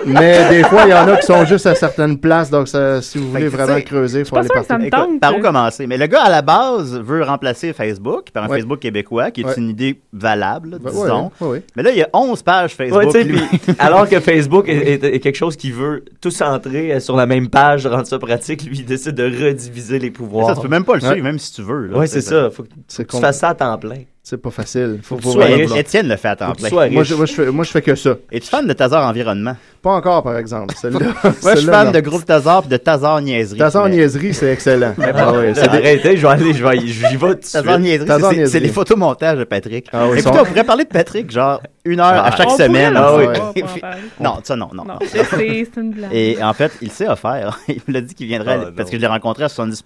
mais des fois, il y en a qui sont juste à certaines places. Donc, ça, si vous voulez Fait que, vraiment tu sais, creuser, il faut aller partout. Écoute, par où commencer? Mais le gars, à la base, veut remplacer Facebook par un Ouais. Facebook québécois, qui est Ouais. une idée valable, là, Ouais, disons. ouais, ouais. Mais là, il y a 11 pages Ouais, Facebook. tu sais, lui. puis *laughs* alors que Facebook est, est- est quelque chose qui veut tout centrer euh, sur la même page, rendre ça pratique, lui, il décide de rediviser les pouvoirs. Ça, tu peux même pas le suivre, même si tu veux. là. Ouais, c'est ça. Faut que, faut C'est que con- tu fasses ça à temps plein. C'est pas facile. Faut, Tu faut sois vraiment riche. vouloir. Étienne le fait à temps Faut que tu plein. sois Moi, riche. je, moi, je fais, moi, je fais que ça. Es-tu fan de Tazar Environnement? Pas encore, par exemple. *laughs* Celle-là. Moi, je suis fan de groupe Tazar et de Tazar Niaiserie. Tazar Niaiserie, c'est excellent. *laughs* Ah ouais, c'est des- Arrêtez, je vais aller, je vais, y- j'y vais tout de Tazar suite. Niaiserie, c'est- c'est- c'est les photomontages de Patrick. Ah oui, Écoutez, sont- on pourrait parler de Patrick, genre, une heure à Ah, chaque on semaine. pourrait, là, Ah on oui. pourrait en parler. *laughs* non, ça, non, non. Non, je sais, c'est une blague. Et en fait, il s'est offert. *laughs* Il me l'a dit qu'il viendrait, Ah, à- parce que je l'ai rencontré à 70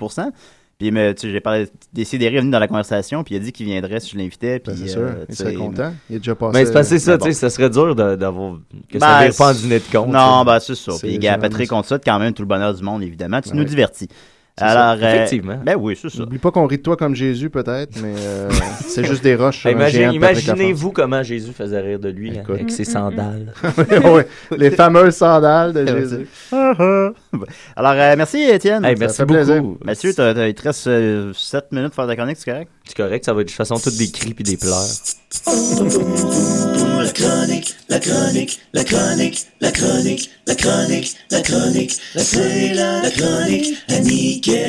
puis il me- tu sais, j'ai parlé des CDR est venu dans la conversation, puis il a dit qu'il viendrait si je l'invitais. Puis, Ben, c'est sûr. euh, Il tu serait sais, content. Il est déjà passé. Mais Ben, c'est parce que c'est ça, Mais bon. tu sais, ça serait dur de- d'avoir. que ça Ben, vire pas en dîner de compte. Non, ça. bah c'est ça. Puis, gars, généralement Patrick, on te souhaite quand même tout le bonheur du monde, évidemment. Tu Ben nous oui. divertis. C'est ça. Alors, euh, Effectivement. Ben oui, c'est ça. N'oublie pas qu'on rit de toi comme Jésus, peut-être, mais *laughs* euh, c'est juste des roches. sur un Imagine- géant de Patrick Imaginez-vous comment Jésus faisait rire de lui hein, avec ses sandales. Lafont. *laughs* Ouais, ouais, les fameuses sandales *laughs* de Jésus. Alors, euh, merci, Étienne. Hey, Ça merci fait plaisir. beaucoup. Mathieu, t'as- t'as- il te reste euh, 7 minutes pour faire ta chronique, c'est correct? C'est correct, ça va être de toute façon toutes des cris puis des pleurs. La chronique, la chronique, la chronique, la chronique, la chronique, la chronique, la chronique, la chronique, la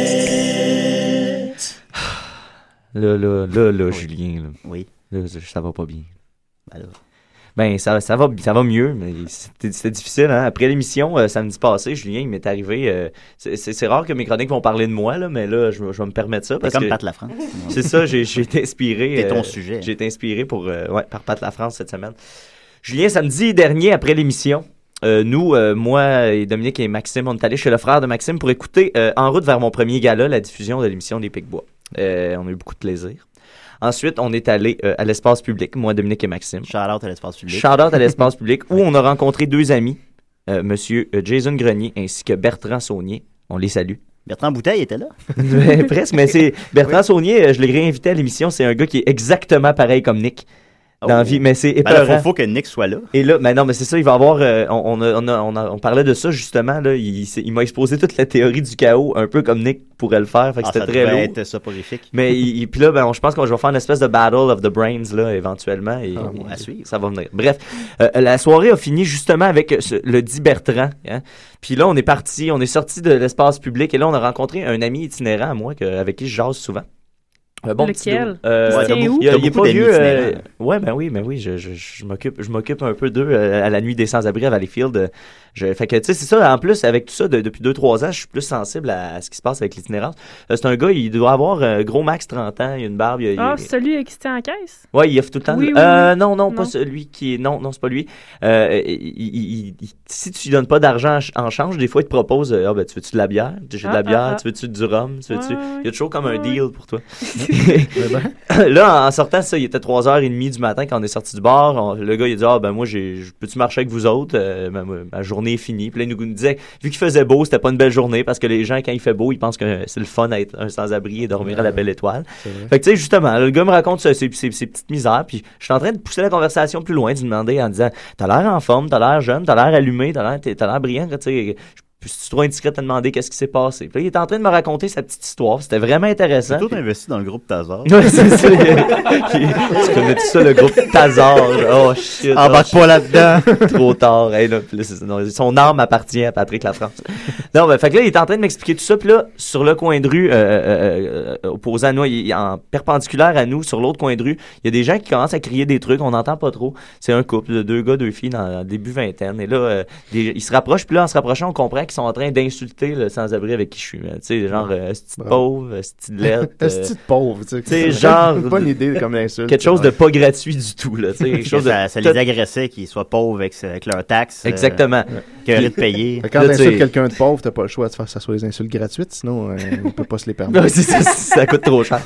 Là, là, là, là, Julien. Là. Oui. Là, ça- ça va pas bien. Alors. Ben, ça, ça, va, ça va mieux, mais c'était c'était difficile. Hein? Après l'émission, euh, samedi passé, Julien, il m'est arrivé. euh, c'est- c'est c'est rare que mes chroniques vont parler de moi, là, mais là, je, vais- je vais me permettre ça. Parce comme que- Pat Lafrance. *laughs* C'est ça, j'ai j'ai été inspiré. T'es ton euh, sujet. J'ai été inspiré pour, euh, ouais, par Pat La France cette semaine. Julien, samedi dernier, après l'émission, euh, nous, euh, moi et Dominique et Maxime, on est allés chez le frère de Maxime pour écouter euh, En route vers mon premier gala, la diffusion de l'émission des Picbois. Euh, on a eu beaucoup de plaisir. Ensuite, on est allé euh, à l'espace public, moi, Dominique et Maxime. Shout-out à l'espace public. Shout-out à l'espace public, *laughs* où on a rencontré deux amis, euh, Monsieur euh, Jason Grenier ainsi que Bertrand Saunier. On les salue. Bertrand *laughs* Bouteille était là. Ben, *laughs* presque, mais c'est Bertrand Saunier, euh, je l'ai réinvité à l'émission, c'est un gars qui est exactement pareil comme Nick. dans la vie, mais c'est Ben là, épeurant. faut- faut que *laughs* Nick soit là. Et là, mais non, mais c'est ça, il va avoir. euh, on, on, a- on, a- on a- on parlait de ça justement, là. Il, s'est- il m'a exposé toute la théorie du chaos, un peu comme Nick pourrait le faire. Fait que Ah, c'était ça très devait lourd. être soporifique. Mais il, il- puis là, ben, on- je pense qu'on je vais faire une espèce de battle of the brains là, éventuellement. Et, et- Ça va venir. Bref, euh, la soirée a fini justement avec ce- le dit Bertrand. hein. Puis là, on est parti, on est sorti de l'espace public et là, on a rencontré un ami itinérant à moi que- avec qui je jase souvent. Un bon petit Lequel? dude. Euh, Il tient il y a- où? Il y a- T'as il est beaucoup pas d'amis vieux. euh, itinérants. Ouais, ben oui, ben oui, je, je, je m'occupe, je m'occupe un peu d'eux euh, à la nuit des sans-abri à Valleyfield. euh, Je, fait que, tu sais, c'est ça, en plus, avec tout ça, de- depuis 2-3 ans, je suis plus sensible à, à ce qui se passe avec l'itinérance. Euh, c'est un gars, il doit avoir euh, gros max 30 ans, il a une barbe. il a- il a- Ah, celui avec qui c'était en caisse? Ouais, il offre tout le temps. Oui, oui, Euh, oui. Non, non, pas Non. celui qui est. Non, non, c'est pas lui. Euh, il- il- il- il- si tu lui donnes pas d'argent en ch- en change, des fois, il te propose euh, Ah, ben, tu veux-tu de la bière J'ai de Ah, la ah, bière, ah. tu veux-tu du rhum tu veux-tu... Ouais, ouais, Il y a toujours comme un ouais, deal pour *laughs* toi. *laughs* Là, en sortant, ça, il était 3h30 du matin quand on est sorti du bar. On- le gars, il a dit Ah, ben, moi, j'ai, je- peux-tu marcher avec vous autres Euh, ma, ma- ma journée est finie. Puis là, il nous, nous disait Vu qu'il faisait beau, c'était pas une belle journée parce que les gens, quand il fait beau, ils pensent que c'est le fun à être un sans-abri et dormir à la belle étoile. C'est vrai. Fait que, tu sais, justement, là, le gars me raconte ses, ses- ses- ses petites misères, puis je suis en train de pousser la conversation plus loin, de lui demander en disant T'as l'air en forme, t'as l'air jeune, t'as l'air allumé, t'as l'air, t'es- t'as l'air brillant, tu sais. je- Si tu trop indiscret de te demander qu'est-ce qui s'est passé. Puis là, il est en train de me raconter sa petite histoire. C'était vraiment intéressant. T'es tout investi dans le groupe Tazar. Ouais, c'est ça. *laughs* tu connais-tu ça, le groupe Tazar? Oh shit. Embarque oh, shit. pas là-dedans. *laughs* Trop tard. Hey, là, puis là, c'est- non, son arme appartient à Patrick *laughs* Lafrance. Non, mais fait que là, il est en train de m'expliquer tout ça. Puis là, sur le coin de rue, euh, euh, euh, opposé à nous, il- il- en perpendiculaire à nous, sur l'autre coin de rue, il y a des gens qui commencent à crier des trucs. On n'entend pas trop. C'est un couple de deux gars, deux filles dans, dans le début vingtaine. Et là, euh, des- ils se rapprochent. Puis là, en se rapprochant, on comprend qu'ils sont en train d'insulter le sans-abri avec qui je suis. hein. Tu sais, genre, euh, Esti de pauvre, esti de lettre. euh, *laughs* Esti de pauvre, tu sais. tu sais, genre. Une *laughs* bonne idée comme insulte. Quelque chose de pas gratuit du tout, là. tu sais, *laughs* quelque Que chose de ça, ça tout- les agressait qu'ils soient pauvres avec, ce- avec leurs taxes. euh, Exactement. qu'ils auraient de Puis- payer. Fait que *laughs* Quand Là, tu tu- insultes quelqu'un de pauvre, t'as pas le choix de faire que ça soit des insultes *laughs* gratuites, sinon euh, on peut pas se les permettre. Ouais, c'est ça, ça coûte trop cher.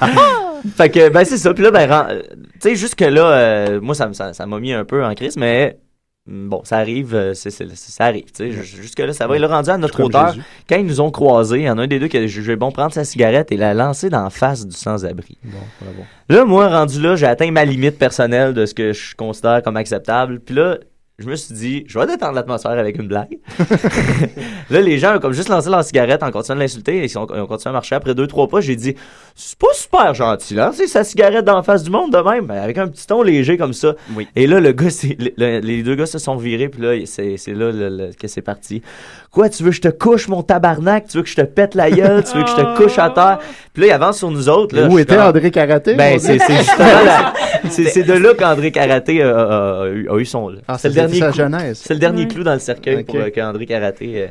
fait que, ben, c'est ça. Puis là, ben, ren- euh, tu sais, jusque-là, euh, moi, ça me- ça ça m'a mis un peu en crise, mais mm, bon, ça arrive, euh, c'est- c'est- c'est- ça arrive. tu sais, jus- Jusque-là, ça va. Il a rendu à notre Comme hauteur. Jésus. Quand ils nous ont croisés, il y en a un des deux qui a jugé bon prendre sa cigarette et la lancer dans la face du sans-abri. Bon, bravo. Là, moi, rendu là, j'ai atteint ma limite personnelle de ce que je considère comme acceptable. Puis là, je me suis dit, je vais détendre l'atmosphère avec une blague. là, les gens ont comme juste lancé leur cigarette en continuant de l'insulter et ils ont, ils ont continué à marcher. Après deux, trois pas, j'ai dit, c'est pas super gentil, hein, tu sais, sa cigarette dans la face du monde de même, mais avec un petit ton léger comme ça. Et là, le gars, c'est- le- le- les deux gars se sont virés, puis là, c'est c'est là le- le- que c'est parti. Quoi, tu veux que je te couche, mon tabarnak? Tu veux que je te pète la gueule? Tu veux que je Ah. te couche à terre? Puis là, il avance sur nous autres. Là, je Où suis était comme- André Karaté? ben, mon c'est Dieu? *laughs* c'est justement la- c'est- c'est de là qu'André Karaté a, a- a eu- a eu son. Ah, c'est le ça, dernier c'était sa clou- jeunesse. C'est le dernier Ouais. clou dans le cercueil Ok. pour euh, qu'André Karaté euh,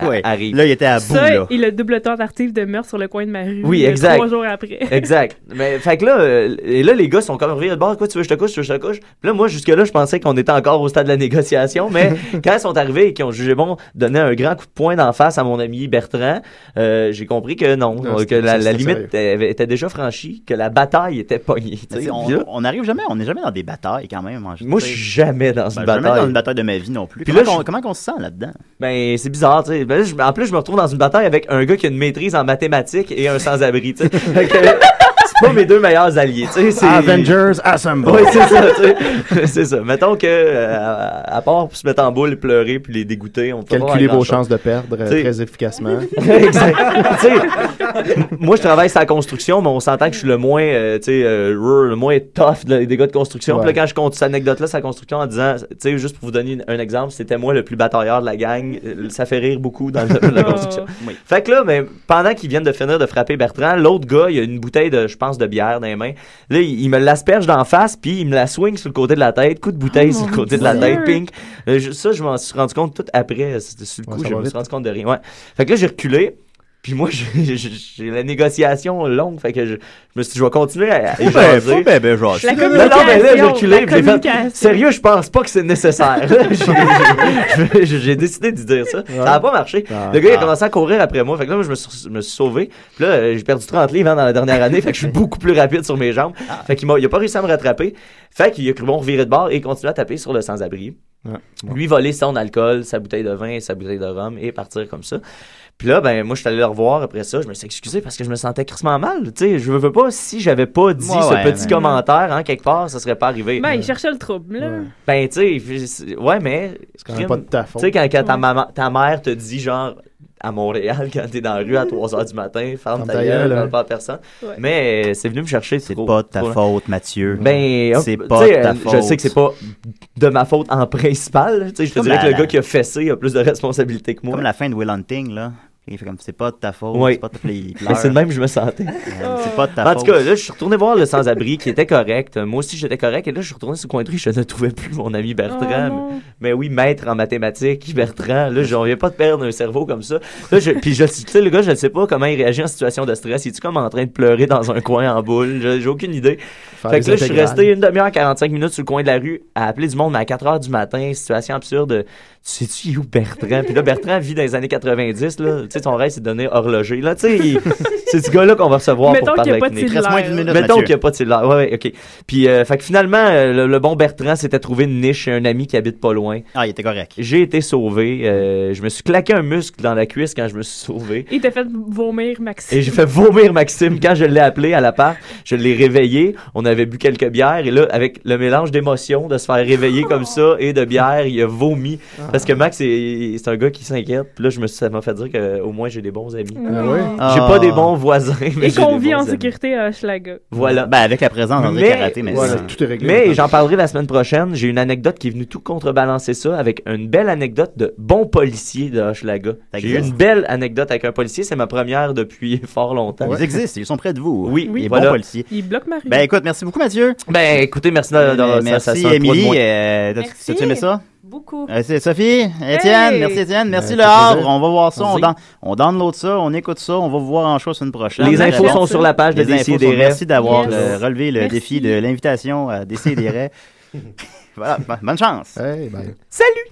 a- Ouais. arrive. Là, il était à bout, Ça, il a double tentative de meurtre sur le coin de ma rue. Oui, euh, exact. Trois jours après. *laughs* exact. Mais fait que là, euh, et là, les gars sont comme revenus de bord. Quoi, tu veux que je te couche, tu veux que je te couche? Puis là, moi, jusque-là, je pensais qu'on était encore au stade de la négociation, *laughs* mais quand ils sont arrivés et qu'ils ont jugé bon donner un grand coup de poing d'en face à mon ami Bertrand, euh, j'ai compris que non, Non, que c'était- la, la c'était limite avait- était déjà franchie, que la bataille était pognée. tu sais. Mais tu sais, Puis là- on n'arrive jamais, on n'est jamais dans des batailles quand même. hein, Moi, je suis jamais dans une Ben, Jamais bataille. dans une bataille de ma vie non plus. Puis comment, là, qu'on- je- comment qu'on se sent *laughs* là-dedans? Ben, c'est bizarre, tu sais. Ben, je- en plus, je me retrouve dans une bataille avec un gars qui a une maîtrise en mathématiques et un sans-abri, *laughs* tu sais. Fait que, c'est pas mes deux meilleurs alliés, tu sais. c'est- Avengers Assemble. Oui, c'est ça, tu sais. *laughs* C'est ça. Mettons que, euh, à, à part pour se mettre en boule et pleurer puis les dégoûter, on peut pas Calculez avoir vos grand-chose. chances de perdre euh, T'sais- *laughs* très efficacement. exact. Tu sais, moi, je travaille sur la construction, mais on s'entend que je suis le moins, euh, tu sais, euh, rrr, le moins tough là, des gars de construction. Puis là, Ouais. quand je compte cette anecdote-là, sur la construction, en disant, tu sais, juste pour vous donner une- un exemple, c'était moi le plus batailleur de la gang. Euh, Ça fait rire beaucoup dans le domaine *laughs* Oh. de la construction. Ah, Oui. Fait que là, mais pendant qu'ils viennent de finir de frapper Bertrand, l'autre gars, il a une bouteille de, je pense, de bière dans les mains. Là, il, il me l'asperge d'en face, puis il me la swing sur le côté de la tête, coup de bouteille Oh, sur le mon côté de la Dieu. tête, pink. Euh, je- ça, je m'en suis rendu compte tout après. euh, C'était sur le Ouais, coup, ça je va me vite. suis rendu compte de rien. Ouais. Fait que là, j'ai reculé. Puis moi, *laughs* j'ai- j'ai j'ai la négociation longue. Fait que je, je me suis dit, je vais continuer à, à Faut ben- jaser. faut ben- ben jaser. La Non, non, mais Ah là, j'ai communication, reculé. la puis *laughs* j'ai fait, communication. sérieux, je pense pas que c'est nécessaire. J'ai- j'ai- j'ai décidé de dire ça. Ça n'a pas marché. Le Ah. gars, il a commencé à courir après moi. Fait que là, moi, je me suis, me suis sauvé. Puis là, euh, j'ai perdu 30 livres hein, dans la dernière année. fait que je suis beaucoup plus rapide sur mes jambes. Ah. Fait qu'il m'a, il a pas réussi à me rattraper. Fait qu'il a cru bon revirer de bord et continuer à taper sur le sans-abri. Ouais. Lui voler son alcool, sa bouteille de vin, sa bouteille de rhum et partir comme ça. Puis là, ben, moi, je suis allé le revoir après ça. Je me suis excusé parce que je me sentais crissement mal. Tu sais, je veux pas, si j'avais pas dit Ouais, ce ouais, petit mais- commentaire, hein, quelque part, ça serait pas arrivé. Ben, il cherchait le trouble, là. Ben, tu sais, c'est- ouais, mais. C'est quand même pas de ta faute. Tu sais, quand, quand ta, Ouais. maman, ta mère te dit, genre, à Montréal, *laughs* quand t'es dans la rue à 3 h du matin, ferme Ferme ta ta gueule, gueule, parle hein. pas à personne. Ouais. Mais euh, c'est venu me chercher. C'est pas de ta faute, Mathieu. Ben, hop, c'est tu pas sais, de ta euh, Je faute. sais que c'est pas de ma faute en *laughs* principal. Tu sais, je te Comme dirais la- que le la- gars qui a fessé a plus de responsabilité que moi. Comme la fin de Will Hunting, là. Il fait comme c'est pas de ta faute, Oui. c'est pas de ta faute. *laughs* Il Mais pleure. c'est le même que je me sentais. Euh, c'est Oh. pas de ta En tout faute. cas, là, je suis retourné voir le sans-abri qui était correct. Moi aussi, j'étais correct. Et là, je suis retourné sur le coin de rue. Je ne trouvais plus mon ami Oh Bertrand. mais, mais oui, maître en mathématiques, Bertrand. Là, je viens pas de perdre un cerveau comme ça. Là, je, puis, je, tu sais, le gars, je ne sais pas comment il réagit en situation de stress. Il est comme en train de pleurer dans un coin en boule? Je- J'ai aucune idée. Faire fait que des là, je suis intégrales. resté une demi-heure, 45 minutes sur le coin de la rue à appeler du monde mais à 4 heures du matin. Situation absurde. Tu sais-tu où Bertrand? Puis là, Bertrand vit dans les années 90. Là. Tu sais, son rêve, c'est de devenir horloger. Là, tu sais, *laughs* il- c'est ce gars-là qu'on va recevoir Mettons pour parler qu'il y avec a pas de nous. cellulaire. Reste moins d'une minute, Mettons Mathieu. qu'il n'y a pas de cellulaire. Ouais, ouais, OK. Puis, euh, fait que finalement, euh, le, le bon Bertrand s'était trouvé une niche chez un ami qui habite pas loin. Ah, il était correct. J'ai été sauvé. Euh, je me suis claqué un muscle dans la cuisse quand je me suis sauvé. Il t'a fait vomir, Maxime. Et j'ai fait vomir Maxime quand je l'ai appelé à l'appart. Je l'ai réveillé. On avait bu quelques bières. Et là, avec le mélange d'émotions, de se faire réveiller comme ça et de bière, il a vomi. Parce que Max, est- c'est un gars qui s'inquiète. Puis là, je me suis, ça m'a fait dire qu'au moins j'ai des bons amis. Ah ouais? J'ai Ah. pas des bons voisins, mais Et j'ai des qu'on vit bons en amis. sécurité à Schlager. Voilà. Ben, avec la présence d'André Karaté, mais Voilà, ça- tout est réglé. Mais j'en parlerai la semaine prochaine. J'ai une anecdote qui est venue tout contrebalancer ça avec une belle anecdote de bon policier de Hochelaga. J'ai eu existe. une belle anecdote avec un policier. C'est ma première depuis *laughs* fort longtemps. Ils existent, ils sont près de vous. Oui, les voilà. bons policiers. Il bloque Marie. Ben écoute, merci beaucoup, Mathieu. Ben écoutez, merci de- de- ça- ça- Merci, ça- ça- Émilie. moi de moins. euh, T'as-tu t'as-tu aimé ça? Beaucoup. Euh, c'est Sophie, Étienne, Hey! merci Étienne, merci Euh, Le ça fait Havre. plaisir. On va voir ça, on, Vas-y. down, on download ça, on écoute ça, on va vous voir en show la semaine prochaine. Les infos Vraiment. sont sur la page de Les infos Décideret. sont- Merci d'avoir Yes. euh, relevé le Merci. *laughs* défi de l'invitation à Décideret. voilà, bon- bonne chance. Hey, bye. Salut!